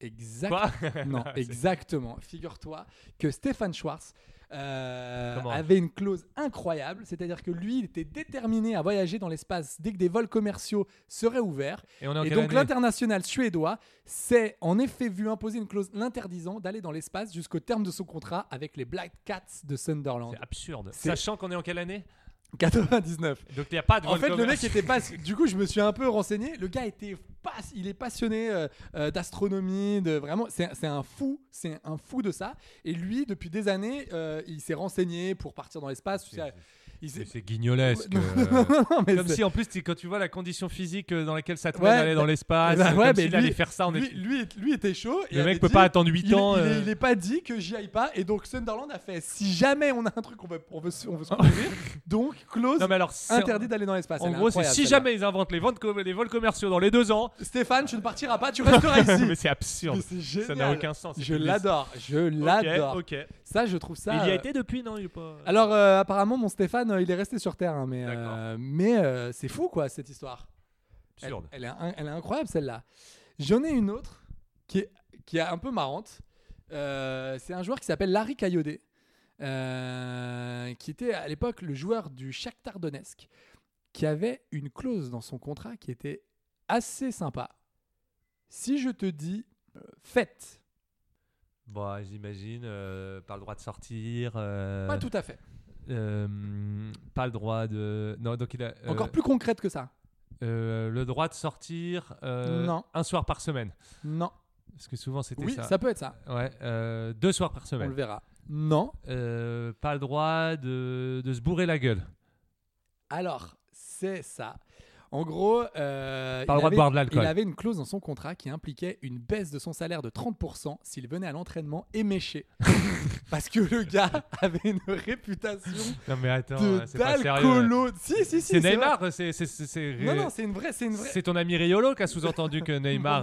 Exact. Quoi non, Ah, C'est- exactement. Figure-toi que Stéphane Schwartz euh, Comment avait une clause incroyable, c'est-à-dire que lui, il était déterminé à voyager dans l'espace dès que des vols commerciaux seraient ouverts. Et on est en quelle donc année l'international suédois s'est en effet vu imposer une clause l'interdisant d'aller dans l'espace jusqu'au terme de son contrat avec les Black Cats de Sunderland. C'est absurde. C'est- Sachant qu'on est en quelle année 99. Donc il n'y a pas de En vol fait, le mec commercial. était pas. Du coup, je me suis un peu renseigné. Le gars était pas. Il est passionné euh, euh, d'astronomie, de vraiment. C'est c'est un fou. C'est un fou de ça. Et lui, depuis des années, euh, il s'est renseigné pour partir dans l'espace. tu sais, il s'est- Mais c'est guignolesque. Non, euh. non, non, mais Comme c'est- si en plus, tu- quand tu vois la condition physique euh, dans laquelle ça te Ouais, mène à aller dans bah- l'espace, bah euh, ouais, comme mais s'il lui- allait faire ça en lui, est- lui, lui était chaud. et Le mec avait peut dit, pas attendre huit il est- ans, Il, euh. est, il est pas dit que j'y aille pas. Et donc Sunderland a fait si jamais on a un truc, on veut, on veut, se- on veut se couvrir. donc clause Non, mais alors, c'est- interdit d'aller dans l'espace. En Elle est gros, c'est incroyable, si celle-là. jamais ils inventent les, ventes com- les vols commerciaux dans les deux ans. Stéphane, tu ne partiras pas, tu resteras ici. Mais c'est absurde. Mais c'est génial. Ça n'a aucun sens. c'est Je plus l'adore, lisse. je Ok, l'adore. ok. Ça, je trouve ça. Il y a euh, été depuis, non il est pas... Alors, euh, apparemment, mon Stéphane, euh, il est resté sur Terre, hein, mais, euh, mais euh, c'est fou, quoi, cette histoire. Elle, Absurde. elle est, in- elle est incroyable, celle-là. J'en ai une autre qui est, qui est un peu marrante. Euh, c'est un joueur qui s'appelle Larry Kayodé, euh, qui était à l'époque le joueur du Shakhtar Donetsk, qui avait une clause dans son contrat qui était assez sympa. Si je te dis euh, fête, Bah, j'imagine, euh, pas le droit de sortir. euh, pas tout à fait. euh, pas le droit de. Non, donc il a. euh, Encore plus concrète que ça. euh, le droit de sortir euh, Non. un soir par semaine. Non. Parce que souvent c'était Oui, ça. ça peut être ça. Ouais, euh, deux soirs par semaine. On le verra. Non. Euh, pas le droit de, de se bourrer la gueule. Alors, c'est ça. En gros, euh, Pas le il, droit de avait, boire de l'alcool. il avait une clause dans son contrat qui impliquait une baisse de son salaire de 30% s'il venait à l'entraînement éméché. Parce que le gars avait une réputation Non mais attends, de c'est pas sérieux. d'alcoolo. Si, si, si. C'est vrai. Neymar, c'est c'est- c'est- c'est- Non, non, c'est une vraie. C'est une vraie. c'est ton ami Riolo qui a sous-entendu que Neymar,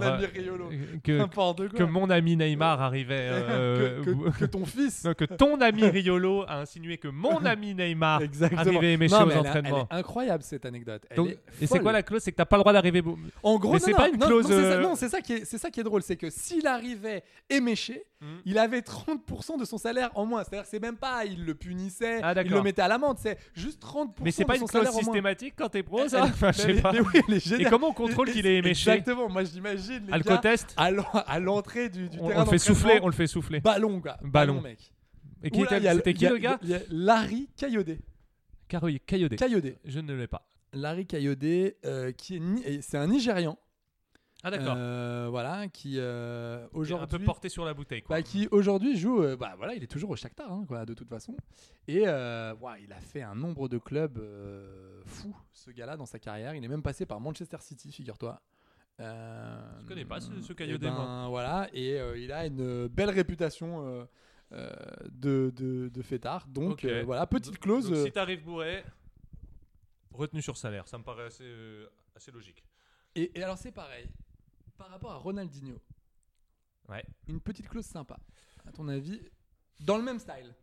Mon ami euh, Riolo. que, N'importe quoi. que mon ami Neymar arrivait, euh, que, que- que ton fils. non, que ton ami Riolo a insinué que mon ami Neymar Exactement. arrivait éméché Non, aux mais elle est- entraînements. Elle est incroyable cette anecdote. Elle Donc- est et c'est folle. quoi la clause C'est que t'as pas le droit d'arriver. beau- En gros, mais non, c'est non, pas une non, clause. Non, c'est ça, euh, non, c'est ça, qui est- c'est ça qui est drôle, c'est que s'il arrivait éméché, Hmm. il avait 30% de son salaire en moins. C'est-à-dire, que c'est même pas, il le punissait, Ah, il d'accord. le mettait à l'amende, c'est juste 30% Mais c'est pas de son une clause salaire en moins. systématique quand t'es pro, ça Elle- Enfin, je sais elle est- pas. mais oui, elle est géniale. Et comment on contrôle Et- qu'il est éméché Exactement, moi j'imagine les Alcotest gars à l'en- à l'entrée du, du terrain on, on le fait d'entraînement. souffler, on le fait souffler. Ballon, gars. Ballon. mec. Et qui Oula, était- il y a- c'était qui il y a- le gars il y a Larry Caillodé. Caroy- Caillaudet. Caillaudet. Je ne l'ai pas. Larry Caillaudet, euh, qui est ni- et c'est un Nigérian. Ah, d'accord. Euh, voilà, qui euh, Un peu aujourd'hui porté sur la bouteille, quoi. bah, qui aujourd'hui joue, euh, bah voilà, il est toujours au Shakhtar, hein, quoi, de toute façon. Et euh, ouah, il a fait un nombre de clubs euh, fou, ce gars-là, dans sa carrière. Il est même passé par Manchester City, figure-toi. Euh, Je connais pas ce- ce eh Caillaudet, ben, moi. Voilà, et euh, il a une belle réputation euh, euh, de, de, de fêtard. Donc Ok. euh, voilà, petite Donc- clause. donc euh, si t'arrives bourré, retenue sur salaire, ça me paraît assez, euh, assez logique. et, et alors c'est pareil, par rapport à Ronaldinho, Ouais. une petite clause sympa, à ton avis, dans le même style,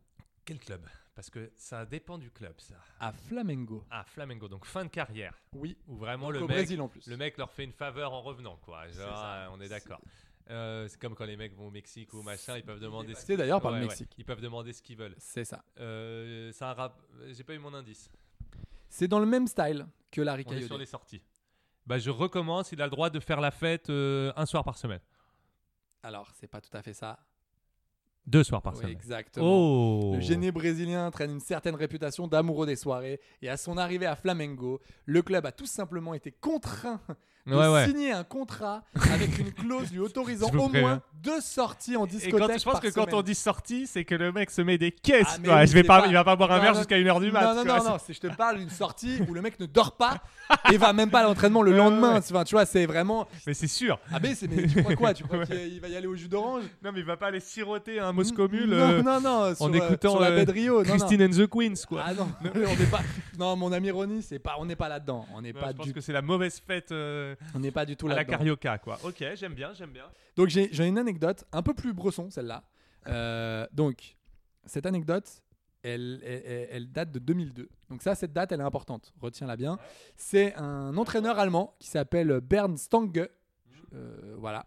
Quel club Parce que ça dépend du club, ça. à Flamengo. Ah, Flamengo, donc fin de carrière. Oui. Ou vraiment Donc le au mec, Brésil, en plus. le mec leur fait une faveur en revenant, quoi. Genre, ça. euh, on est d'accord. Euh, C'est comme quand les mecs vont au Mexique ou machin, ils peuvent demander. passé d'ailleurs par le Mexique. Ils peuvent demander ce qu'ils veulent. C'est ça. Euh, c'est un rap. J'ai pas eu mon indice. C'est dans le même style que Larry On est Caillaudet. sur les sorties. Bah, je recommence. Il a le droit de faire la fête euh, un soir par semaine, Alors, c'est pas tout à fait ça. deux soirs par Oui, semaine. exactement. Ah, Oh. Le génie brésilien traîne une certaine réputation d'amoureux des soirées et à son arrivée à Flamengo, le club a tout simplement été contraint de Ouais, ouais. signer un contrat avec une clause lui autorisant Je vous au moins préviens. deux sorties en Et discothèque. quand, je pense par que quand semaine. on dit sortie, c'est que le mec se met des caisses. Ah, mais quoi. oui, je vais c'est pas, il va pas boire un Non, verre non, jusqu'à 1h du mat. Non, non, quoi. non, non, c'est- je te parle d'une sortie où le mec ne dort pas et va même pas à l'entraînement le lendemain. Enfin, tu vois, c'est vraiment. Mais c'est sûr. Ah, mais, c'est- mais tu crois quoi Tu crois qu'il va y aller au jus d'orange Non, mais il va pas aller siroter un Moscow Mule non, euh, non, non, sur, en euh, écoutant sur la euh, baie de Rio, non, non. Christine and the Queens, quoi. Ah non, on n'est pas. Non, mon ami Ronnie, c'est pas, on n'est pas là-dedans. On n'est Non, pas je pense du, que c'est la mauvaise fête euh, on n'est pas du tout à la là-dedans. carioca, quoi. Ok, j'aime bien, j'aime bien. Donc j'ai j'ai une anecdote un peu plus bresson celle-là. Euh, donc cette anecdote, elle, elle- elle- elle date de 2002. Donc ça, cette date, elle est importante. Retiens-la bien. C'est un entraîneur allemand qui s'appelle Bernd Stange. Euh, voilà.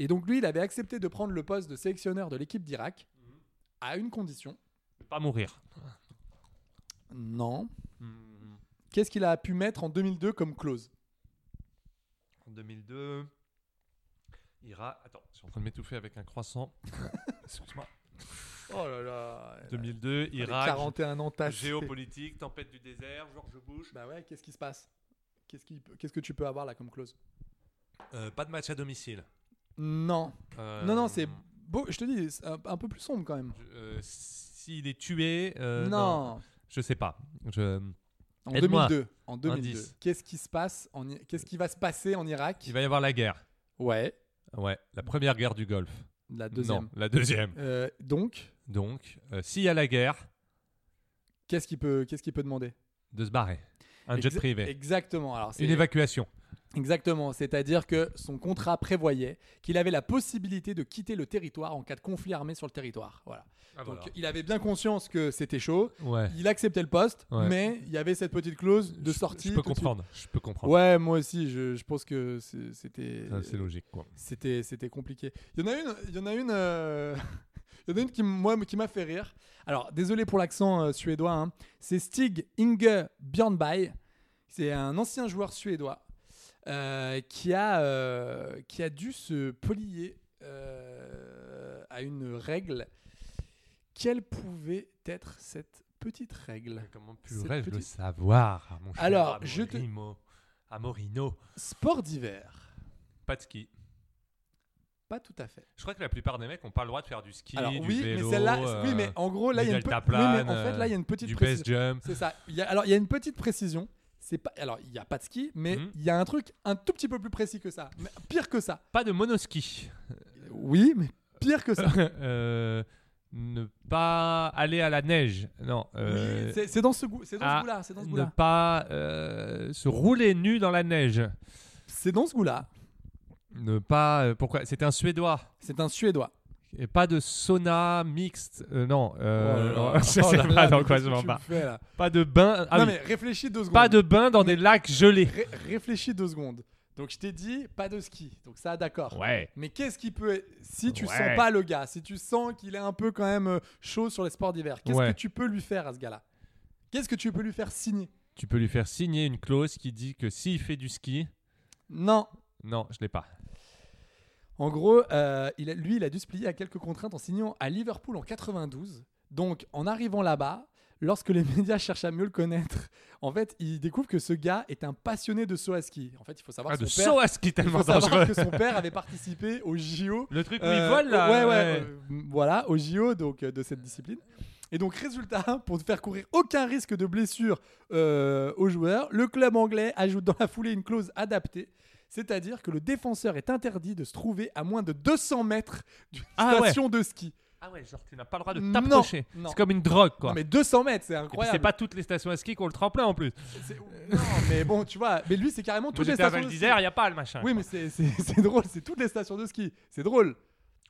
Et donc lui, il avait accepté de prendre le poste de sélectionneur de l'équipe d'Irak à une condition. Pas mourir. Hmm. Non. Qu'est-ce qu'il a pu mettre en 2002 comme clause En 2002, Ira. Attends, je suis en train de m'étouffer avec un croissant. Excuse-moi. Oh là là. 2002, Les Irak. 41 ans tassés. Géopolitique, tempête du désert, George Bush. Bah ouais, qu'est-ce qui se passe Qu'est-ce qui peut- qu'est-ce que tu peux avoir là comme clause Euh, pas de match à domicile. Non. Euh, Non, non, c'est beau. Je te dis, c'est un, un peu plus sombre quand même. euh, S'il est tué. euh, Non. Je sais pas. Je... En Aide-moi. 2002. En 2002. Indice. Qu'est-ce qui se passe en I- Qu'est-ce qui va se passer en Irak Il va y avoir la guerre. Ouais. Ouais, la première guerre du Golfe. La deuxième. Non, la deuxième. Euh, donc, Donc, euh, s'il y a la guerre, qu'est-ce qu'il peut, qu'est-ce qu'il peut demander de se barrer. Un jet Exa- privé. Exactement. Alors, c'est- Une évacuation. Exactement, c'est-à-dire que son contrat prévoyait qu'il avait la possibilité de quitter le territoire en cas de conflit armé sur le territoire. Voilà. Ah, Donc voilà. il avait bien conscience que c'était chaud, Ouais. il acceptait le poste, Ouais. mais il y avait cette petite clause de sortie. Je peux tout de suite. comprendre. Je peux comprendre. Ouais, moi aussi, je, je pense que c'est- c'était Ça, C'est logique, quoi. c'était c'était compliqué. Il y en a une, il y en a une, euh, il y en a une qui m- moi qui m'a fait rire. Alors désolé pour l'accent euh, suédois, hein. c'est Stig Inge Björnberg. C'est un ancien joueur suédois euh, qui a euh, qui a dû se plier euh, à une règle. Quelle pouvait être cette petite règle Ben, Comment Cette pourrais-je le petite- savoir, ah, mon cher Alors, je te- Amorimo- Amorino. Sport d'hiver. Pas de ski. Pas tout à fait. Je crois que la plupart des mecs n'ont pas le droit de faire du ski, Alors du oui, vélo, mais celle-là, euh, oui, mais en gros, là, du il y a une pe- deltaplane, oui, mais en fait, là, il y a une petite du précision. best jump. C'est ça. Il y a- alors, il y a une petite précision. C'est pas. Alors, il n'y a pas de ski, mais Mhm. il y a un truc un tout petit peu plus précis que ça. Mais pire que ça. Pas de monoski. Euh, Oui, mais pire que ça. Euh, ne pas aller à la neige. Non. euh, Oui, c'est- c'est dans ce goût. C'est dans à ce goût-là. C'est dans ce ne goût-là. pas euh, se rouler nu dans la neige. C'est dans ce goût-là. Ne pas. euh, pourquoi C'était un Suédois. C'est un Suédois. Et pas de sauna mixte. Euh, non. Oh euh, là là. je sais Oh là pas là, dans mais quoi qu'est-ce je que m'en tu parle. me fais, là Pas de bain. ah non oui, mais réfléchis deux secondes. Pas de bain dans des lacs gelés. Ré- réfléchis deux secondes. Donc je t'ai dit pas de ski. Donc ça d'accord. Ouais. Mais qu'est-ce qui peut être- si tu Ouais. sens pas le gars, si tu sens qu'il est un peu quand même euh, chaud sur les sports d'hiver, qu'est-ce Ouais. que tu peux lui faire à ce gars-là Qu'est-ce que tu peux lui faire signer Tu peux lui faire signer une clause qui dit que s'il fait du ski. Non. Non, je l'ai pas. En gros, euh, il a- lui, il a dû se plier à quelques contraintes en signant à Liverpool en 92. Donc, en arrivant là-bas, lorsque les médias cherchent à mieux le connaître, en fait, ils découvrent que ce gars est un passionné de saut à ski. En fait, il faut savoir Ah, que de son père- saut à ski, tellement il faut savoir dangereux. que son père avait participé au JO. Le truc où il vole, là, Euh, Ouais, ouais. ouais. euh, voilà, au JO donc, euh, de cette discipline. Et donc, résultat, pour ne faire courir aucun risque de blessure euh, aux joueurs, le club anglais ajoute dans la foulée une clause adaptée. C'est-à-dire que le défenseur est interdit de se trouver à moins de 200 mètres d'une Ah ouais. station de ski. Ah ouais, genre tu n'as pas le droit de Non, t'approcher. non. C'est comme une drogue quoi. Non, mais 200 mètres, c'est Et puis, incroyable. C'est pas toutes les stations à ski qui ont le tremplin en plus. Non, mais bon, tu vois, mais lui, c'est carrément toutes les j'étais à stations de Val ski. d'Isère, y a pas le machin, Oui, mais quoi. c'est- c'est c'est drôle, c'est toutes les stations de ski. C'est drôle.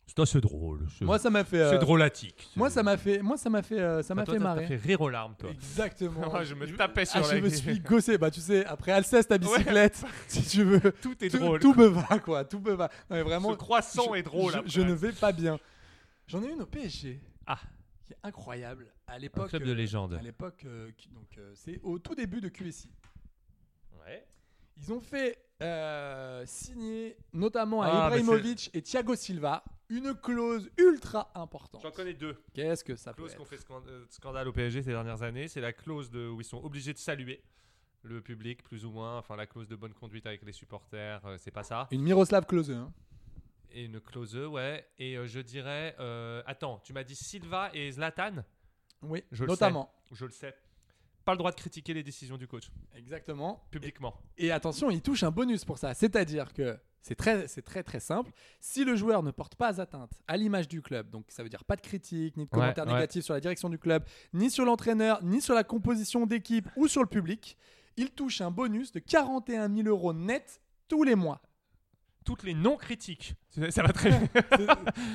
C'est assez drôle. c'est- Moi, ça m'a fait. C'est euh, drôlatique. Moi, ça m'a fait. Moi, ça m'a fait. euh, ça m'a Bah, Toi, fait toi, t'as marrer. fait rire aux larmes, toi. Exactement. Moi, je me tapais sur Ah, la Je me suis gossé. Bah, tu sais, après Alceste, ta Ouais. bicyclette, si tu veux. Tout est drôle. Tout me va, quoi. Tout me va. Non, mais vraiment. Ce croissant je- est drôle, je- après. Je ne vais pas bien. J'en ai une au PSG. Ah. Qui est incroyable. À l'époque. club de euh, légende. À l'époque, euh, qui- donc euh, c'est au tout début de QSI. Ouais. Ils ont fait euh, signer notamment à Ah, bah, Ibrahimovic et Thiago Silva une clause ultra importante. J'en connais deux. Qu'est-ce que ça peut clause être qu'on fait scan- euh, scandale au PSG ces dernières années, c'est la clause de, où ils sont obligés de saluer le public, plus ou moins. Enfin, la clause de bonne conduite avec les supporters, euh, c'est pas ça. Une Miroslav Klose. hein. Et une clause, ouais. Et euh, je dirais. euh, attends, tu m'as dit Silva et Zlatan Oui, je le notamment. sais, je le sais. Pas le droit de critiquer les décisions du coach. Exactement. Publiquement. Et attention, il touche un bonus pour ça. C'est-à-dire que c'est très, c'est très très simple. Si le joueur ne porte pas atteinte à l'image du club, donc ça veut dire pas de critique, ni de Ouais, commentaires ouais. négatifs sur la direction du club, ni sur l'entraîneur, ni sur la composition d'équipe ou sur le public, il touche un bonus de 41 000 euros net tous les mois. Toutes les non-critiques. Ça ça va très bien.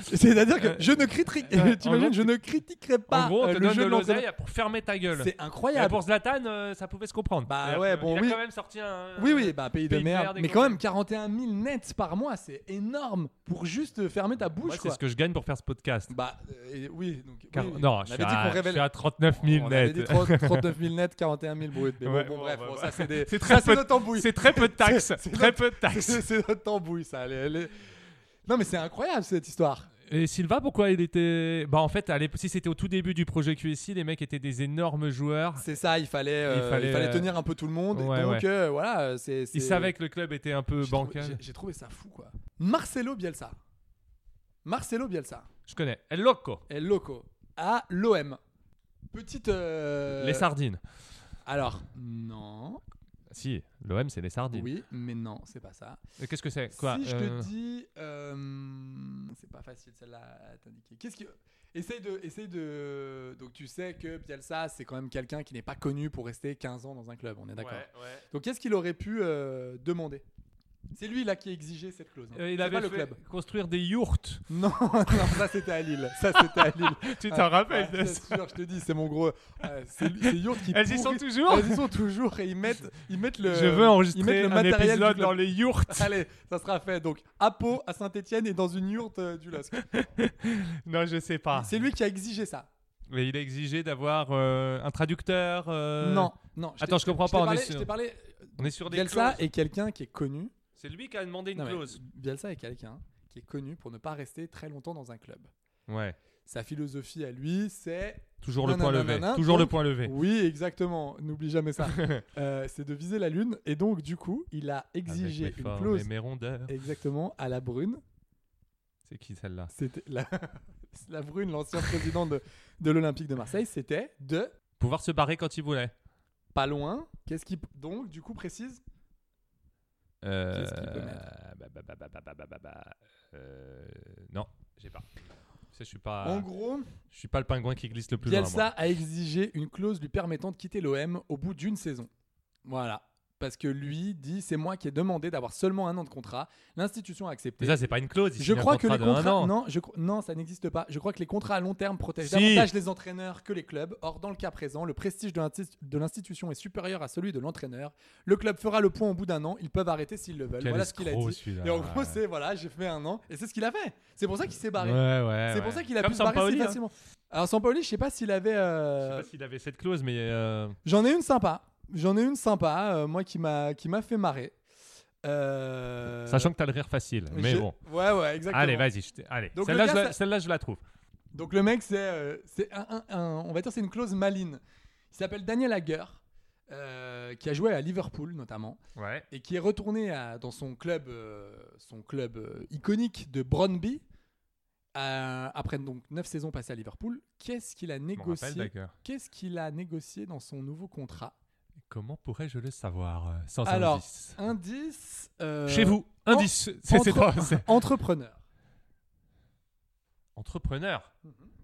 C'est-à-dire que je ne critique, ouais, en t'imagines, gros, je ne critiquerai pas en gros, on euh, te le donne jeu de de l'entraîneur. l'oseille pour fermer ta gueule. C'est incroyable. Et pour Zlatan, euh, ça pouvait se comprendre. Bah C'est-à-dire ouais, que bon, il oui. a quand même sorti un. Oui, oui, bah pays, de Pays de merde. merde et mais quand compagnie. même, 41 000 nets par mois, c'est énorme pour juste fermer ta bouche. Moi, c'est quoi. ce que je gagne pour faire ce podcast. Bah, euh, et oui, donc. Car- oui, non, on je avait suis dit à- qu'on je révélait- suis à 39 000 On avait net. dit 30 39 000 net, 41 000 brut. Mais bon, Ouais, bon, bon, bref, bah, bon, bah. ça c'est des. C'est ça, très peu notre de- tambouille. c'est très peu de taxes, C'est- c'est très notre- peu de taxes. c'est- C'est notre tambouille, ça. les- les- Non, mais c'est incroyable cette histoire. Et Silva, pourquoi il était. Bah, en fait, à l'ép- si c'était au tout début du projet QSI, les mecs étaient des énormes joueurs. C'est ça, il fallait, euh, il fallait, euh, tenir un peu tout le monde. et ouais, donc ouais. euh, voilà, euh, c'est. Ils c'est- savaient que le club était un peu J'ai trouvé- bancal. j'ai- J'ai trouvé ça fou, quoi. Marcelo Bielsa. Marcelo Bielsa. Je connais. El Loco. El Loco. À l'OM. Petite. euh, Les sardines. Alors, non. Si, l'OM, c'est les sardines. Oui, mais non, c'est pas ça. Et Qu'est-ce que c'est quoi si je euh, te dis, euh, c'est pas facile celle-là à t'indiquer. Qu'est-ce que essaye de, essaye de. Donc tu sais que Bielsa, c'est quand même quelqu'un qui n'est pas connu pour rester 15 ans dans un club. On est d'accord. Ouais, ouais. Donc qu'est-ce qu'il aurait pu euh, demander C'est lui là qui a exigé cette clause. hein. euh, il C'est avait pas le fait club. construire des yurts. Non, non, ça c'était à Lille. Ça c'était à Lille. Tu Ah, t'en rappelles ouais, de je ça te jure, je te dis, c'est mon gros. euh, c'est c'est Yurt qui. Elles y pourrit- sont toujours Elles y sont toujours et ils mettent, ils mettent le. Je veux enregistrer ils mettent le un matériel épisode du club. Ah, dans les yurts. Allez, ça sera fait. Donc à Pau, à Saint-Étienne et dans une yurte euh, du LOSC. Non, je sais pas. C'est lui qui a exigé ça. Mais il a exigé d'avoir euh, un traducteur. euh, Non, non. t'ai- Attends, je comprends t'ai pas. on, parlé- est Je sur... t'ai parlé. on est sur des Bielsa clauses. est quelqu'un qui est connu. C'est lui qui a demandé une Non, mais clause. Bielsa est quelqu'un qui est connu pour ne pas rester très longtemps dans un club. Ouais. Sa philosophie à lui, c'est Toujours le Nanana, point levé, nanana. toujours le Donc, point levé. Ah, Oui, exactement. N'oublie jamais ça. Euh, c'est de viser la lune. Et donc, du coup, il a exigé mes une formes clause. et mes rondeurs. Exactement, à la brune. C'est qui celle-là C'était la, la brune, l'ancien président de, de l'Olympique de Marseille. C'était de Pouvoir se barrer quand il voulait. pas loin. Qu'est-ce qui donc du coup précise Qu'est-ce qu'il peut mettre Euh, bah, bah, bah, bah, bah, bah, bah, bah, bah, euh, Non, j'ai pas. Tu sais, je suis pas. En gros, je suis pas le pingouin qui glisse le Ah. plus loin. Bielsa moi. a exigé une clause lui permettant de quitter l'OM au bout d'une saison. Voilà. Parce que lui dit c'est moi qui ai demandé d'avoir seulement un an de contrat. L'institution a accepté. Mais ça, c'est pas une clause. il Je signe un crois que contrat les de un contrats an. non, je cro- non, ça n'existe pas. Je crois que les contrats à long terme protègent Si. davantage les entraîneurs que les clubs. Or, dans le cas présent, le prestige de l'insti- de l'institution est supérieur à celui de l'entraîneur. Le club fera le point au bout d'un an. Ils peuvent arrêter s'ils le veulent. Quel voilà ce qu'il a escroc, dit. celui-là. Et en gros, c'est voilà, j'ai fait un an et c'est ce qu'il a fait. C'est pour ça qu'il s'est barré. Ouais, Ah ouais, c'est ouais. pour ça qu'il a Comme pu se barrer si Sampaoli, hein. facilement. Alors, Sampaoli, je sais pas s'il avait. euh, Je sais pas s'il avait cette clause, mais euh, J'en ai une sympa. J'en ai une sympa, euh, moi qui m'a qui m'a fait marrer. Euh, sachant que t'as le rire facile. Mais je- bon. Ouais, ouais, exactement. Allez, vas-y. je t'ai- Allez. Donc, le Celle-là, gars, je la- ça- celle-là, je la trouve. Donc le mec, c'est, euh, c'est un, un- un- on va dire, c'est une clause maline. qui s'appelle Daniel Hager, euh, qui a joué à Liverpool notamment, et qui est retourné à- dans son club, euh, son club euh, iconique de Brøndby. euh, après donc 9 saisons passées à Liverpool, qu'est-ce qu'il a m'en rappelle, négocié Hager. Qu'est-ce qu'il a négocié dans son nouveau contrat Comment pourrais-je le savoir euh, sans Alors, indice indice. euh, Chez vous, en- indice. C'est- c'est entre- trop- c'est- Entrepreneur. Entrepreneur.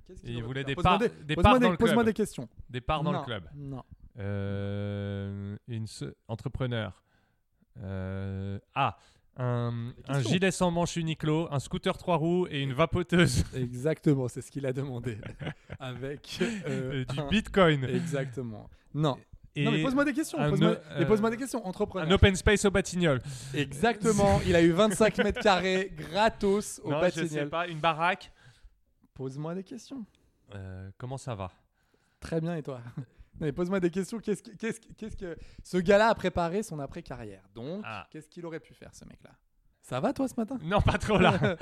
Qu'est-ce qu'il Et il aurait voulait pu des faire parts, Pose-moi des- des pose-moi parts des- dans le club. pose-moi des questions. Des parts dans Non, le club. non. Euh, une se- entrepreneur. Euh, ah, un, un questions. gilet sans manche Uniqlo, un scooter trois roues et une vapoteuse. Exactement, c'est ce qu'il a demandé. Avec euh, Et du un- Bitcoin. Exactement. Non. Et non, mais pose-moi des questions. un Pose-moi o- mais euh, pose-moi des questions. Entrepreneur. Un open space au Batignolles. Exactement. Il a eu 25 mètres carrés gratos au Non, Batignolles. je sais pas, une baraque. Pose-moi des questions. Euh, comment ça va Très bien, et toi Non, mais pose-moi des questions. Qu'est-ce que, qu'est-ce que- qu'est-ce que ce gars-là a préparé son après-carrière Donc, Ah. qu'est-ce qu'il aurait pu faire, ce mec-là Ça va, toi, ce matin Non, pas trop là.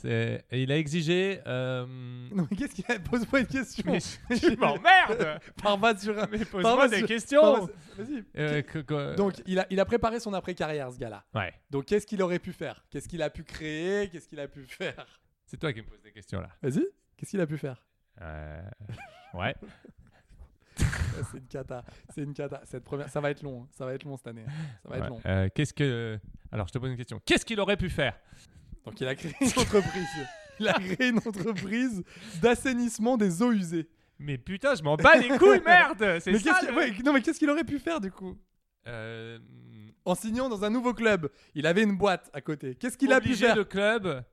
C'est- et il a exigé. euh, Non, mais qu'est-ce qu'il a Pose-moi une question. Mais je- tu m'emmerdes Par bas sur un. Mais pose-moi par bas des sur- questions. par bas- Vas-y. Euh, que- que- Donc, il a, il a préparé son après-carrière, ce gars-là. Ouais. Donc, qu'est-ce qu'il aurait pu faire Qu'est-ce qu'il a pu créer Qu'est-ce qu'il a pu faire C'est toi qui me poses des questions là. Vas-y. Qu'est-ce qu'il a pu faire Euh, ouais. Ouais, C'est une cata. C'est une cata. Cette première... Ça va être long. hein. Ça va être long cette année. Ça va Ouais. être long. Euh, Qu'est-ce que. Alors, je te pose une question. Qu'est-ce qu'il aurait pu faire Donc, il a créé une entreprise. Il a créé une entreprise d'assainissement des eaux usées. Mais putain, je m'en bats les couilles, merde C'est Mais ça qu'est-ce qu'il- le- ouais, Non, mais qu'est-ce qu'il aurait pu faire du coup Euh, En signant dans un nouveau club, il avait une boîte à côté. Qu'est-ce qu'il a pu obliger faire le club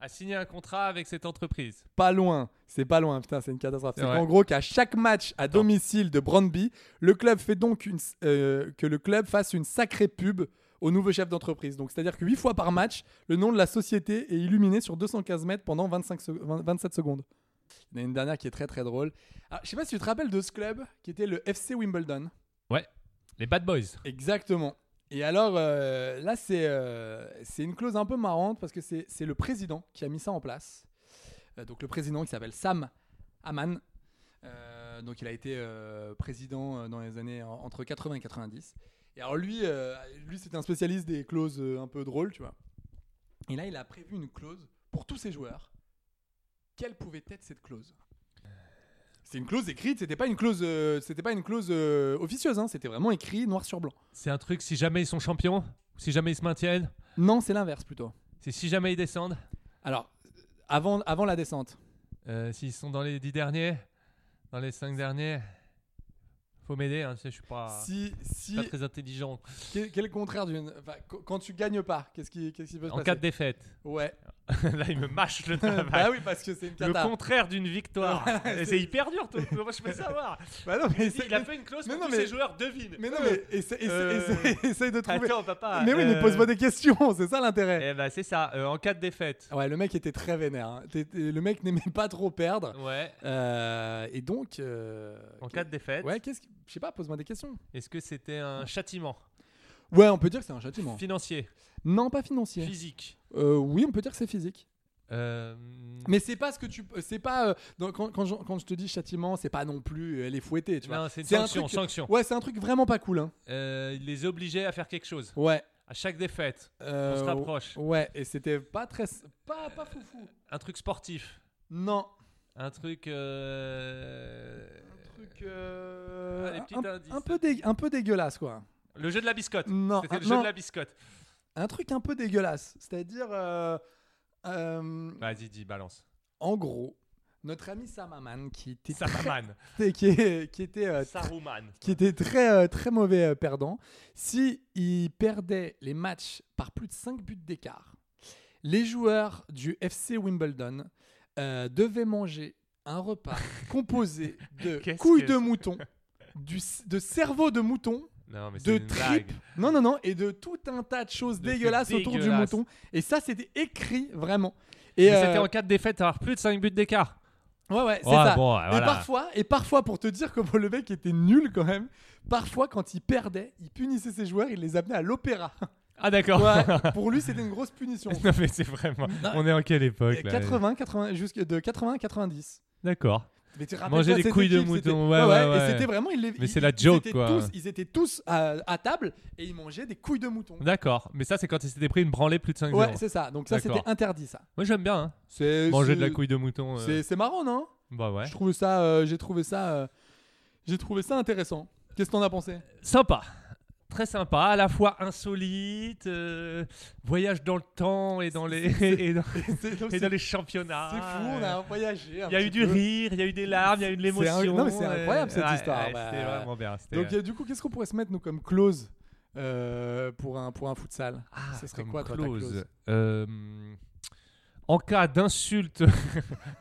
à signer un contrat avec cette entreprise. Pas loin. C'est pas loin, putain, c'est une catastrophe. C'est C'est vrai. qu'en gros qu'à chaque match à domicile de Brandby, le club fait donc une, euh, que le club fasse une sacrée pub au nouveau chef d'entreprise. Donc c'est-à-dire que 8 fois par match, le nom de la société est illuminé sur 215 mètres pendant 25 sec- 20 27 secondes. Il y en a une dernière qui est très très drôle. Ah, je sais pas si tu te rappelles de ce club qui était le FC Wimbledon. Ouais. Les Bad Boys. Exactement. Et alors, euh, là, c'est euh, c'est une clause un peu marrante parce que c'est c'est le président qui a mis ça en place. Euh, donc, le président qui s'appelle Sam Aman. Euh, donc, il a été euh, président euh, dans les années en- entre 80 et 90. Et alors, lui, euh, lui c'était un spécialiste des clauses euh, un peu drôles, tu vois. Et là, il a prévu une clause pour tous ses joueurs. Quelle pouvait être cette clause C'est une clause écrite, c'était pas une clause, euh, c'était pas une clause euh, officieuse, hein, c'était vraiment écrit noir sur blanc. C'est un truc, si jamais ils sont champions, si jamais ils se maintiennent, Non, c'est l'inverse plutôt. c'est si jamais ils descendent. Alors, avant, avant la descente. Euh, S'ils sont dans les 10 derniers, dans les 5 derniers, faut m'aider, hein, tu sais, je suis pas, Si- je suis si- pas très intelligent. Quel, quel est le contraire d'une. enfin, qu- quand tu gagnes pas, qu'est-ce qui, qu'est-ce qui peut se En passer cas de défaite. Ouais. Là, il me mâche le travail. Bah oui, parce que c'est une Le cata. contraire d'une victoire. Voilà, Et c'est- c'est hyper dur, toi. Moi, je peux savoir. Bah non, mais il, c'est- il a fait une clause mais pour non, tous mais- ses joueurs, devine. Mais non, mais essaye, essaye- essaye- essaye de trouver. Attends, papa. Mais oui, mais euh, pose-moi des questions, c'est ça l'intérêt. Eh ben, c'est ça. euh, en cas de défaite. Ouais, le mec était très vénère. hein. T'étais- Le mec n'aimait pas trop perdre. Ouais. Euh, et donc. euh, En qu'est- cas de défaite. Ouais, qu'est-ce qui- Je sais pas, pose-moi des questions. Est-ce que c'était un châtiment Ouais, on peut dire que c'est un châtiment. financier non, pas financier. Physique Euh, oui, on peut dire que c'est physique. Euh, Mais c'est pas ce que tu. C'est pas. euh, dans- quand, quand je, quand je te dis châtiment, c'est pas non plus. euh, Elle est fouettée, tu vois. Non, c'est une un sanction, truc- sanction. Ouais, c'est un truc vraiment pas cool, hein. euh, il les obligeait à faire quelque chose. Ouais. À chaque défaite. Euh, on se rapproche. Ouais, et c'était pas très. Pas, pas foufou. Un truc sportif. Non. Un truc. euh, Truc, euh, Ah, les petits un, indices. un peu dégue- un peu dégueulasse, quoi. Le jeu de la biscotte. Non, ah, C'était le non. jeu de la biscotte. Un truc un peu dégueulasse. C'est-à-dire. euh, euh, Vas-y, dis, balance. en gros, notre ami Samaman qui était Samaman. très- qui, est- qui était euh, Saruman. qui était très euh, très mauvais euh, perdant, si il perdait les matchs par plus de 5 buts d'écart, les joueurs du FC Wimbledon euh, devaient manger un repas composé de Qu'est-ce couilles que de c'est mouton, du, c- de cerveau de mouton Non, mais c'est de une blague. tripes, non, non, non, et de tout un tas de choses trucs dégueulasses autour du dégueulasses. mouton. Et ça, c'était écrit vraiment. Et Et euh, c'était en cas de défaite, avoir plus de 5 buts d'écart. Ouais, ouais, c'est Ouais, ça. bon, ouais, et, Ah, voilà. parfois, et parfois, pour te dire comment le mec était nul quand même, parfois, quand il perdait, il punissait ses joueurs, il les amenait à l'opéra. Ah, d'accord. Ouais, pour lui, c'était une grosse punition. Non, mais c'est vraiment. On est en quelle époque là 80, 80, jusque de 80 à 90. D'accord. Mais tu te rappelles Manger pas, des cette couilles de équipe, c'était- mouton, ouais, ouais, Et ouais. c'était vraiment. Ils, les- Mais ils- c'est la ils joke, étaient quoi. tous- ils étaient tous à, à table et ils mangeaient des couilles de mouton. D'accord, mais ça c'est quand il s'était pris une branlée plus de 5 Ouais, c'est ça. Donc ça, c'était interdit, ça. Moi j'aime bien. hein. C'est- Manger c'est- de la couille de mouton. euh, C'est c'est marrant, non Bah ouais. Je trouve ça, euh, j'ai trouvé ça, euh, j'ai trouvé ça intéressant. Qu'est-ce que t'en as pensé Sympa. Très sympa, à la fois insolite, euh, voyage dans le temps et dans les, et dans, et dans les championnats. C'est fou, on a voyagé. un Ah. Il y a petit eu du peu. rire, il y a eu des larmes, il y a eu de C'est un- l'émotion. Non, mais c'est euh, incroyable cette ouais, histoire. ouais, bah. C'était vraiment bien. c'était- Donc, euh, du coup, qu'est-ce qu'on pourrait se mettre, nous, comme clause euh, pour, un, pour un futsal ah, Ce serait comme quoi, toi, ta clause. clause Euh, En cas d'insulte.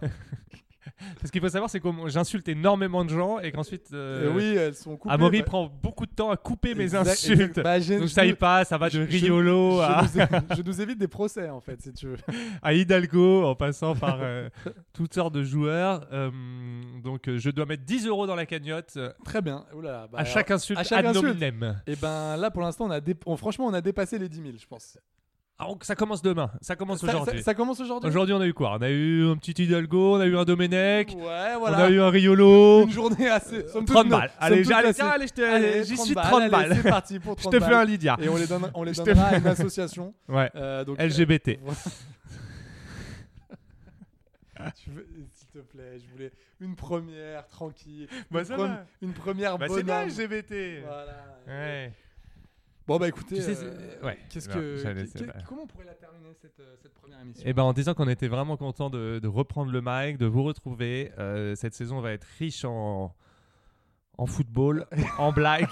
Parce qu'il faut savoir, c'est que j'insulte énormément de gens et qu'ensuite. euh, Euh, oui, elles sont coupées, Amaury bah. prend beaucoup de temps à couper mes Exact- insultes. exact. Bah, j'ai- Donc je ça y nous- passe, ça va de je- je- Riolo je à. nous é- je nous évite des procès, en fait, si tu veux. à Hidalgo en passant par euh, toutes sortes de joueurs. Euh, donc euh, je dois mettre 10 euros dans la cagnotte. euh, Très bien. Ouh là là, bah à alors, chaque insulte, à chaque ad insulte. nominem. Et ben là, pour l'instant, on a dé- on- franchement, on a dépassé les 10 000, je pense. Ah, donc ça commence demain, ça commence Ça- ça- aujourd'hui. ça commence aujourd'hui Aujourd'hui on a eu quoi On a eu un petit Hidalgo, on a eu un Domenech, Ouais, voilà. on a eu un Riolo. Une journée assez. somme toute 30 neutre. balles. Somme Allez, toute allez, assez- tiens, allez, je te- j'y 30 suis 30 balles. Allez, C'est parti pour Je 30 te fais balles. un Lydia. Et on les, donne, on les Je te donnera fais- à une association. Ouais. Euh, donc, LGBT. euh, tu veux- S'il te plaît, je voulais une première tranquille. Bah, une, ça prem- va. une première Bah, c'est bonne. bien, âme. LGBT. Voilà. Ouais. Bon, bah écoutez. Tu sais, euh, c'est- ouais. Qu'est-ce Non, que. j'allais- qu'est- c'est- qu'est- Comment on pourrait la terminer cette, euh, cette première émission Eh ben, en disant qu'on était vraiment content de, de reprendre le mic, de vous retrouver. Euh, cette saison va être riche en, en football, en blagues.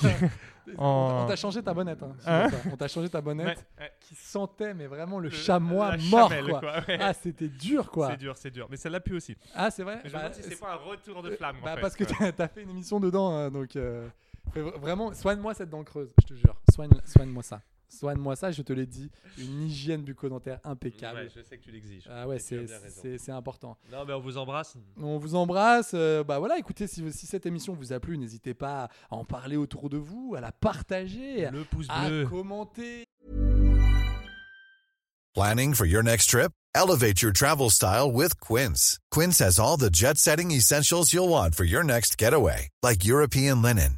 On en- t'a- on t'a changé ta bonnette. hein, Hein sur ça. on t'a changé ta bonnette Ouais, ouais. qui sentait, mais vraiment le Le- chamois la mort. chamelle, quoi. quoi, ouais. Ah, c'était dur quoi. C'est dur, c'est dur. Mais ça l'a pu aussi. Ah, c'est vrai Mais je Bah, me demande si c'est pas un retour de flamme. en Bah, fait, parce que quoi. t'as t'as fait une émission dedans, hein, donc euh, fais vra- vraiment, soigne-moi cette dent creuse, je te jure. Soigne- Soigne-moi ça. Soigne-moi ça, je te l'ai dit. Une hygiène bucco-dentaire impeccable. Ouais, je sais que tu l'exiges. Ah ouais, Et tu as c'est- bien raison. c'est c'est important. Non, mais on vous embrasse. On vous embrasse. euh, bah voilà, écoutez, si, si cette émission vous a plu, n'hésitez pas à en parler autour de vous, à la partager, Le pouce à bleu. commenter. Planning for your next trip? Elevate your travel style with Quince. Quince has all the jet setting essentials you'll want for your next getaway, like European linen,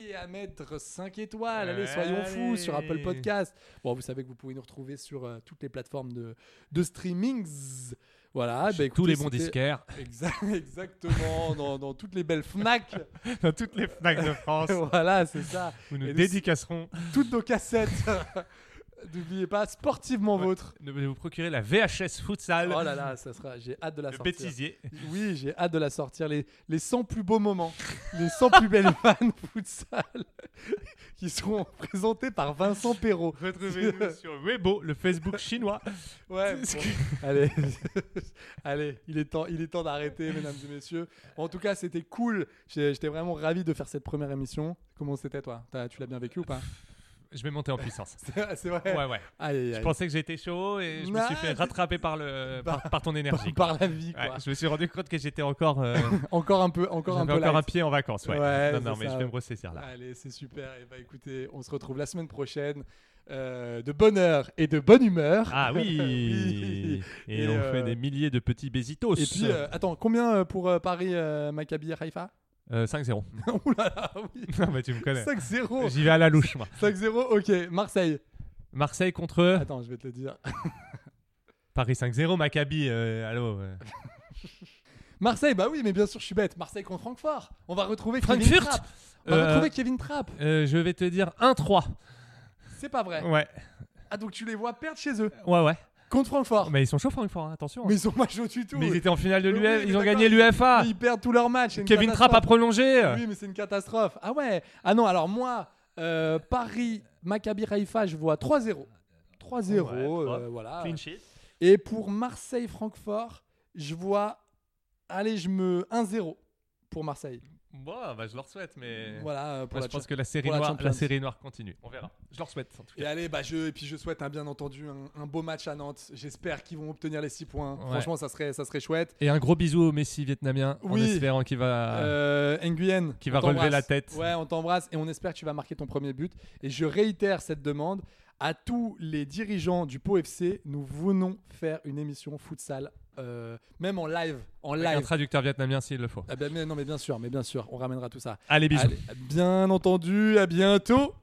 Et à mettre 5 étoiles, allez, Ouais, soyons fous sur Apple allez. Podcast. Bon, vous savez que vous pouvez nous retrouver sur euh, toutes les plateformes de, de streamings. Voilà, bah, tous écoutez, les bons c'était- disquaires. Exa- exactement, dans, dans toutes les belles Fnac. Dans toutes les Fnac de France. voilà, c'est ça. Où nous Et dédicacerons. toutes nos cassettes. N'oubliez pas, sportivement vôtre. Ne vous procurer la VHS futsal. Oh là là, ça sera. J'ai hâte de la Le sortir. bêtisier. Oui, j'ai hâte de la sortir. Les, les 100 plus beaux moments, les 100 plus belles fans futsal qui seront présentés par Vincent Perrault. Retrouvez-nous sur Weibo, le Facebook chinois. Ouais, bon, allez, allez, il est temps, il est temps d'arrêter, mesdames et messieurs. En tout cas, c'était cool. J'ai- J'étais vraiment ravi de faire cette première émission. Comment c'était toi T'as- Tu l'as bien vécu ou pas Je vais monter en puissance. C'est c'est vrai. Ouais, ouais. Aïe, aïe, Je aïe. pensais que j'étais chaud et je me suis Non, fait t'es- rattraper par, le, par, par ton énergie. par quoi. la vie, quoi. je me suis rendu compte que j'étais encore. euh, Encore un peu, encore un j'avais peu. encore light. un pied en vacances. Ouais. non, non, c'est mais ça. je vais me ressaisir là. Allez, c'est super. Et bah écoutez, on se retrouve la semaine prochaine. euh, de bonne heure et de bonne humeur. Ah oui, Oui. Et, Et, on euh, fait des milliers de petits bésitos. Et puis, euh, attends, combien euh, pour euh, Paris, euh, Maccabi, Haïfa Euh, 5-0. Ouh là là, oui. Non, mais tu me connais. 5-0. J'y vais à la louche, moi. 5-0, ok. Marseille. Marseille contre Attends, je vais te le dire. Paris 5-0, Maccabi. euh, allô. euh. Marseille, bah oui, mais bien sûr, je suis bête. Marseille contre Francfort. On va retrouver Kevin Frankfurt Trapp. On va Euh, retrouver Kevin Trapp. euh, je vais te dire 1-3. C'est pas vrai. Ouais. Ah, donc tu les vois perdre chez eux. Ouais, ouais. Contre Francfort. Mais ils sont chauds, Francfort, hein, attention. Mais ils sont pas chauds du tout. Mais ils étaient en finale de Oui, l'UEFA, mais ils ont d'accord, mais- gagné l'UEFA. mais Ils perdent tous leurs matchs. c'est une Kevin Trapp a hein. catastrophe. prolongé. Oui, mais c'est une catastrophe. Ah ouais. Ah non, alors moi, euh, Paris, Maccabi, Haïfa, je vois 3-0. 3-0, euh, voilà. Clean sheet. Et pour Marseille, Francfort, je vois. Allez, je me. 1-0 pour Marseille. Bon, bah, je leur souhaite, mais. Voilà, euh, pour Moi, la je pense cha- que la série, pour la noire, la Champions. série noire continue. On verra. Je leur souhaite, en tout cas. Et allez, bah je, et puis je souhaite hein, bien entendu un, un beau match à Nantes. J'espère qu'ils vont obtenir les 6 points. Ouais. Franchement, ça serait, ça serait chouette. Et un gros bisou au Messi vietnamien, en Oui. espérant qu'il va. Euh, Nguyen, Ah. Qui va on t'embrasse. relever la tête. Ouais, on t'embrasse et on espère que tu vas marquer ton premier but. Et je réitère cette demande à tous les dirigeants du Pau FC. Nous venons faire une émission futsal, euh, même en live, en Avec un live. traducteur vietnamien s'il le faut. Ah ben, mais non, mais bien sûr, mais bien sûr, on ramènera tout ça. Allez, bisous. bien entendu, à bientôt.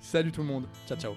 Salut tout le monde. Ciao, ciao.